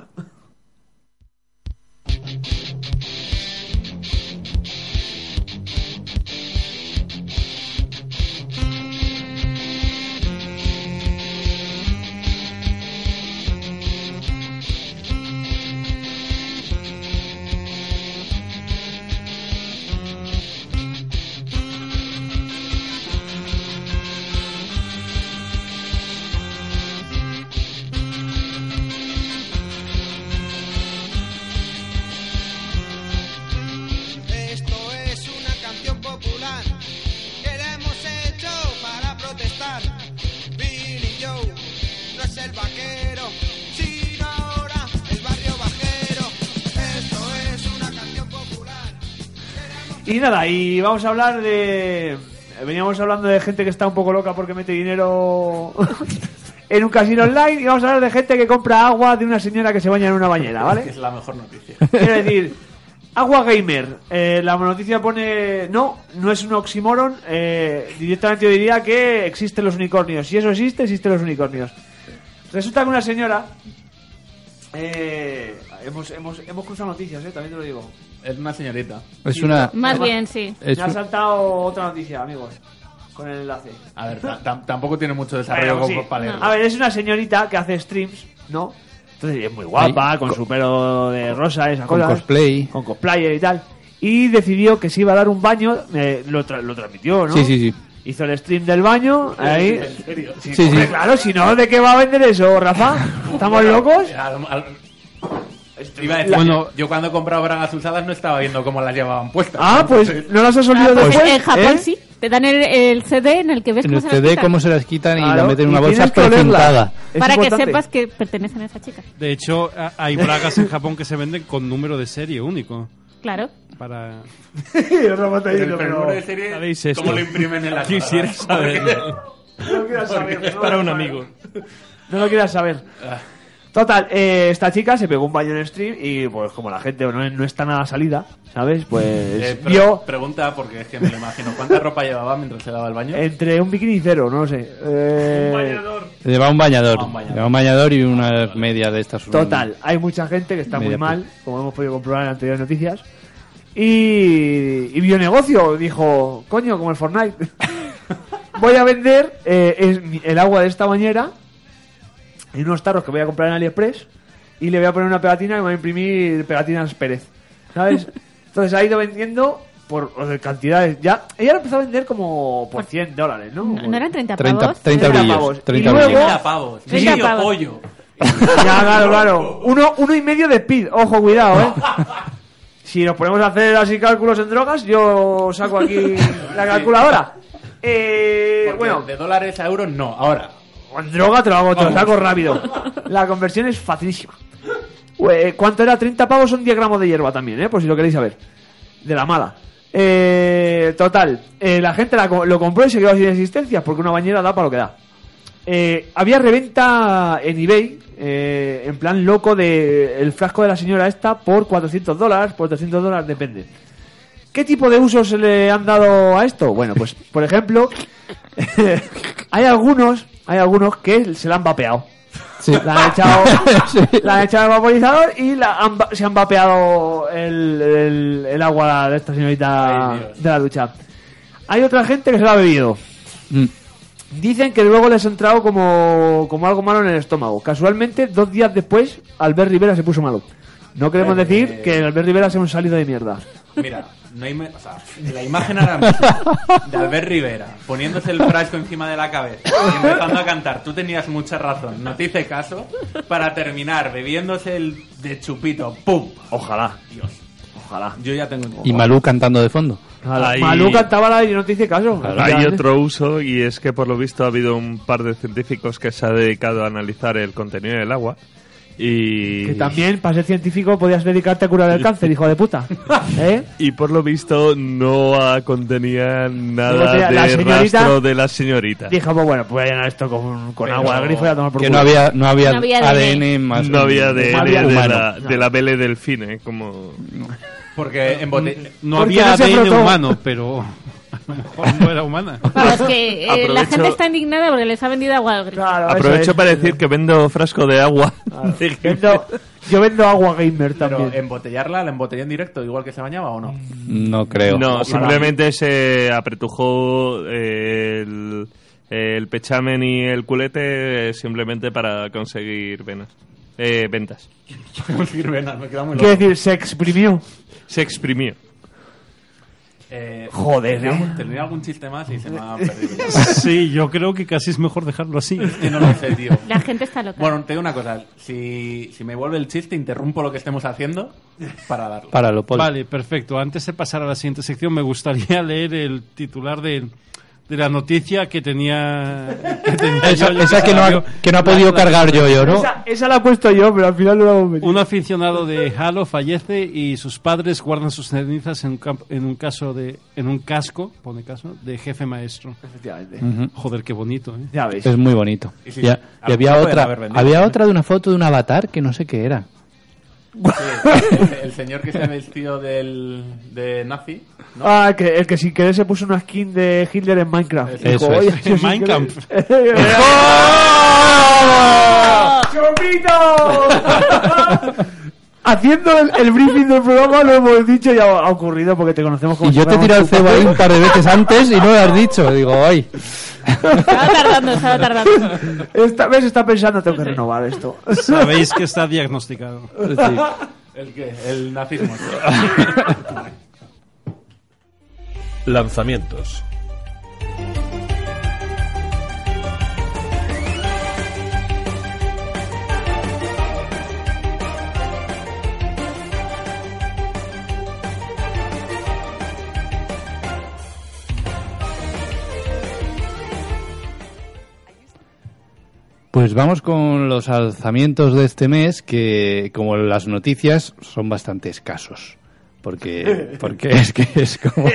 M: Esto es una canción popular que la hemos hecho para protestar. Billy Joe no es el vaquero, sino ahora el barrio bajero. Esto es una canción popular.
B: Y nada, y vamos a hablar de. Veníamos hablando de gente que está un poco loca porque mete dinero en un casino online. Y vamos a hablar de gente que compra agua de una señora que se baña en una bañera, ¿vale?
A: Es que es la mejor noticia.
B: Quiero decir, Agua Gamer. eh, la noticia pone. No, no es un oxímoron. eh, directamente yo diría que existen los unicornios. Si eso existe, existen los unicornios. Resulta que una señora. eh, hemos, hemos, hemos cruzado noticias, eh, también te lo digo.
A: Es una señorita.
C: Es una-
D: Más bien, sí.
B: Me
C: Es
B: ha
C: un-
B: saltado otra noticia, amigos. Con el enlace.
A: A ver, ta- tam- tampoco tiene mucho desarrollo
B: Bueno,
A: como
B: sí.
A: para leerlo.
B: A ver, es una señorita que hace streams, ¿no? Entonces es muy guapa,
C: Sí,
B: con
C: co-
B: su pelo de rosa, esas
C: con
B: cosas.
C: cosplay.
B: Con cosplayer y tal. y decidió que se iba a dar un baño, eh, lo, tra- lo transmitió, ¿no?
C: Sí, sí, sí.
B: Hizo el stream del baño, ahí.
A: ¿En serio?
B: Sí,
C: Sí,
B: hombre,
C: sí.
B: claro, si no, ¿de qué va a vender eso, Rafa? ¿Estamos locos?
A: Al- al- Iba a decir,
B: Bueno.
A: yo cuando compraba bragas usadas no estaba viendo cómo las llevaban puestas.
B: Ah, pues ¿eh? no las has
A: olido
B: olido
A: después,
D: Ah, en Japón sí. Te dan el, el CD en el que ves
C: En
D: cómo
C: el
D: se las
C: CD
D: quitan.
C: cómo se las quitan y la meten
B: y
C: en una bolsa
B: tienes que olerlas.
C: precintada.
D: Para que
B: importante.
D: sepas que pertenecen a esa chica.
E: De hecho, a- hay bragas en Japón que se venden con número de serie único.
D: Claro.
E: Para...
A: Pero el número de serie,
E: ¿Sabéis esto?
A: ¿cómo lo imprimen en la
E: Quisiera saberlo.
B: ¿Eh?
A: Es para un Ah.
E: amigo.
B: No lo quieras saber. Total, eh, esta chica se pegó un baño en stream y pues como la gente no, no está nada salida, ¿sabes? Pues vio
A: Eh, Pregunta, porque es que me lo imagino. ¿Cuánta ropa llevaba mientras se daba el baño?
B: entre un bikini y cero, no lo sé. Eh,
C: Lleva un bañador.
A: Ah, un bañador.
C: Lleva un bañador y una media de estas.
B: Total, hay mucha gente que está muy
C: Media
B: mal, como hemos podido comprobar en anteriores noticias. Y, y vio negocio, dijo, coño, como el Fortnite. voy a vender eh, es- mi- el agua de esta bañera en unos tarros que voy a comprar en AliExpress y le voy a poner una pegatina y me voy a imprimir pegatinas Pérez. ¿Sabes? Entonces ha ido vendiendo por o sea, cantidades. Ya, ella lo empezó a vender como por 100 dólares, ¿no?
D: ¿No eran 30 pavos?
C: 30, 30 brillos. 30
B: Y luego-
C: brillos.
A: 30 pavos.
D: 30
A: Medio
D: pavos.
A: pollo.
B: Ya, claro, claro. Uno, uno y medio de speed. Ojo, cuidado, ¿eh? Si nos ponemos a hacer así cálculos en drogas, yo saco aquí la calculadora. Eh,
A: Porque
B: bueno,
A: de dólares a euros no. Ahora,
B: en droga te lo hago, te lo
A: Vamos.
B: saco rápido. La conversión es facilísima. Eh, ¿Cuánto era? 30 pavos son 10 gramos de hierba también, ¿eh? Por si lo queréis saber. De la mala. Eh, total, eh, la gente la co- lo compró y se quedó sin existencias porque una bañera da para lo que da. Eh, había reventa en eBay, eh, en plan loco, de el frasco de la señora esta por 400 dólares, por 300 dólares, depende. ¿Qué tipo de usos se le han dado a esto? Bueno, pues, por ejemplo, hay algunos, hay algunos que se la han vapeado.
C: Sí.
B: La han echado, la han echado al vaporizador y la han va- se han vapeado el, el- el agua de esta señorita
A: Ay, Dios.
B: de la ducha. Hay otra gente que se la ha bebido.
C: Mm.
B: Dicen que luego les ha entrado como, como algo malo en el estómago. Casualmente, dos días después, Albert Rivera se puso malo. No queremos
A: Eh,
B: decir que Albert Rivera sea un salido de mierda.
A: mira, no hay me- o sea, la imagen ahora mismo de Albert Rivera poniéndose el frasco encima de la cabeza y empezando a cantar, tú tenías mucha razón, no te hice caso, para terminar bebiéndose el de chupito. ¡Pum!
B: Ojalá,
A: Dios,
B: ojalá.
A: yo ya tengo...
C: Y Malú cantando de fondo.
B: Ojalá.
F: Ahí-
B: Malú cantaba la y no te hice caso.
F: Hay otro uso y es que por lo visto ha habido un par de científicos que se ha dedicado a analizar el contenido del agua y
B: Que también, para ser científico, podías dedicarte a curar el cáncer, hijo de puta. ¿Eh?
F: y por lo visto no ah, contenía
B: No
F: nada
B: tenía-
F: de
B: la señorita-
F: rastro de la señorita.
B: Dijo, pues bueno, pues voy a llenar esto con, con agua de grifo y a tomar por
C: Que
B: culo.
C: no había, no había,
D: No había
C: ADN,
D: ADN
C: más
F: No había de,
B: No
F: de-
B: había
F: de
B: humano.
F: la, de la vele delfine, ¿eh? como...
A: Porque en bote...
E: No
B: Porque
E: había
B: no se
E: ADN
B: frotó.
E: humano, pero a lo mejor no era humana.
D: Vamos, que eh, la
F: Aprovecho-
D: gente está indignada porque les ha vendido agua al grifo.
B: Claro, Ah, eso
F: Aprovecho
B: es. Ah,
F: para decir que vendo frasco de agua. De-
B: Vendo- yo vendo agua gamer también. Mm.
A: Pero embotellarla, la embotellé en directo, igual que se bañaba o no.
C: No creo.
F: No, simplemente se apretujó eh, el, el pechamen y el culete eh, simplemente para conseguir venas. Eh, ventas.
A: No sirve nada, me queda muy
B: Quiero
A: loco.
B: decir, se exprimió.
F: Se exprimió.
A: Eh,
B: Joder,
A: tenía,
B: eh.
A: tenía algún chiste más y se me ha perdido.
E: Sí, yo creo que casi es mejor dejarlo así.
A: Que no lo sé, tío.
D: La gente está loca.
A: Bueno, te digo una cosa. Si, si me vuelve el chiste, interrumpo lo que estemos haciendo para darlo.
C: Páralo, Paul.
E: Vale, perfecto. Antes de pasar a la siguiente sección, me gustaría leer el titular de, de la noticia que tenía. Que tenía
C: Esa,
E: yo, yo
C: esa que, no ha,
E: salió.
C: que no ha
E: La-
C: podido
E: la-
C: cargar yo, yo, ¿no?
B: Esa, esa la he puesto yo, pero al final no la hemos metido.
E: Un aficionado de Halo fallece y sus padres guardan sus cenizas en un, camp- en un caso de en un casco, pone caso, de jefe maestro.
B: Efectivamente.
C: Ujú.
E: Joder, qué bonito, ¿eh?
B: Ya veis.
C: Es muy bonito.
A: Y sí,
C: y, a-
A: a lo
C: y había
A: mejor
C: otra
A: pueden haber vendido.
C: había otra de una foto de un avatar que no sé qué era.
A: Sí, el, el señor que se ha vestido del, de nazi. ¿no?
B: Ah, que, el que sin querer se puso una skin de Hitler en Minecraft.
A: Eso
B: Dijo,
C: es.
B: "Oye, yo
E: En
B: sin ¡Eh,
E: Minecraft.
B: querer". ¡Ah! ¡Chupito! Haciendo el, el briefing del programa lo hemos dicho y ha, ha ocurrido porque te conocemos como
C: Y
B: si
C: yo te he
B: fuéramos
C: tirado el
B: tu
C: cebo
B: padre.
C: ahí un par de veces antes y no lo has dicho. Digo, ay.
D: Estaba tardando, estaba tardando.
B: Esta vez está pensando, tengo que renovar esto.
E: Sabéis que está diagnosticado.
A: El, que, el nazismo.
J: Lanzamientos.
C: Pues vamos con los alzamientos de este mes, que como las noticias son bastante escasos. Porque, porque es que es como...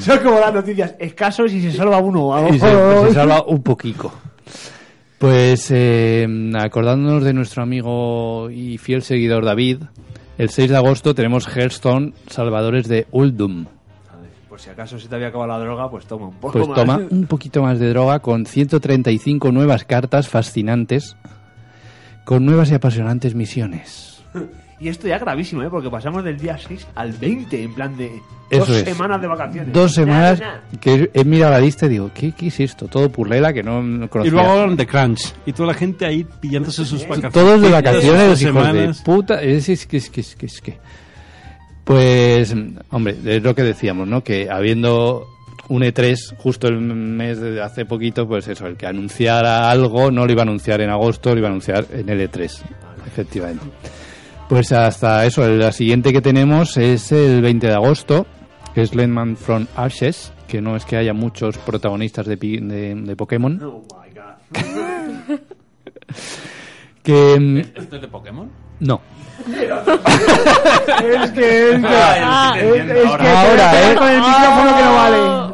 B: Son como las noticias, escasos y se salva uno.
C: Y se, se salva un poquito. Pues eh, acordándonos de nuestro amigo y fiel seguidor David, el 6 de agosto tenemos Hearthstone Salvadores de Uldum.
B: Por si acaso se te había acabado la droga, pues toma un poco
C: Pues
B: más.
C: toma un poquito más de droga con 135 nuevas cartas fascinantes, con nuevas y apasionantes misiones.
B: Y esto ya es gravísimo, ¿eh? Porque pasamos del día 6 al 20, en plan de...
C: Eso
B: dos
C: es.
B: semanas de vacaciones.
C: Dos semanas
B: Nada, nada.
C: que he mirado la lista y digo, ¿qué, qué es esto? Todo purlela que no, no
E: Y
C: conocía.
E: luego The Crunch. Y toda la gente ahí pillándose sus vacaciones.
C: Todos de vacaciones,
E: sus
C: los hijos de
E: semanas.
C: puta. Es, es que, es que, es que, es que. Pues, mm, hombre, es lo que decíamos, ¿no? Que habiendo un E3 justo el mes de hace poquito, pues eso, el que anunciara algo no lo iba a anunciar en agosto, lo iba a anunciar en el E3, efectivamente. Pues hasta eso, la siguiente que tenemos es el 20 de agosto, que es Landman from Ashes, que no es que haya muchos protagonistas de, pi- de- de Pokémon. que mm,
A: ¿Esto es de Pokémon?
C: no.
B: es que... Es que...
A: Ah, ya lo estoy
B: es,
A: entendiendo
B: es que...
A: ahora. Ahora,
B: te ves
A: ¿eh?
B: Con el micrófono que no vale.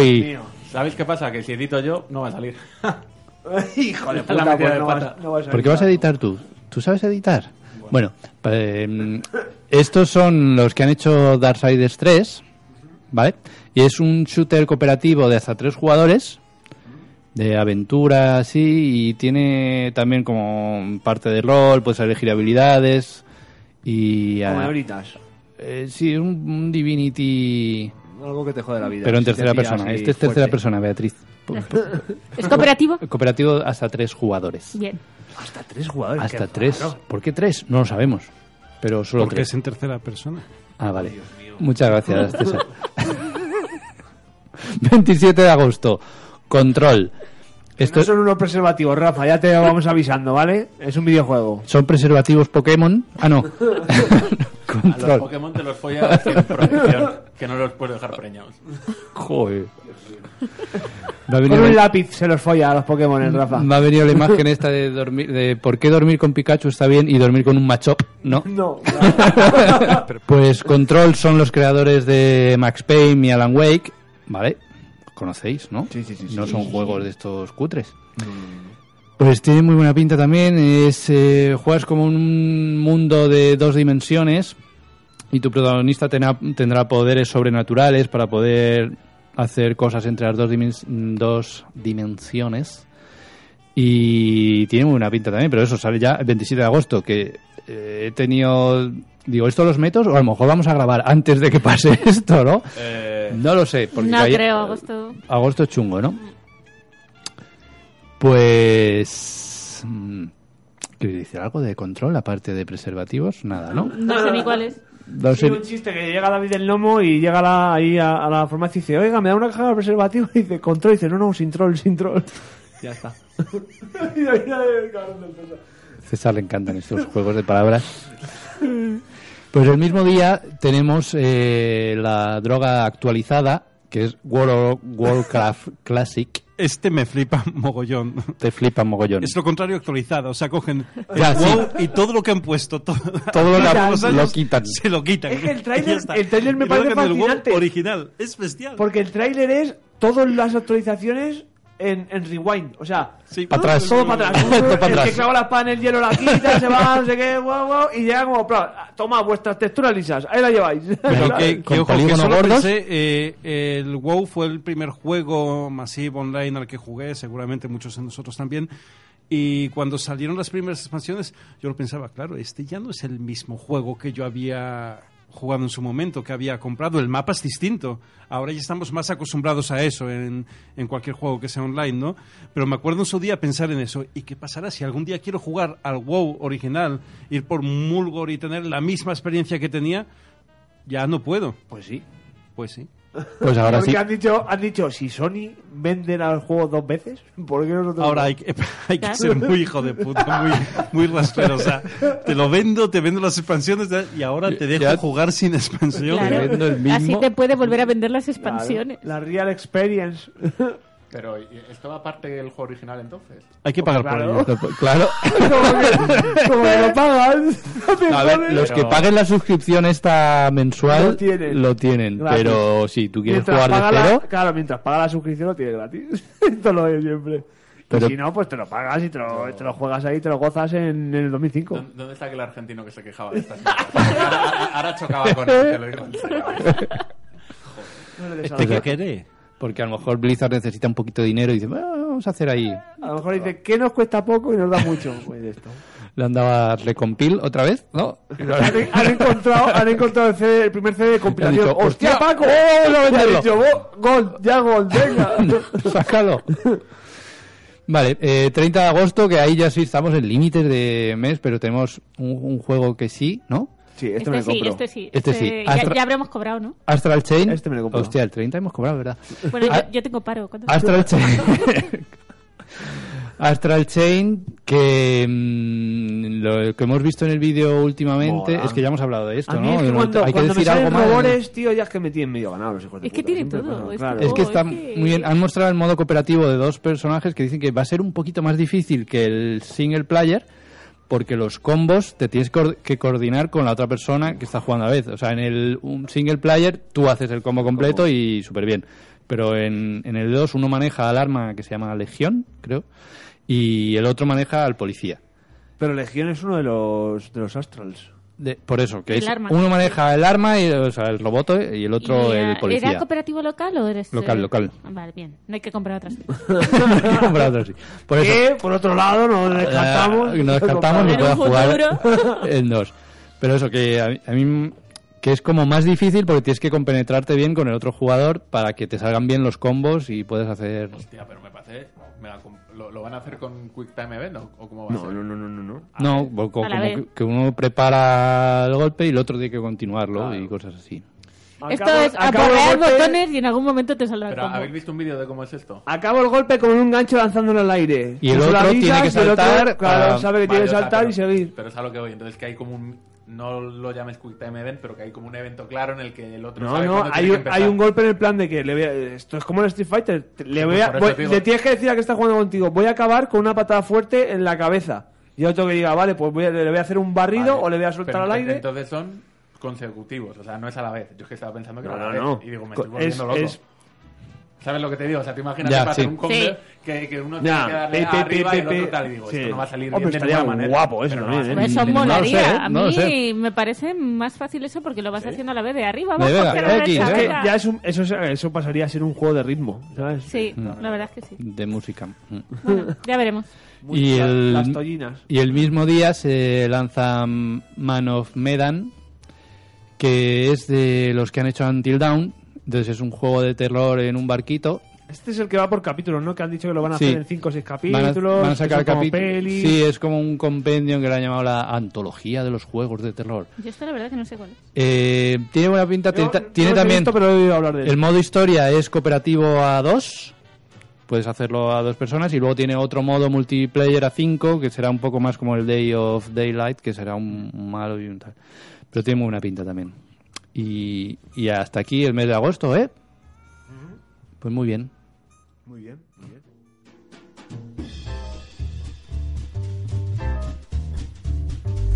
C: Hoy.
A: ¿Sabéis qué pasa? Que si edito yo, no va a salir.
B: Hijo de
A: La
B: puta,
A: metida
B: pues
A: de
B: no
A: pata.
B: vas- no vas a
C: ¿Por qué vas a editar tú? ¿Tú sabes editar? Bueno, eh, estos son los que han hecho Darksiders 3, ¿vale? Y es un shooter cooperativo de hasta tres jugadores, de aventura así, y tiene también como parte de rol, puedes elegir habilidades y...
B: Como
C: ah,
B: ahoritas.
C: eh, sí, es un, un Divinity,
B: Algo que te jode la vida.
C: pero en
B: si te
C: tercera
B: pillas
C: persona.
B: ahí
C: Este es tercera
B: fuerte.
C: persona, Beatriz.
D: ¿Es cooperativo?
C: Cooperativo hasta tres jugadores.
D: Bien.
B: Hasta tres jugadores.
C: Hasta
B: qué
C: tres.
B: raro.
C: ¿Por qué tres? No lo sabemos. Pero solo
E: Porque
C: tres.
E: es en tercera persona.
C: Ah, vale. Muchas gracias, César. 27 de agosto. Control. Esto
B: No son unos preservativos, Rafa, ya te vamos avisando, ¿vale? Es un videojuego.
C: son preservativos Pokémon. Ah, no.
A: A los
C: Control.
A: Pokémon te los follas sin protección, que no los puedes dejar preñados.
C: Joder. Me ha
B: Con
C: venido
B: un
C: la-
B: lápiz se los folla a los Pokémon, Rafa.
C: me ha venido la imagen esta de dormir, de por qué dormir con Pikachu está bien y dormir con un Machop, ¿no?
B: No.
C: Pues Control son los creadores de Max Payne y Alan Wake, ¿vale? ¿Conocéis, no? No son juegos de estos cutres. Pues tiene muy buena pinta también. Es, eh, juegas como un mundo de dos dimensiones y tu protagonista tena- tendrá poderes sobrenaturales para poder hacer cosas entre las dos, dimen- dos dimensiones. Y tiene muy buena pinta también, pero eso sale ya el 27 de agosto, que eh, he tenido... Digo, ¿esto los metos? O a lo mejor vamos a grabar antes de que pase esto, ¿no? No lo sé. Porque
D: no
C: cae-
D: creo, agosto.
C: Agosto es chungo, ¿no? Pues... mm, ¿Queréis decir algo de control aparte de preservativos? Nada, ¿no?
D: No sé ni cuál es.
C: No
B: Sí,
C: sé-
B: un chiste que llega David del Lomo y llega la- ahí a, a la farmacia y dice, oiga, me da una caja de preservativo y dice, control, y dice, no, no, sin troll, sin troll. Ya está. Y David, ay, cabrón del César.
C: César le encantan estos juegos de palabras. Pues el mismo día tenemos eh, la droga actualizada, que es World of Warcraft Classic.
E: Este me flipa mogollón.
C: Te flipa mogollón.
E: Es lo contrario actualizado. O sea, cogen el
C: Ya, sí.
E: WoW y todo lo que han puesto. Todo,
C: Todo lo que
E: todos los
C: lo
E: años,
C: quitan.
E: Se lo quitan.
B: Es que el
E: Ya
B: tráiler-
E: está.
B: el tráiler me
E: Y luego
B: parece
E: hacen el WoW
B: fascinante.
E: original. Es bestial.
B: Porque el tráiler es todas las actualizaciones en, en rewind, o sea...
E: Sí.
C: Pa' atrás.
B: Todo para atrás.
C: Todo pa'
B: El
C: atrás.
B: que clava las pan, el hielo, la quita, se va, no sé qué, guau, guau, y llega como, "Pla, toma vuestras texturas lisas, ahí la lleváis.
E: Pero que,
C: con
E: que ojo, que
C: polígono
E: solo
C: gordos.
E: pensé, eh, el WoW fue el primer juego masivo online al que jugué, seguramente muchos de nosotros también. Y cuando salieron las primeras expansiones, yo lo pensaba, claro, este ya no es el mismo juego que yo había jugado en su momento, que había comprado. El mapa es distinto. Ahora ya estamos más acostumbrados a eso en, en cualquier juego que sea online, ¿no? Pero me acuerdo en su día pensar en eso. ¿Y qué pasará si algún día quiero jugar al WoW original, ir por Mulgor y tener la misma experiencia que tenía? Ya no puedo.
B: Pues sí.
E: Pues sí.
C: Pues ahora
B: Porque
C: sí.
B: Han dicho, han dicho, si Sony venden al juego dos veces, ¿por qué nosotros
E: Ahora
B: no?
E: hay que, hay que ser muy hijo de puta, muy, muy rastrero. O sea, te lo vendo, te vendo las expansiones y ahora te dejo jugar sin expansión.
D: Claro. Así te puede volver a vender las expansiones.
B: La Real Experience.
A: Pero ¿y esto va aparte del juego original entonces.
E: Hay que pagar por ello.
C: pues, Claro.
B: Como que lo pagan. no te
C: A ver,
B: jodes.
C: los que paguen la suscripción esta mensual
B: Lo tienen.
C: tienen,
B: Gratis.
C: pero si tú quieres
B: Mientras
C: jugar de
B: paga la-
C: cero,
B: claro, mientras paga la suscripción lo tiene gratis. Esto lo veo siempre.
C: Pero-
B: Pero, si no, pues te lo pagas y te lo, te lo juegas ahí, te lo gozas en, en el 2005.
A: ¿Dónde está aquel argentino que se quejaba de estas cosas? Ahora, ahora chocaba con él, te lo digo en serio.
C: Este que quiere. Porque a lo mejor Blizzard necesita un poquito de dinero y dice, "Ah, vamos a hacer ahí.
B: A lo mejor dice, ¿qué nos cuesta poco y nos da mucho? Pues de esto.
C: Le han dado a Recompil otra vez, ¿no?
B: han, han encontrado, han encontrado el, CD el primer CD de compilación.
C: Han dicho,
B: ¡Hostia,
C: "Hostia,
B: Paco! ¡Oh, lo que te
C: cógelo".
B: he dicho! ¡Oh, ¡Gol! ¡Ya gol! ¡Venga!
C: Sácalo. Vale, eh, 30 de agosto, que ahí ya sí estamos en límites de mes, pero tenemos un, un juego que sí, ¿no?
B: Sí,
D: Este sí, este sí.
C: Este sí.
D: Este-
C: Astra-
D: Ya, ya habremos cobrado, ¿no?
C: Astral Chain.
B: Este me lo compro.
C: Hostia, el 30 hemos cobrado, ¿verdad?
D: Bueno,
C: A-
D: yo, yo tengo paro. ¿cuánto?
C: Astral Chain. Astral Chain, que mm, lo que hemos visto en el vídeo últimamente,
B: Mola.
C: es que ya hemos hablado de esto,
B: A mí
C: ¿no?
B: es que
C: No,
B: cuando,
C: Hay que
B: cuando me
C: decir
B: salen
C: algo más.
B: robores, tío, ya es que me tienen medio ganado los hijos de
D: Es que
B: puta.
D: tiene
B: Siempre
D: todo,
B: pasa,
D: es
B: claro.
C: Es que
D: Oh,
C: está
D: es que-
C: muy bien. Han mostrado el modo cooperativo de dos personajes que dicen que va a ser un poquito más difícil que el single player porque los combos te tienes cor- que coordinar con la otra persona que está jugando a la vez. O sea, en el un single player tú haces el combo completo y súper bien. Pero en, en el 2 uno maneja al arma que se llama Legión, creo, y el otro maneja al policía.
B: Pero Legión es uno de los, de los Astrals.
C: De- por eso, que
D: El
C: es,
D: arma.
C: uno maneja el arma, y, o sea, el robot eh, y el otro
D: Y,
C: el
D: ah,
C: policía.
D: ¿Era cooperativo local o eres...? eh,
C: Local, local.
D: Vale, bien. No hay que comprar otras.
C: Por otro, sí. Por eso-
B: Que, por otro lado, no descartamos.
C: Ah, no descartamos ni
D: En un
C: pueda
D: futuro.
C: jugar en dos. Pero eso, que a mí, a mí- que es como más difícil porque tienes que compenetrarte bien con el otro jugador para que te salgan bien los combos y puedes hacer...
A: Hostia, pero me pasé. me la comp- lo, lo van a hacer con Quick Time Event o, o cómo va a
B: No,
A: ser?
B: no, no, no, no, no.
C: No, como,
D: a la
C: como
D: vez.
C: que- que uno prepara el golpe y el otro tiene que continuarlo y cosas así.
D: Esto
B: Acabo-
D: es
B: acabo el
D: apagar
B: golpe-
D: botones y en algún momento te saldrá el
A: Pero,
D: combo.
A: ¿habéis visto un vídeo de cómo es esto?
B: Acabo el golpe con un gancho lanzándolo al aire.
C: Y el
B: Tú se
C: otro
B: lo
C: tiene que
B: avisas, el otro,
C: saltar,
B: claro,
C: ah,
B: sabe que
A: Vale,
B: tiene que
A: o sea,
B: saltar
A: pero-
B: y seguir.
A: Pero es a lo que voy. Entonces, que hay como un. No lo llames Quick Time Event, pero que hay como un evento claro en el que el otro.
B: No,
A: sabe
B: no,
A: cuándo
B: hay
A: tiene que
B: un, hay
A: empezar.
B: un golpe en el plan de que le voy a- esto es como el Street Fighter. te- Le,
A: Sí,
B: voy
A: pues
B: a-
A: por eso
B: voy-
A: te digo.
B: le tienes que decir a que está jugando contigo, voy a acabar con una patada fuerte en la cabeza. Y otro que diga, vale, pues voy a- le voy a hacer un barrido
A: Vale,
B: o le voy a soltar
A: pero
B: al aire.
A: Entonces son consecutivos, o sea, no es a la vez. Yo es que estaba pensando que
B: No,
A: era a la
B: no,
A: vez.
B: no.
A: Y digo, me
B: Co-
A: estoy volviendo loco.
B: es- es-
A: ¿Sabes lo que te digo? O sea, te imaginas
C: Ya,
A: que pasa
C: sí.
A: un combo
D: Sí.
A: que, que uno
B: Ya,
A: tiene que darle
B: pe- pe-
A: arriba
B: pe-
A: y el otro
B: pe-
A: tal. Y digo,
B: sí.
A: esto no va a salir
B: Oh,
A: bien
B: pero
A: de ninguna
B: estaría
A: manera.
B: guapo eso
A: Pero no
B: también,
A: va a
B: ¿eh?
A: salir.
D: Pues Eso
C: No lo
D: molaría.
C: sé,
D: a
C: no lo
D: mí
C: sé.
D: me parece más fácil eso porque lo vas haciendo a la vez de
C: De
D: arriba abajo.
C: verdad,
D: izquierda,
C: X,
D: derecha,
B: Es que
C: ¿eh?
D: arriba.
B: ya es un- eso, es- eso pasaría a ser un juego de ritmo, ¿sabes?
D: Sí, la verdad es que sí.
C: De música. Mm.
D: Bueno, ya veremos.
B: Muy-
C: y,
B: la-
C: el,
B: las tollinas.
C: y el mismo día se lanza mm, Man of Medan, que es de los que han hecho Until Dawn. Entonces es un juego de terror en un barquito
B: Este es el que va por capítulos, ¿no? Que han dicho que lo van a
C: Sí.
B: hacer en 5 o 6
C: Van a-
B: capítulos.
C: Van a sacar
B: que son como
C: capítulos.
B: pelis.
C: Sí, es como un compendio que le han llamado la antología de los juegos de terror.
D: Yo esto la verdad que no sé cuál es.
C: Eh, tiene buena pinta.
B: Yo
C: tenta-
B: no
C: tiene
B: lo he
C: también.
B: visto, pero he oído hablar de él.
C: El modo historia es cooperativo a dos. Puedes hacerlo a dos personas. Y luego tiene otro modo multiplayer a cinco, que será un poco más como el Day of Daylight, que será un un malo y un tal. Pero tiene muy buena pinta también. Y, y hasta aquí el mes de agosto, ¿eh? Pues muy bien.
B: Muy bien, muy bien.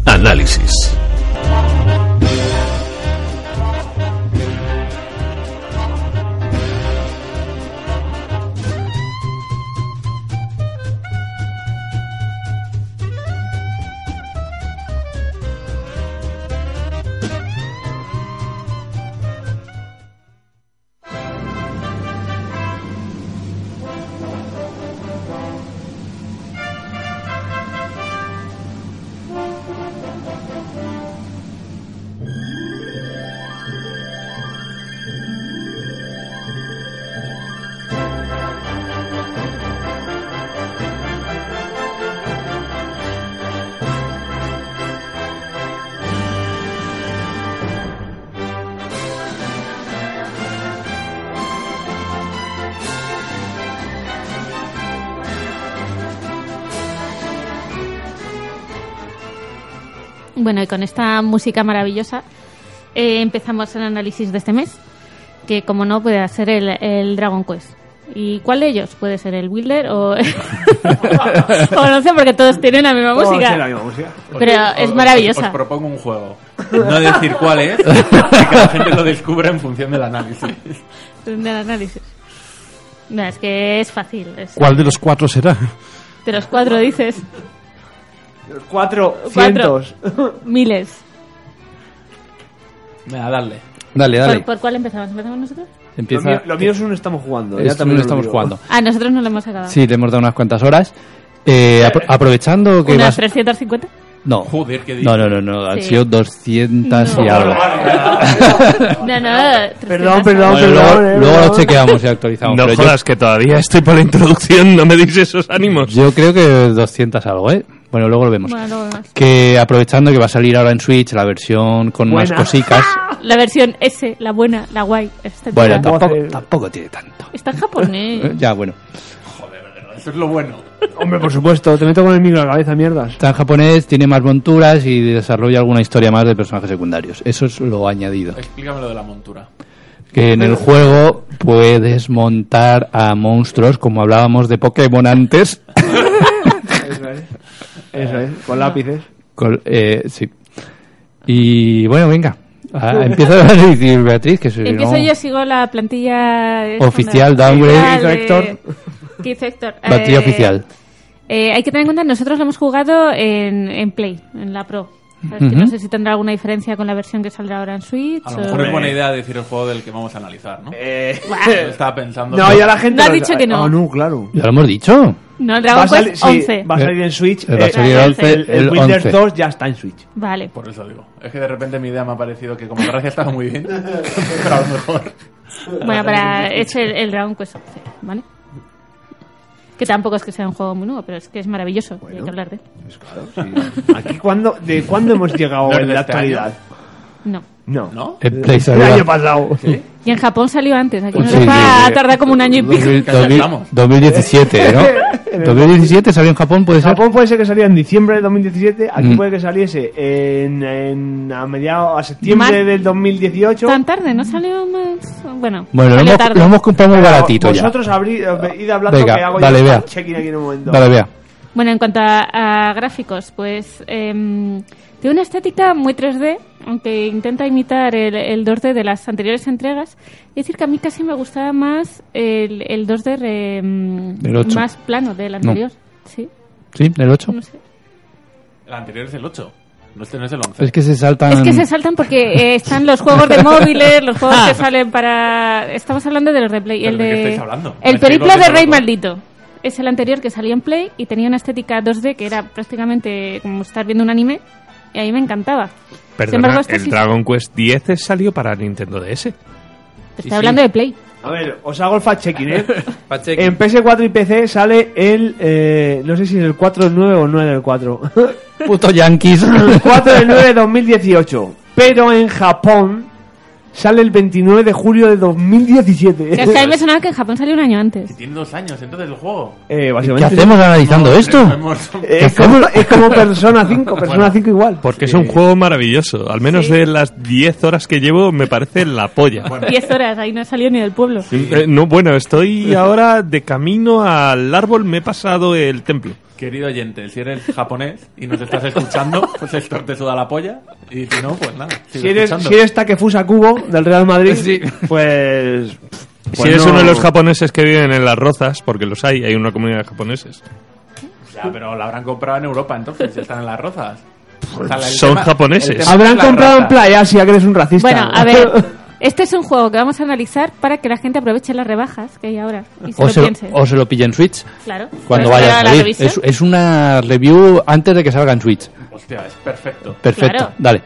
J: Análisis.
D: Bueno, y con esta música maravillosa eh, empezamos el análisis de este mes, que como no puede ser el, el Dragon Quest. ¿Y cuál de ellos? ¿Puede ser el Wilder o...? o no sé, porque todos tienen la misma
B: Todos
D: música.
B: tienen la misma música.
D: Pero
A: Os-
D: es
A: os-
D: maravillosa.
A: Os, propongo un juego. No decir cuál es, y que la gente lo descubra en función del análisis.
D: del análisis. No, es que es fácil. es-
E: ¿Cuál de los cuatro será?
D: De los cuatro dices.
B: Cuatro,
D: Cuatro.
B: cientos.
D: Miles.
A: Venga, dale.
C: Dale, dale.
D: ¿Por, por cuál empezamos? ¿Empezamos nosotros?
C: Empieza.
B: Lo mío, lo mío es un estamos jugando.
C: Es
B: ya
C: un
B: también os lo
C: estamos
B: digo.
C: jugando.
D: Ah, nosotros no lo hemos acabado.
C: Sí, le hemos dado unas cuantas horas. Eh, apro- aprovechando que
D: ¿Unas
C: vas...
D: 350?
C: No.
A: Joder, ¿qué
C: no, no, no, no, han
D: Sí.
C: sido 200 y
D: No.
C: algo.
D: No, no.
B: Perdón,
D: 300.
B: perdón, perdón.
C: Bueno, luego,
B: eh,
C: luego
B: perdón.
C: lo chequeamos y actualizamos.
F: No
C: pero yo-
F: jodas, que todavía estoy por la introducción, no me deis esos ánimos.
C: Yo creo que 200 algo, ¿eh? Bueno, luego lo vemos.
D: Bueno, luego más.
C: Que aprovechando que va a salir ahora en Switch la versión con
D: Buena.
C: más cositas.
D: La versión S, la buena, la guay. Está en
C: Bueno,
D: pirata.
C: tampoco, tampoco tiene tanto.
D: Está en japonés.
C: ¿eh? Ya, bueno.
A: Eso es lo bueno.
B: Hombre, por supuesto, te meto con el micro en la cabeza, mierdas.
C: Está en japonés, tiene más monturas y desarrolla alguna historia más de personajes secundarios. Eso es lo añadido.
A: Explícame lo de la montura.
C: Que en el juego puedes montar a monstruos, como hablábamos de Pokémon antes.
B: Eso es. Eso es, con lápices.
C: Col- eh, sí. Y bueno, venga. Ah, empieza a decir Beatriz, que soy
D: Empiezo yo, sigo la plantilla eh,
C: Oficial,
D: estándar.
C: downgrade. ¿Qué
D: Oficial,
C: hizo
D: eh,
C: Héctor?
D: ¿Qué hizo Héctor?
C: Plantilla
D: Eh,
C: oficial.
D: eh, hay que tener en cuenta, nosotros lo hemos jugado en, en Play, en la Pro. ¿Sabes? Que
C: Ujú.
D: no sé si tendrá alguna diferencia con la versión que saldrá ahora en Switch.
A: A lo
D: o-
A: mejor es buena idea decir el juego del que vamos a analizar, ¿no?
B: Eh.
A: Yo estaba pensando.
B: No,
A: pero-
B: ya la gente.
D: No ha
B: lo-
D: dicho que no. pues,
B: Ah, no, claro.
C: ¿Ya lo hemos dicho?
D: No, el Dragon
B: va a
D: Quest
B: sali- sí,
D: 11.
B: va a salir en Switch.
C: Eh, va a salir el 11,
B: el,
C: el
B: Windows
C: 11.
B: 2 ya está en Switch.
D: Vale.
A: Por eso digo. Es que de repente mi idea me ha parecido que como gracia estaba muy bien, pero a lo mejor...
D: Bueno, para, es el, el Dragon Quest 11, ¿vale? Que tampoco es que sea un juego muy nuevo, pero es que es maravilloso. y Hay que hablar de él.
B: Aquí cuando, ¿De cuándo hemos llegado
A: ¿No es
B: en
A: de
B: la
A: este
B: actualidad?
D: No.
B: No.
A: ¿No?
C: El Play
B: El
C: salió-
B: año pasado.
D: Y en Japón salió antes. Aquí en
C: Sí,
D: Europa
C: sí, sí.
D: tarda como un año y pico.
C: 2000,
A: Ya estamos.
C: 2017,
B: En
C: ¿no?
B: el-
C: 2017 salió en Japón, puede
B: En
C: ser.
B: Japón puede ser que saliera en diciembre de 2017, aquí
C: Mm.
B: puede que saliese en, en- a mediados a septiembre
D: Mar-
B: del 2018.
D: Tan tarde, ¿no salió más? Bueno,
C: Bueno, lo
D: salió
C: hemos,
D: tarde.
C: lo hemos comprado muy baratito ya.
B: Vosotros abrid, id hablando
C: Venga,
B: que hago
C: dale,
B: yo
C: vea.
B: un check-in aquí en un momento.
C: Dale, vea.
D: Bueno, en cuanto a, a gráficos, pues em, tiene una estética muy 3D, aunque intenta imitar el, el 2D de las anteriores entregas. Es decir, que a mí casi me gustaba más el, el 2D em,
C: Del ocho.
D: más plano del anterior. Sí,
C: ¿Sí? ¿Del 8?
D: no sé.
A: El anterior es el 8. No, este no es el 11.
C: Es que se saltan.
D: Es que se saltan porque eh, están los juegos de móviles, los juegos que salen para... Estamos hablando de los de Play.
A: ¿Pero
D: el
A: de
D: de...
A: qué estáis hablando?
D: El
A: Me estoy
D: periplo de
A: volviendo
D: Rey
A: loco.
D: Maldito. Es el anterior que salió en Play y tenía una estética 2D que era prácticamente como estar viendo un anime. Y a mí me encantaba. Sin embargo,
F: Perdona,
D: este
F: el
D: sí-
F: Dragon Quest 10 salió para Nintendo DS.
D: Te estoy hablando de Play.
B: A ver, os hago el fact checking, ¿eh?
A: Pacheco.
B: en PS4 y PC sale el eh, no sé si es el 4 del 9 o el 9 del 4.
C: Puto yankees.
B: 4 del 9 de 2018, pero en Japón sale el 29 de julio de
D: Que es que a mí
B: 2017.
D: me sonaba que en Japón salió un año antes.
A: Tiene dos años entonces el juego.
B: Eh,
C: ¿Qué
B: básicamente.
C: hacemos analizando esto?
A: Hemos-
B: Es como, es como Persona 5, Persona 5 igual.
F: Porque es un juego maravilloso. Al menos de las 10 horas que llevo, me parece la polla.
A: Bueno,
D: 10 horas, ahí no salió ni del pueblo.
F: Eh, no, bueno, estoy ahora de camino al árbol, me he pasado el templo.
A: Querido oyente, si eres japonés y nos estás escuchando, pues esto te suda la polla. Y si no, pues nada. sigue
B: Si eres,
A: escuchando.
B: si eres Takefusa Kubo del Real Madrid,
C: Sí.
B: pues. pues
F: si eres
B: no.
F: uno de los japoneses que viven en las rozas, porque los hay, hay una comunidad de japoneses.
A: Ya, pero la habrán comprado en Europa entonces, si están en las rozas. O sea, el
F: Son japoneses.
A: el tema
B: Pues Habrán
A: es la
B: comprado en
A: roza.
B: Play Asia, que eres un racista.
D: Bueno, a ver. Este es un juego que vamos a analizar para que la gente aproveche las rebajas que hay ahora y se
C: O
D: lo
C: se,
D: piense.
C: o se lo pilla en Switch
D: Claro.
C: cuando
D: Pero
C: vaya a
D: espera la
C: salir.
D: revisión.
C: Es, es una review antes de que salga en Switch.
A: Hostia, es perfecto.
C: Perfecto,
D: Claro.
C: dale.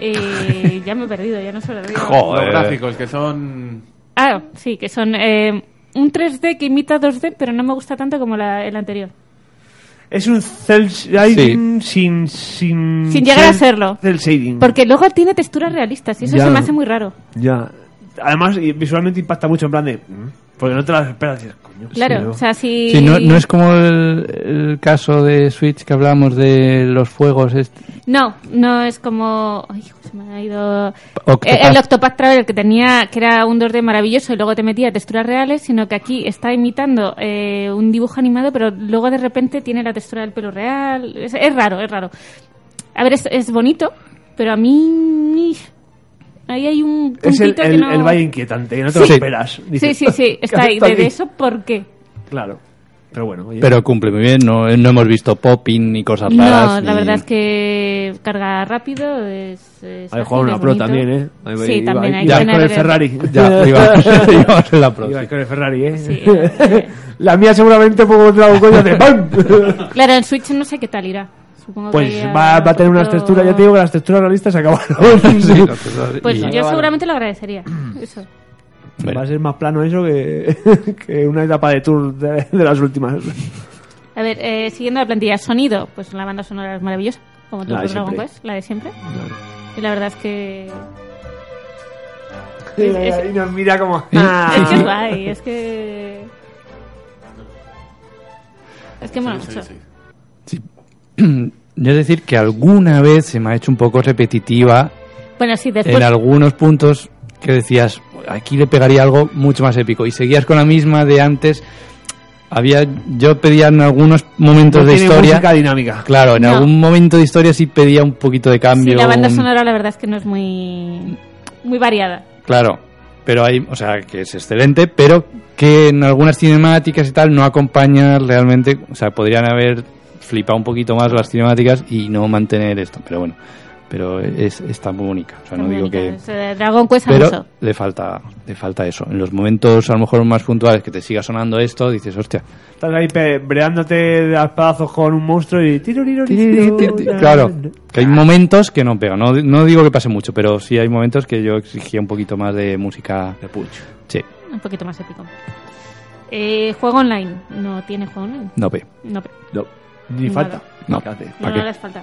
D: Eh, ya me he perdido, ya no se lo digo.
A: Los gráficos que son.
D: Ah, sí, que son eh, un 3D que imita 2D, pero no me gusta tanto como la- el anterior.
B: Es un cel shading sin, sin.
D: Sin llegar a
B: cel-
D: serlo.
B: Cel shading.
D: Porque luego tiene texturas realistas y eso
B: Mm. Ya.
D: se me hace muy raro.
B: Ya. Además, y visualmente impacta mucho en plan de. mm, Porque no te las esperas y dices, coño.
D: Claro, o sea, si...
C: Sí, no, no es como el, el caso de Switch que hablábamos de los fuegos. este-
D: No, no es como. Ay, hijo, se me ha ido.
C: Octopath.
D: Eh, El Octopath Traveler que tenía, que era un 2D maravilloso y luego te metía texturas reales, sino que aquí está imitando eh, un dibujo animado, pero luego de repente tiene la textura del pelo real. Es, es raro, es raro. A ver, es, es bonito, pero a mí. Ahí hay un puntito
B: Es el,
D: que
B: el,
D: no.
B: el valle inquietante, que no te lo
D: Sí.
B: esperas. Dices,
D: sí, sí, sí, está
B: ¿qué
D: ahí.
B: haces
D: ¿De
B: aquí?
D: de eso por qué?
B: Claro. Pero bueno, oye.
C: Pero cumple muy bien, no, no hemos visto popping ni cosas raras.
D: No, la
C: ni-
D: verdad es que carga rápido, es... es
C: Ahí
D: ágil,
C: jugaba una
D: es
C: pro
D: bonito.
C: también, ¿eh? Ahí va-
D: Sí,
C: iba-
D: también hay
C: ya
D: que
C: con
D: tener-
C: el Ferrari. Ya, íbamos- íbamos en la pro,
B: Ibas
C: sí.
B: con el Ferrari, ¿eh?
D: Sí.
B: la mía seguramente pongo otra coño de ¡pam!
D: Claro, en Switch no sé qué tal irá. Supongo
B: Pues
D: que irá
B: va, va a tener
D: un
B: unas
D: poquito-
B: texturas, ya te digo que las texturas realistas se acabaron.
D: Pues yo seguramente lo agradecería. Eso.
B: Va a ser más plano eso que, que una etapa de tour de, de las últimas.
D: A ver, eh, siguiendo la plantilla, sonido. Pues la banda sonora es maravillosa, como todo
B: La de
D: Dragon
B: siempre.
D: Quest, la de siempre. Y la verdad es que... es-
B: y nos mira como... "Ah,
D: Es que es guay, es que... Es que mola mucho.
C: Yo es decir que alguna vez se me ha hecho un poco repetitiva
D: Bueno, sí, después...
C: en algunos puntos que decías, aquí le pegaría algo mucho más épico. Y seguías con la misma de antes. Había, yo pedía en algunos momentos
B: No
C: de
B: tiene
C: historia.
B: música dinámica.
C: Claro, en
D: No.
C: algún momento de historia sí pedía un poquito de
D: Sí,
C: cambio.
D: la banda
C: un-
D: sonora la verdad es que no es muy... Muy variada.
C: Claro, pero hay, o sea, que es excelente, pero que en algunas cinemáticas y tal no acompaña realmente, o sea, podrían haber flipado un poquito más las cinemáticas y no mantener esto, pero bueno, pero es está muy bonita, o sea, no
D: muy
C: digo
D: bonita.
C: que
D: O sea, Dragon Quest
C: pero
D: abuso.
C: le falta le falta eso. En los momentos a lo mejor más puntuales que te siga sonando esto, dices, hostia,
B: Estás ahí pe- breándote de espadazos con un monstruo y... tiro, tiro, tiro,
C: claro, que hay momentos que no pega, no, no digo que pase mucho, pero sí hay momentos que yo exigía un poquito más de música de pucho. Sí,
D: Un poquito más épico. Eh, juego online. No tiene juego online.
C: no pe.
D: No, pe-
C: No.
B: Ni
D: No,
B: falta.
C: No.
B: ¿Qué haces?
D: no, no les falta.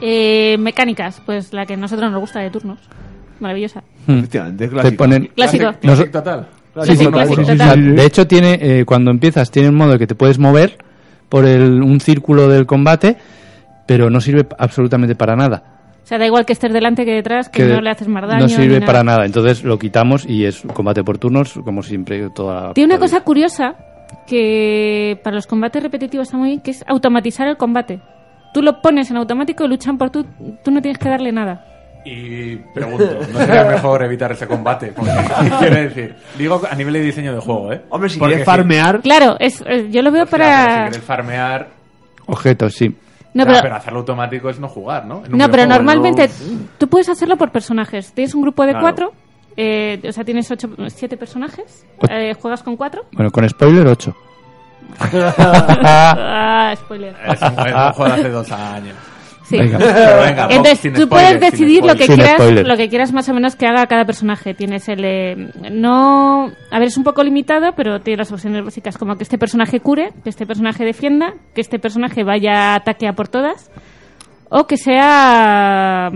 D: Eh, mecánicas. Pues la que a nosotros nos gusta de turnos. Maravillosa.
B: Efectivamente,
C: Te ponen...
D: Clásico.
C: Nos- Sí, sí,
D: clásico
C: sí, sí, sí.
D: total.
C: O sea, De hecho, tiene eh, cuando empiezas, tiene un modo que te puedes mover por el, un círculo del combate, pero no sirve absolutamente para nada.
D: O sea, da igual que estés delante que detrás, que, no le haces más daño.
C: No sirve
D: ni nada.
C: para nada. Entonces lo quitamos y es combate por turnos, como siempre. Toda
D: Tiene una
C: toda
D: cosa curiosa que para los combates repetitivos está muy bien, que es automatizar el combate. Tú lo pones en automático y luchan por tú. Tú no tienes que darle nada.
A: Y pregunto, ¿no sería mejor evitar ese combate? Porque, quiero decir, digo a nivel de diseño de juego, ¿eh?
B: Hombre, si
A: Porque
B: quieres farmear...
D: Claro, es, eh, yo lo veo
A: Claro,
D: para...
A: Pues si quieres farmear,
C: vida. Objetos, sí.
D: No,
A: ya,
D: pero-
A: pero, hacerlo automático es no jugar, ¿no? En un
D: No, pero
A: videojuego, ¿no?
D: normalmente tú puedes hacerlo por personajes. Tienes un grupo de
A: Claro.
D: cuatro, eh, o sea, tienes ocho, siete personajes,
A: Pues
C: Ocho.
D: eh, juegas con cuatro.
C: Bueno, con spoiler 8.
D: ah, spoiler.
A: Es un, es un juego de hace dos años.
D: Sí.
A: Venga. Pero venga, no,
D: Entonces,
A: sin
D: tú
A: spoiler,
D: puedes
A: sin
D: decidir lo
A: spoiler.
D: que,
A: Sin
D: quieras,
A: spoiler.
D: lo que quieras más o menos que haga cada personaje. Tienes el... eh, no... A ver, es un poco limitado, pero tiene las opciones básicas como que este personaje cure, que este personaje defienda, que este personaje vaya a ataque a por todas, o que sea mm,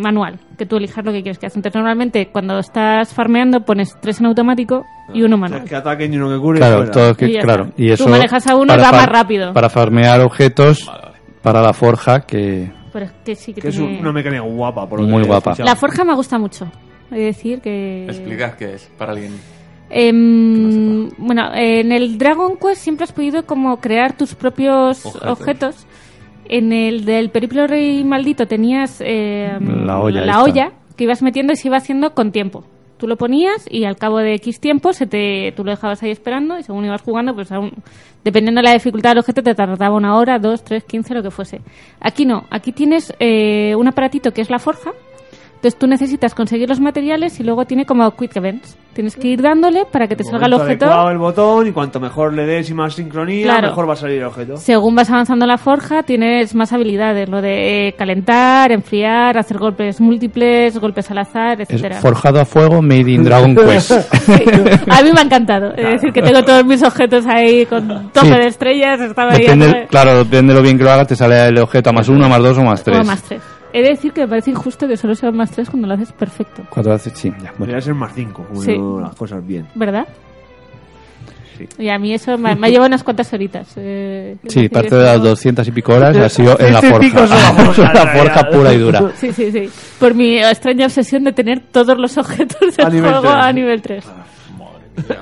D: manual, que tú elijas lo que quieres que haga. Entonces, normalmente cuando estás farmeando pones tres en automático y uno manual.
B: Que ataquen y uno que cure.
C: Claro,
B: fuera.
C: todo que-
D: Y ya
C: claro.
D: está.
C: Y
D: Tú
C: eso
D: manejas a uno y
C: para
D: va más
C: far-
D: rápido.
C: Para farmear objetos, para la forja, que
D: Pero es que sí que
B: Que es
D: tiene-
B: un- una mecánica guapa, por lo
C: Muy
B: que he
C: guapa.
B: escuchado.
D: La forja me gusta mucho. Es decir, que...
A: Explicad qué es para alguien.
D: Em, bueno, eh, en el Dragon Quest siempre has podido como crear tus propios
C: Objetos.
D: objetos. En el del Periplo Rey Maldito tenías em,
C: La olla
D: la
C: esta.
D: olla que ibas metiendo y se iba haciendo con tiempo. Tú lo ponías y al cabo de X tiempo se te, tú lo dejabas ahí esperando y según ibas jugando, pues aún, dependiendo de la dificultad del objeto, te tardaba una hora, dos, tres, quince, lo que fuese. Aquí no, aquí tienes eh, un aparatito que es la forja, entonces tú necesitas conseguir los materiales y luego tiene como quick events. Tienes que ir dándole para que te salga el
B: Momento
D: objeto.
B: adecuado el botón y cuanto mejor le des y más sincronía,
D: Claro.
B: mejor va a salir el objeto.
D: Según vas avanzando en la forja, tienes más habilidades, lo de eh, calentar, enfriar, hacer golpes múltiples, golpes al azar,
C: es
D: etcétera.
C: forjado a fuego made in Dragon Quest.
D: A mí me ha encantado, es decir, que tengo todos mis objetos ahí con tope
C: Sí.
D: de estrellas, estaba ahí a
C: Depende,
D: tope.
C: claro, depende de lo bien que lo hagas, te sale el objeto a más uno, a más dos o más tres.
D: O más tres. He de decir que me parece injusto que solo sean más tres cuando lo haces perfecto,
C: Cuatro haces, sí, ya, bueno.
B: Podría ser más 5,
D: Sí.
B: las cosas bien.
D: ¿verdad?
B: sí.
D: Y a mí eso me, me ha llevado unas cuantas horitas. eh,
C: Sí,
D: decir
C: parte de
D: esto.
C: las 200 y pico horas ha sido en la
D: Ciento y pico
C: forja.
D: es
C: la forja pura y dura.
D: Sí, sí, sí. Por mi extraña obsesión de tener todos los objetos del
B: A nivel
D: juego
B: tres.
D: a nivel 3.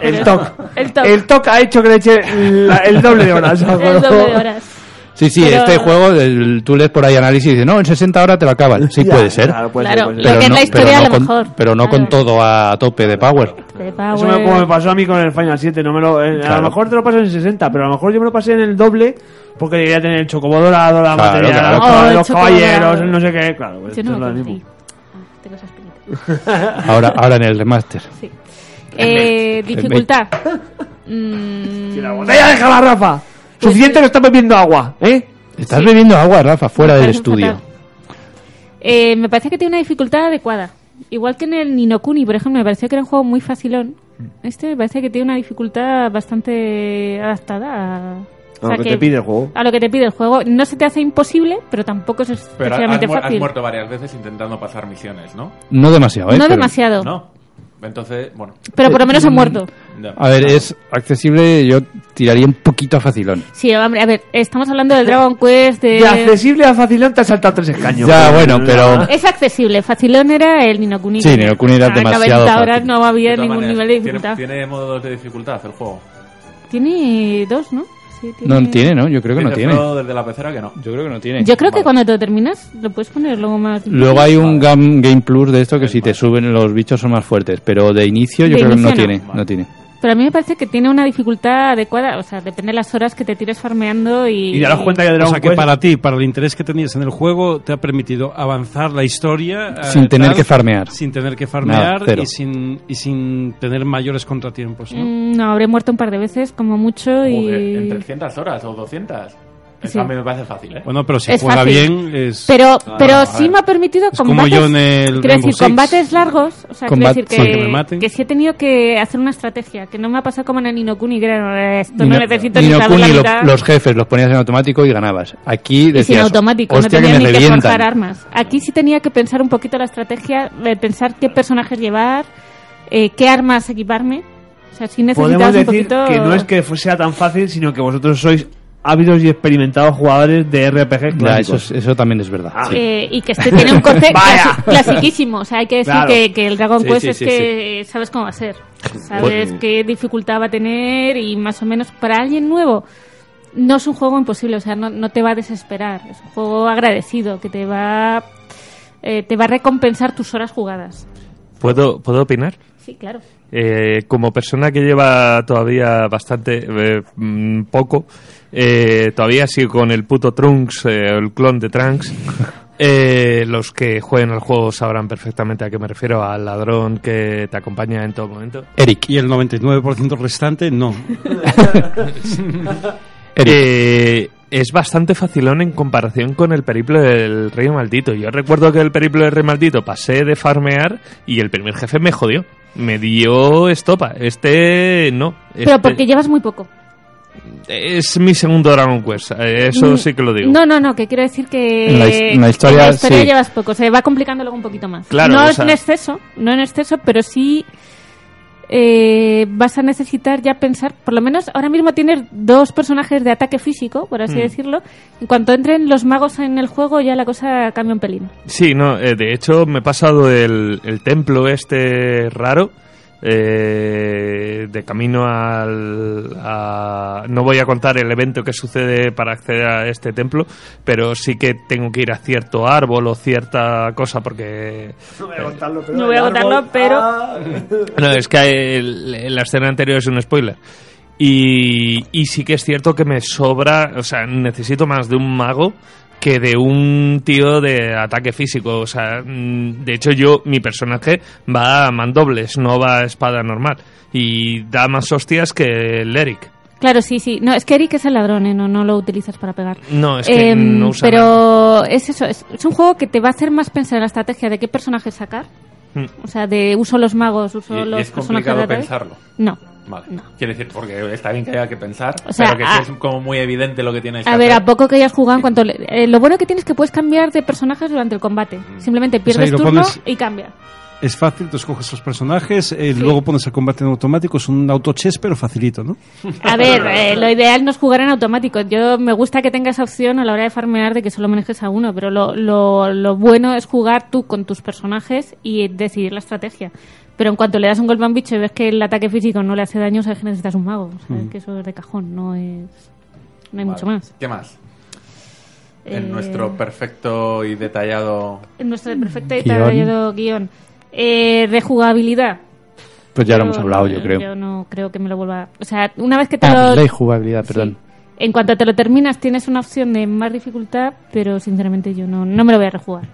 B: El TOC.
D: El TOC.
B: El TOC ha hecho que le eche la- el doble de horas. al
D: El
B: juego.
D: doble de horas.
C: Sí, sí,
D: Pero-
C: este juego, el- tú lees por ahí análisis y dices, no, en 60 horas te lo acaban. Sí,
B: Ya,
C: puede ser.
B: claro, puede
D: Claro, ser, puede ser. lo que es la
C: pero
D: historia a
C: no
D: lo
C: con-
D: mejor.
C: Pero no con todo a tope de power.
D: De
B: Eso me,
D: Power.
B: como me pasó a mí con el Final 7. No me lo, eh, A
C: Claro.
B: lo mejor te lo pasas en 60, pero a lo mejor yo me lo pasé en el doble porque llegué a tener el chocobo dorado, la
C: Claro,
B: materia,
C: claro.
B: los,
C: Oh, el
B: los
C: chocobo
B: caballeros,
C: dorado.
B: el no sé qué. Claro, pues
D: Yo
B: esto
D: no me
B: es lo
D: acuerdo,
B: mismo.
D: sí. Tengo esas pinitas.
C: Ahora, ahora en el remaster.
D: Sí. Eh,
C: Remake.
D: dificultad. Mm,
B: ¡La botella déjala, Rafa!
D: Pues
B: Suficiente que estás bebiendo agua, ¿eh?
C: Estás bebiendo agua, Rafa, fuera
D: Me
C: del
D: parece
C: estudio.
D: fatal. eh, me parece que tiene una dificultad adecuada. Igual que en el Ninokuni, por ejemplo, me pareció que era un juego muy facilón.
C: Mm.
D: Este me parece que tiene una dificultad bastante adaptada a,
B: A lo que te pide el juego.
D: A lo que te pide el juego. No se te hace imposible, pero tampoco es
A: Pero has,
D: especialmente
A: mu- has
D: fácil.
A: muerto varias veces intentando pasar misiones, ¿no?
C: No demasiado, ¿eh?
D: No
C: Pero-
D: demasiado.
A: No. Entonces, bueno.
D: Pero por lo menos ha muerto.
A: Ya.
C: A ver, es accesible, yo tiraría un poquito a facilón.
D: Sí, hombre, a ver, estamos hablando del Dragon Quest. De...
B: De accesible a facilón te has saltado tres escaños.
C: Ya, bueno, pero...
D: Es accesible. Facilón era el Ninokuni.
C: Sí, Ninokuni era
D: A
C: demasiado
D: 90 horas
C: fácil.
D: no había
A: De todas
D: ningún
A: maneras,
D: nivel de
A: tiene-
D: dificultad.
A: Tiene, modos de dificultad el juego.
D: Tiene, dos, ¿no? Sí,
C: No tiene, ¿no? Yo creo que no
A: Dice
C: tiene.
A: Frodo desde la pecera que no.
C: Yo creo que no tiene.
D: Yo creo que cuando te lo terminas, lo puedes poner luego más. difícil.
C: Luego hay un gam- Game Plus de esto que si te suben los bichos son más fuertes, pero de inicio yo
D: De
C: creo que no,
D: inicio no.
C: tiene, no tiene.
D: Pero a mí me parece que tiene una dificultad adecuada. O sea, depende de las horas que te tires farmeando y.
E: Y darás cuenta
B: que
E: O
B: Dragon
E: sea, que
B: Quest-
E: para ti, para el interés que tenías en el juego, te ha permitido avanzar la historia. eh,
C: Sin tener que farmear.
E: Sin tener que farmear
C: Nada, cero.
E: y, sin, y sin tener mayores contratiempos. ¿no?
D: Mm, No, habré muerto un par de veces, como mucho.
A: Joder,
D: y...
A: en 300 horas o 200. El
D: Sí.
A: cambio me parece fácil, ¿eh?
E: Bueno, pero si
D: Es
E: juega
D: fácil.
E: bien, es.
D: Pero,
E: Ah,
D: pero
E: a
D: sí
E: ver.
D: me ha permitido
E: Es como
D: combates.
E: yo en el
D: quiero
E: Rainbow
D: decir,
E: Six.
D: combates largos. O sea,
C: Combat-
D: quiero
C: sí,
D: decir
C: que me
D: que,
C: maten.
D: que sí he tenido que hacer una estrategia. Que no me ha pasado como en el Ninokuni, que era, "Eh, esto no,
C: Ni-
D: necesito
C: ni
D: ni
C: no
D: saber la
C: Kuni, lo-
D: mitad".
C: los jefes los ponías en automático y ganabas. Aquí
D: y sin
C: decías,
D: automático, no
C: hostia
D: tenía
C: que me
D: ni que forjar
C: revientan.
D: armas. Aquí sí tenía que pensar un poquito la estrategia, eh, pensar qué personajes llevar, eh, qué armas equiparme. O sea, sí
B: Podemos
D: necesitabas
B: decir
D: un poquito...
B: que no es que fu- sea tan fácil, sino que vosotros sois ávidos y experimentados jugadores de RPG
C: Ya, eso,
B: clásicos.
C: es- eso también es verdad. sí.
D: Eh, y que este tiene un corte clasi- clasiquísimo. O sea, hay que decir
C: Claro.
D: que, que el Dragon
C: Sí,
D: Quest
C: sí,
D: es
C: sí, Pues
D: que sabes cómo va a ser. Sabes qué dificultad va a tener y más o menos para alguien nuevo no es un juego imposible. O sea, no, no te va a desesperar. Es un juego agradecido que te va, eh, te va a recompensar tus horas jugadas.
F: ¿Puedo, ¿Puedo opinar?
D: Sí, claro.
F: Eh, como persona que lleva todavía bastante eh, mm, poco, eh, todavía sigo con el puto Trunks, eh, el clon de Trunks. Eh, los que jueguen al juego sabrán perfectamente a qué me refiero, al ladrón que te acompaña en todo momento.
C: Eric.
E: Y el 99% restante, no.
F: Eh, es bastante facilón en comparación con el periplo del Rey Maldito. Yo recuerdo que el periplo del Rey Maldito pasé de farmear y el primer jefe me jodió. Me dio estopa. Este no.
D: Pero
F: Este-
D: porque llevas muy poco.
F: Es mi segundo Dragon Quest, eh, eso
D: Mm,
F: sí que lo digo.
D: No, no, no, que quiero decir que
F: En la his- en la
D: que
F: historia, sí.
D: llevas poco, se va complicando luego un poquito más.
F: Claro,
D: no
F: o
D: es
F: sea-
D: en exceso, no en exceso, pero sí eh, vas a necesitar ya pensar, por lo menos ahora mismo tienes dos personajes de ataque físico, por así
F: Mm.
D: decirlo. En cuanto entren los magos en el juego ya la cosa cambia un pelín.
F: Sí, no, eh, de hecho me he pasado el, el templo este raro eh, de camino al... a- no voy a contar el evento que sucede para acceder a este templo, pero sí que tengo que ir a cierto árbol o cierta cosa porque...
B: No voy a contarlo,
D: No voy a contarlo, pero...
F: No, es que el- la escena anterior es un spoiler. Y, y sí que es cierto que me sobra, o sea, necesito más de un mago que de un tío de ataque físico. O sea, mm, de hecho yo, mi personaje va a mandobles, no va a espada normal. Y da más hostias que el Eric.
D: Claro, sí, sí. No, es que Eric es el ladrón, ¿eh? no, no lo utilizas para pegar.
F: No, es que
D: Em,
F: no usa
D: Pero es eso, es, es un juego que te va a hacer más pensar en la estrategia de qué personaje sacar.
F: Mm.
D: O sea, de uso los magos, uso
A: Y- y
D: los
A: es
D: personajes
A: complicado
D: de ataque.
A: pensarlo.
D: No.
A: Vale. Quiere decir, porque está bien que haya que pensar,
D: O sea,
A: pero que
D: a-
A: sí es como muy evidente lo que tienes
D: A
A: que
D: ver,
A: hacer.
D: ¿a poco que hayas jugado en cuanto... le-
A: Mm.
D: eh, lo bueno que tienes es que puedes cambiar de personajes durante el combate. Simplemente
E: sea,
D: pierdes
E: y lo
D: turno
E: pones-
D: y cambia.
E: Es fácil, tú escoges los personajes, eh,
D: Sí.
E: luego pones el combate en automático, es un autochess pero facilito, ¿no?
D: A ver, eh, lo ideal no es jugar en automático. Yo me gusta que tengas opción a la hora de farmear de que solo manejes a uno, pero lo, lo, lo bueno es jugar tú con tus personajes y decidir la estrategia. Pero en cuanto le das un golpe a un bicho y ves que el ataque físico no le hace daño, sabes que necesitas un mago. Sabes
A: Ujú.
D: que eso es de cajón, no es. No hay
A: Vale.
D: mucho más.
A: ¿Qué más?
D: Eh,
A: En nuestro perfecto y detallado.
D: En nuestro perfecto y
A: Guión.
D: detallado guión. Eh, rejugabilidad.
C: Pues ya lo hemos hablado, yo creo.
D: Yo no creo que me lo vuelva. O sea, una vez que te
C: Ah,
D: lo.
C: ley jugabilidad, perdón.
D: En cuanto te lo terminas, tienes una opción de más dificultad, pero sinceramente yo no, no me lo voy a rejugar.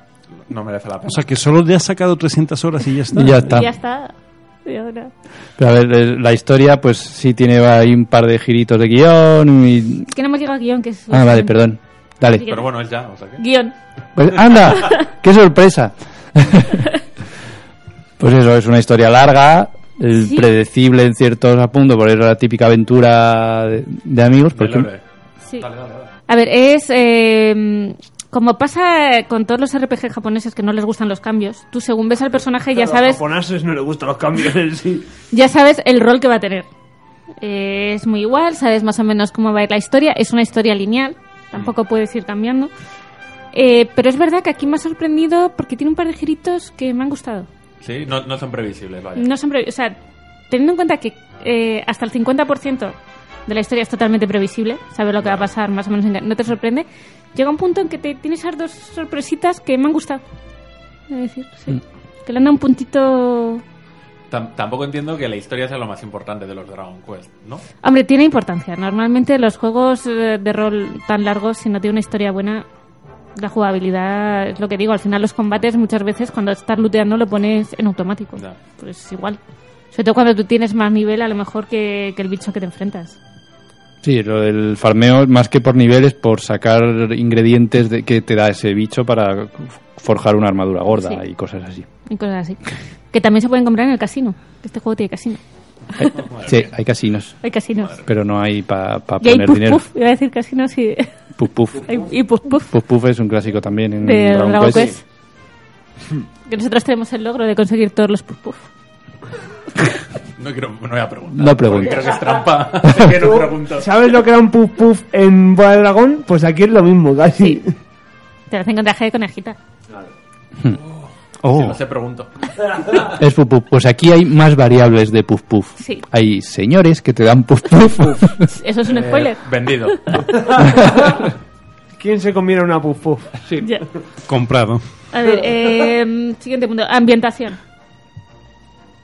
A: No merece la pena.
E: O sea que solo le has sacado 300 horas y ya está.
C: Y ya está.
D: Ya está. Y ahora-
C: Pero a ver, eh, la historia, pues sí tiene ahí un par de giritos de guión y...
D: Es que no me llega guión, que es.
C: Ah, vale, perdón. Dale.
A: Pero bueno, es ya, o sea que.
D: Guión.
C: Pues anda, qué sorpresa. pues eso, es una historia larga, eh,
D: Sí.
C: predecible en ciertos apuntos, por eso la típica aventura de, de amigos. Por ejemplo.
D: Sí. A ver, es. eh, como pasa con todos los RPG japoneses que no les gustan los cambios, tú según ves al personaje ya
B: A
D: sabes
B: los japoneses no les gustan los cambios en sí.
D: ya sabes el rol que va a tener. Eh, es muy igual, sabes más o menos cómo va a ir la historia. Es una historia lineal, tampoco puedes ir cambiando. Eh, pero es verdad que aquí me ha sorprendido porque tiene un par de giritos que me han gustado.
A: Sí, no, no son previsibles, vaya.
D: No son previ- o sea, teniendo en cuenta que eh, hasta el 50% de la historia es totalmente previsible, sabes lo que va a pasar, más o menos en- no te sorprende, llega un punto en que te tienes esas dos sorpresitas que me han gustado. Es decir, sí. Que le han dado un puntito...
A: Tam- tampoco entiendo que la historia sea lo más importante de los Dragon Quest, ¿no?
D: Hombre, tiene importancia. Normalmente los juegos eh, de rol tan largos, si no tiene una historia buena, la jugabilidad es lo que digo. Al final los combates muchas veces cuando estás looteando lo pones en automático. Pues igual. Sobre todo cuando tú tienes más nivel a lo mejor que, que el bicho que te enfrentas.
C: Sí, lo del farmeo, más que por niveles, por sacar ingredientes de, que te da ese bicho para forjar una armadura gorda
D: Sí.
C: y cosas así.
D: Y cosas así. Que también se pueden comprar en el casino. que Este juego tiene casino.
C: Sí, hay casinos,
D: Hay casinos.
C: pero no hay para
D: y hay
C: poner
D: puff
C: dinero.
D: puff. Iba a decir casino, sí.
C: Puff puff.
D: Hay- y puff puff.
C: Puff puff es un clásico también en
D: De
C: Dragon,
D: Dragon
C: Quest.
D: Quest. Que nosotros tenemos el logro de conseguir todos los puff puff.
A: No, quiero, no voy a preguntar.
C: No pregunto.
A: porque Creo que es trampa. así que no pregunto.
B: ¿Sabes lo que era un puff puff en Bola de Dragón? Pues aquí es lo mismo, casi.
D: Te lo hacen con traje de conejita.
C: Oh.
A: Si no se pregunto.
C: Es puff puff. Pues aquí hay más variables de puff puff.
D: Sí.
C: Hay señores que te dan puff puff.
D: Eso es un
B: Eh,
D: spoiler.
A: vendido.
B: ¿Quién se comiera una puff puff? Sí.
D: Ya.
E: Comprado.
D: A ver, eh, siguiente punto. Ambientación.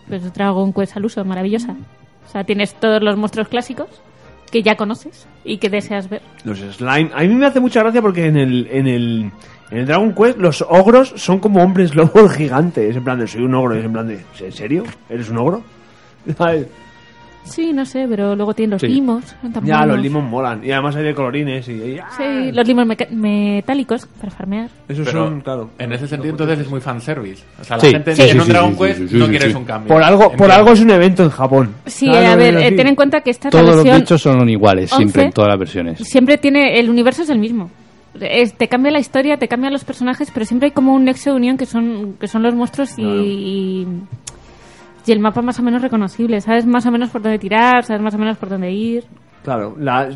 D: Pues Dragon Quest al uso, maravillosa. O sea, tienes todos los monstruos clásicos que ya conoces y que deseas ver.
B: Los slime. A mí me hace mucha gracia porque en el, en el, en el Dragon Quest los ogros son como hombres lobos gigantes. En plan de, soy un ogro. Y es en plan de, ¿en serio? ¿Eres un ogro? ¿Sabes?
D: Sí, no sé, pero luego tienes los
B: Sí.
D: limos. Tan
B: ya, los
D: monos.
B: limos molan. Y además hay de colorines. Y, y-
D: Sí, los limos meca- metálicos para farmear.
B: Esos
A: Pero
B: son, claro.
A: En ese sentido, entonces es muy fanservice. O sea, la
B: Sí.
A: gente
B: Sí.
A: en
B: Sí,
A: un
B: sí,
A: Dragon
B: sí,
A: Quest
B: sí, sí,
A: no
B: sí,
A: quieres
B: sí.
A: un cambio.
B: Por algo, por
A: Entiendo.
B: algo es un evento en Japón.
D: Sí,
B: Claro,
D: a ver,
B: es
D: eh,
B: así.
D: ten en cuenta que esta es la
C: Todos los
D: versión
C: bichos son iguales, siempre,
D: 11.
C: en todas las versiones.
D: Siempre tiene. El universo es el mismo. Es- te cambia la historia, te cambian los personajes, pero siempre hay como un nexo de unión que son, que son los monstruos y, y. y el mapa más o menos reconocible. Sabes más o menos por dónde tirar, sabes más o menos por dónde ir.
B: Claro, la-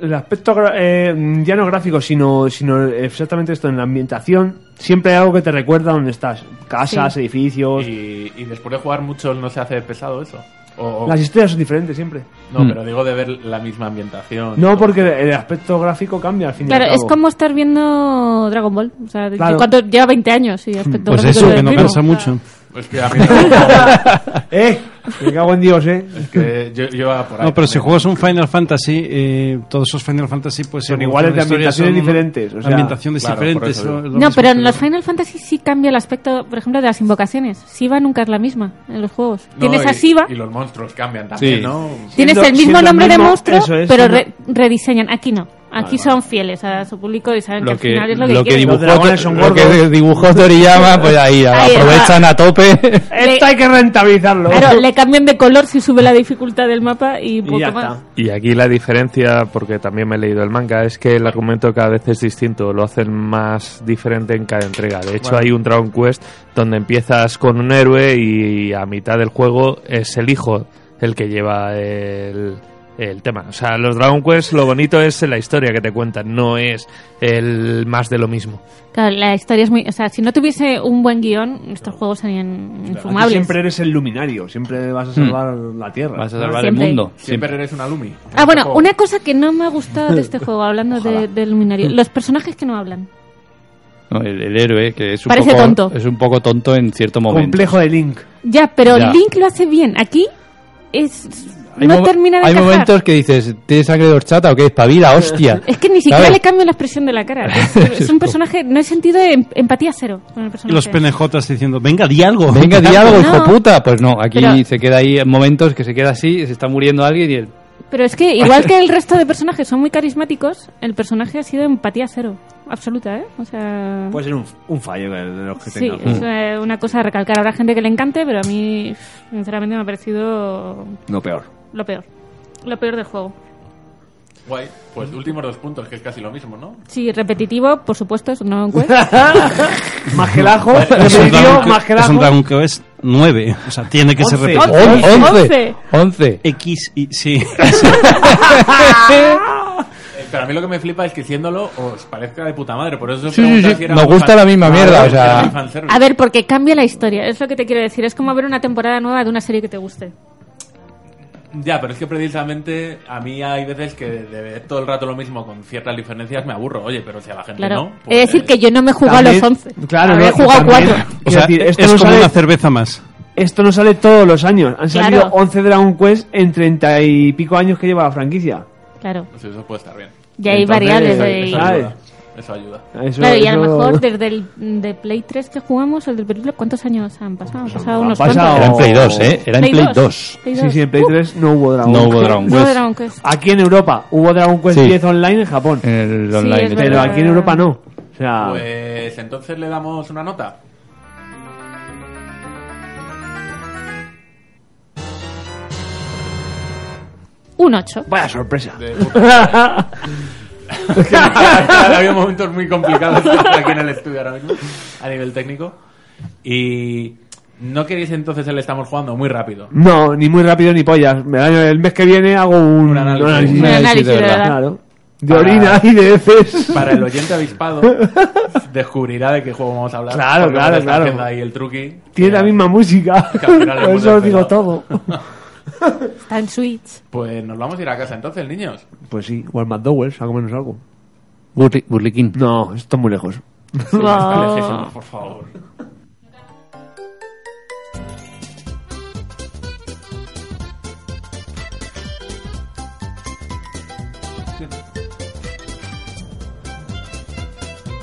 B: el aspecto gra- eh, ya no gráfico, sino, sino exactamente esto, en la ambientación, siempre hay algo que te recuerda dónde estás. Casas,
A: Sí.
B: edificios.
A: Y, y después de jugar mucho, ¿no se hace pesado eso? O- o-
B: Las historias son diferentes siempre.
A: No,
N: Hmm.
A: pero digo de ver la misma ambientación.
B: No, porque el aspecto gráfico cambia al fin
D: Claro,
B: y al
D: es
B: cabo.
D: como estar viendo Dragon Ball. O sea,
B: Claro.
D: ¿cuánto- lleva 20 años y aspecto
E: Pues
D: gráfico
E: eso,
D: es
E: que
D: el
E: no
D: mismo.
E: cansa mucho.
A: Es que a mí no-
B: ¡Eh! Me cago en Dios, ¿eh?
A: Es que yo, yo iba
D: Ah.
A: por ahí.
E: No, pero si
A: también.
E: juegas un Final Fantasy, eh, todos esos Final Fantasy pues
B: Son
E: evolucionan
B: iguales de
E: la historia,
B: ambientaciones
E: son
B: diferentes, o sea.
E: ambientaciones
B: Claro, por
E: diferentes.
B: eso digo.
E: lo- lo
D: No,
E: mismo
D: pero
E: que-
D: en los Final Fantasy sí cambia el aspecto, por ejemplo, de las invocaciones. Siva nunca es la misma en los juegos.
A: No,
D: Tienes
A: y-
D: a Siva,
A: Y los monstruos cambian también,
C: Sí.
A: ¿no?
D: tienes
B: Siendo-
D: el mismo
B: siendo el
D: nombre
B: mismo-
D: de monstruo,
B: eso es,
D: pero
B: siendo-
D: re- rediseñan. Aquí no. Aquí son fieles a su público y saben
C: Lo
D: que,
C: que-
D: al final es lo que
C: lo que
D: quieren.
C: dibujó- Los dragones son lo que gordos. dibujó Toriyama, pues ahí, aprovechan a tope. Esto
B: hay que rentabilizarlo.
D: Claro, le cambian de color si sube la dificultad del mapa y poco
F: ya
D: más.
F: Y aquí la diferencia, porque también me he leído el manga, es que el argumento cada vez es distinto, lo hacen más diferente en cada entrega. De hecho,
N: Bueno.
F: hay un Dragon Quest donde empiezas con un héroe y a mitad del juego es el hijo el que lleva el, el tema. O sea, los Dragon Quest lo bonito es la historia que te cuentan, no es el más de lo mismo.
D: Claro, la historia es muy... O sea, si no tuviese un buen guión, estos juegos serían
B: Aquí
D: infumables.
B: siempre eres el luminario, siempre vas a salvar la Tierra.
A: Vas
D: Hmm. a salvar el Siempre. mundo.
A: Siempre eres una Lumi.
D: Ah, bueno, una cosa que no me ha gustado de este juego, hablando de, de Luminario, los personajes que no hablan.
N: No, el, el héroe, que es un,
D: Parece
N: poco,
D: tonto.
N: es un poco tonto en cierto momento.
B: Complejo de Link.
D: Ya, pero
N: Ya.
D: Link lo hace bien. Aquí es...
N: Hay
D: no
N: mom-
D: termina de
N: Hay
D: encajar.
N: momentos que dices, ¿tienes sangre de horchata o qué? Espabila, hostia.
D: Es que ni siquiera
N: ¿Sabes?
D: le cambio la expresión de la cara. Es, es un personaje... No he sentido em- empatía cero con el
E: Y
D: personaje.
E: los penejotas diciendo, venga, di algo.
N: Venga, di algo, hijo
D: No.
N: puta. Pues no, aquí
D: Pero-
N: se queda ahí en momentos que se queda así, se está muriendo alguien y el...
D: Pero es que, igual que el resto de personajes son muy carismáticos, el personaje ha sido empatía cero. Absoluta, ¿eh? O sea...
B: Puede ser un, un fallo de de los que
D: Sí,
B: tenga.
D: es eh, una cosa a recalcar. Habrá gente que le encante, pero a mí, sinceramente, me ha parecido
B: No peor.
D: lo peor. Lo peor del juego.
A: Guay. Pues últimos dos puntos, que es casi lo mismo, ¿no?
D: Sí, repetitivo, por supuesto, eso no encuentro.
B: Pues, Más que el ajo,
E: Es un
B: repetitivo,
E: Dragon
B: más
E: Quest-
B: que el
E: es un
B: ajo.
E: Dragon Quest 9. O sea, tiene que ser
B: Once.
E: repetido.
B: Once.
D: Once.
N: 11.
E: X y sí.
A: Eh, Pero a mí lo que me flipa es que siéndolo os parezca de puta madre. Por eso
N: Sí,
A: preguntaba
N: sí, sí.
A: si era
N: Nos
A: muy
N: gusta
A: fan-
N: la misma
A: Ah,
N: mierda,
A: vale,
N: o sea-
A: era muy fanservice.
D: A ver, porque cambia la historia, es lo que te quiero decir. Es como ver una temporada nueva de una serie que te guste.
A: Ya, pero es que precisamente a mí hay veces que de ver todo el rato lo mismo con ciertas diferencias me aburro. Oye, pero si a la gente
D: Claro.
A: no. pues
D: es decir, que yo no me he jugado
B: También-
D: los 11.
B: Claro,
D: Habré
B: no,
D: jugado
B: también-
D: 4.
E: O
B: O
E: sea,
B: sea, decir, esto
E: es
B: no
E: como
B: sale-
E: una cerveza más.
B: Esto no sale todos los años. Han salido
D: Claro.
B: 11 Dragon Quest en 30 y pico años que lleva la franquicia.
D: Claro.
A: Pues eso puede estar bien.
D: Y hay
B: Entonces,
D: variables de...
A: Eso ayuda. Eso ayuda.
B: Eso-
D: claro, y a lo
B: eso-
D: mejor desde el de Play 3 que jugamos, el del película, ¿cuántos años han pasado? Han pasado unos
B: pasado-
D: cuantos.
N: Era en Play 2, ¿eh? Era en Play 2.
D: Play
B: Sí, sí, en Play 3 no hubo Dragon
N: No
B: Quest.
N: hubo Dragon
D: No Quest. hubo Dragon Quest.
B: Aquí en Europa hubo Dragon Quest
N: Sí.
B: 10 online en Japón.
C: Eh,
N: El
D: online, es
B: pero
D: verdad.
B: aquí en Europa no. O sea,
A: Pues entonces le damos una nota.
D: Un 8.
B: vaya sorpresa.
A: De puta madre. Había momentos muy complicados aquí en el estudio ahora mismo, a nivel técnico. Y no queréis entonces el estamos jugando muy rápido.
B: No, ni muy rápido ni pollas. Me da- El mes que viene hago un,
A: Un análisis.
B: un
A: Un
D: análisis de verdad.
B: Claro. De
A: Para-
B: orina y de heces.
A: Para el oyente avispado, descubrirá de qué juego vamos a hablar.
B: Claro,
A: porque
B: claro,
A: nos está
B: claro.
A: haciendo ahí el truqui. Eh,
B: Tiene la misma música.
A: Que al final
B: Por
A: hemos
B: eso os digo
A: desvelado.
B: todo.
D: Está en Switch.
A: Pues nos vamos a ir a casa entonces, niños.
B: Pues sí, o al McDowell's, a comernos algo.
N: Burli- Burliquín.
B: No, esto es muy lejos.
A: Sí, está
D: Wow.
A: lejísimo, por favor.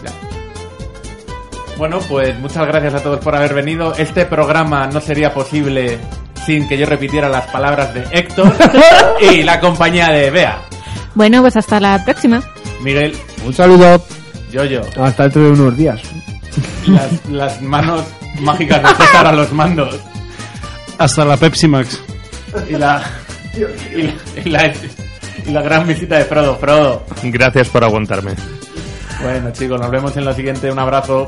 A: Ya. Bueno, pues muchas gracias a todos por haber venido. Este programa no sería posible sin que yo repitiera las palabras de Héctor y la compañía de Bea,
D: Bueno, pues hasta la próxima.
A: Miguel,
N: Un saludo.
A: Yoyo,
B: Hasta dentro de unos días.
A: las, las manos mágicas de César a los mandos.
E: Hasta la Pepsi Max.
A: Y la, y la, y la- y la gran visita de Frodo. Frodo.
F: Gracias por aguantarme.
A: Bueno, chicos, nos vemos en la siguiente. Un abrazo.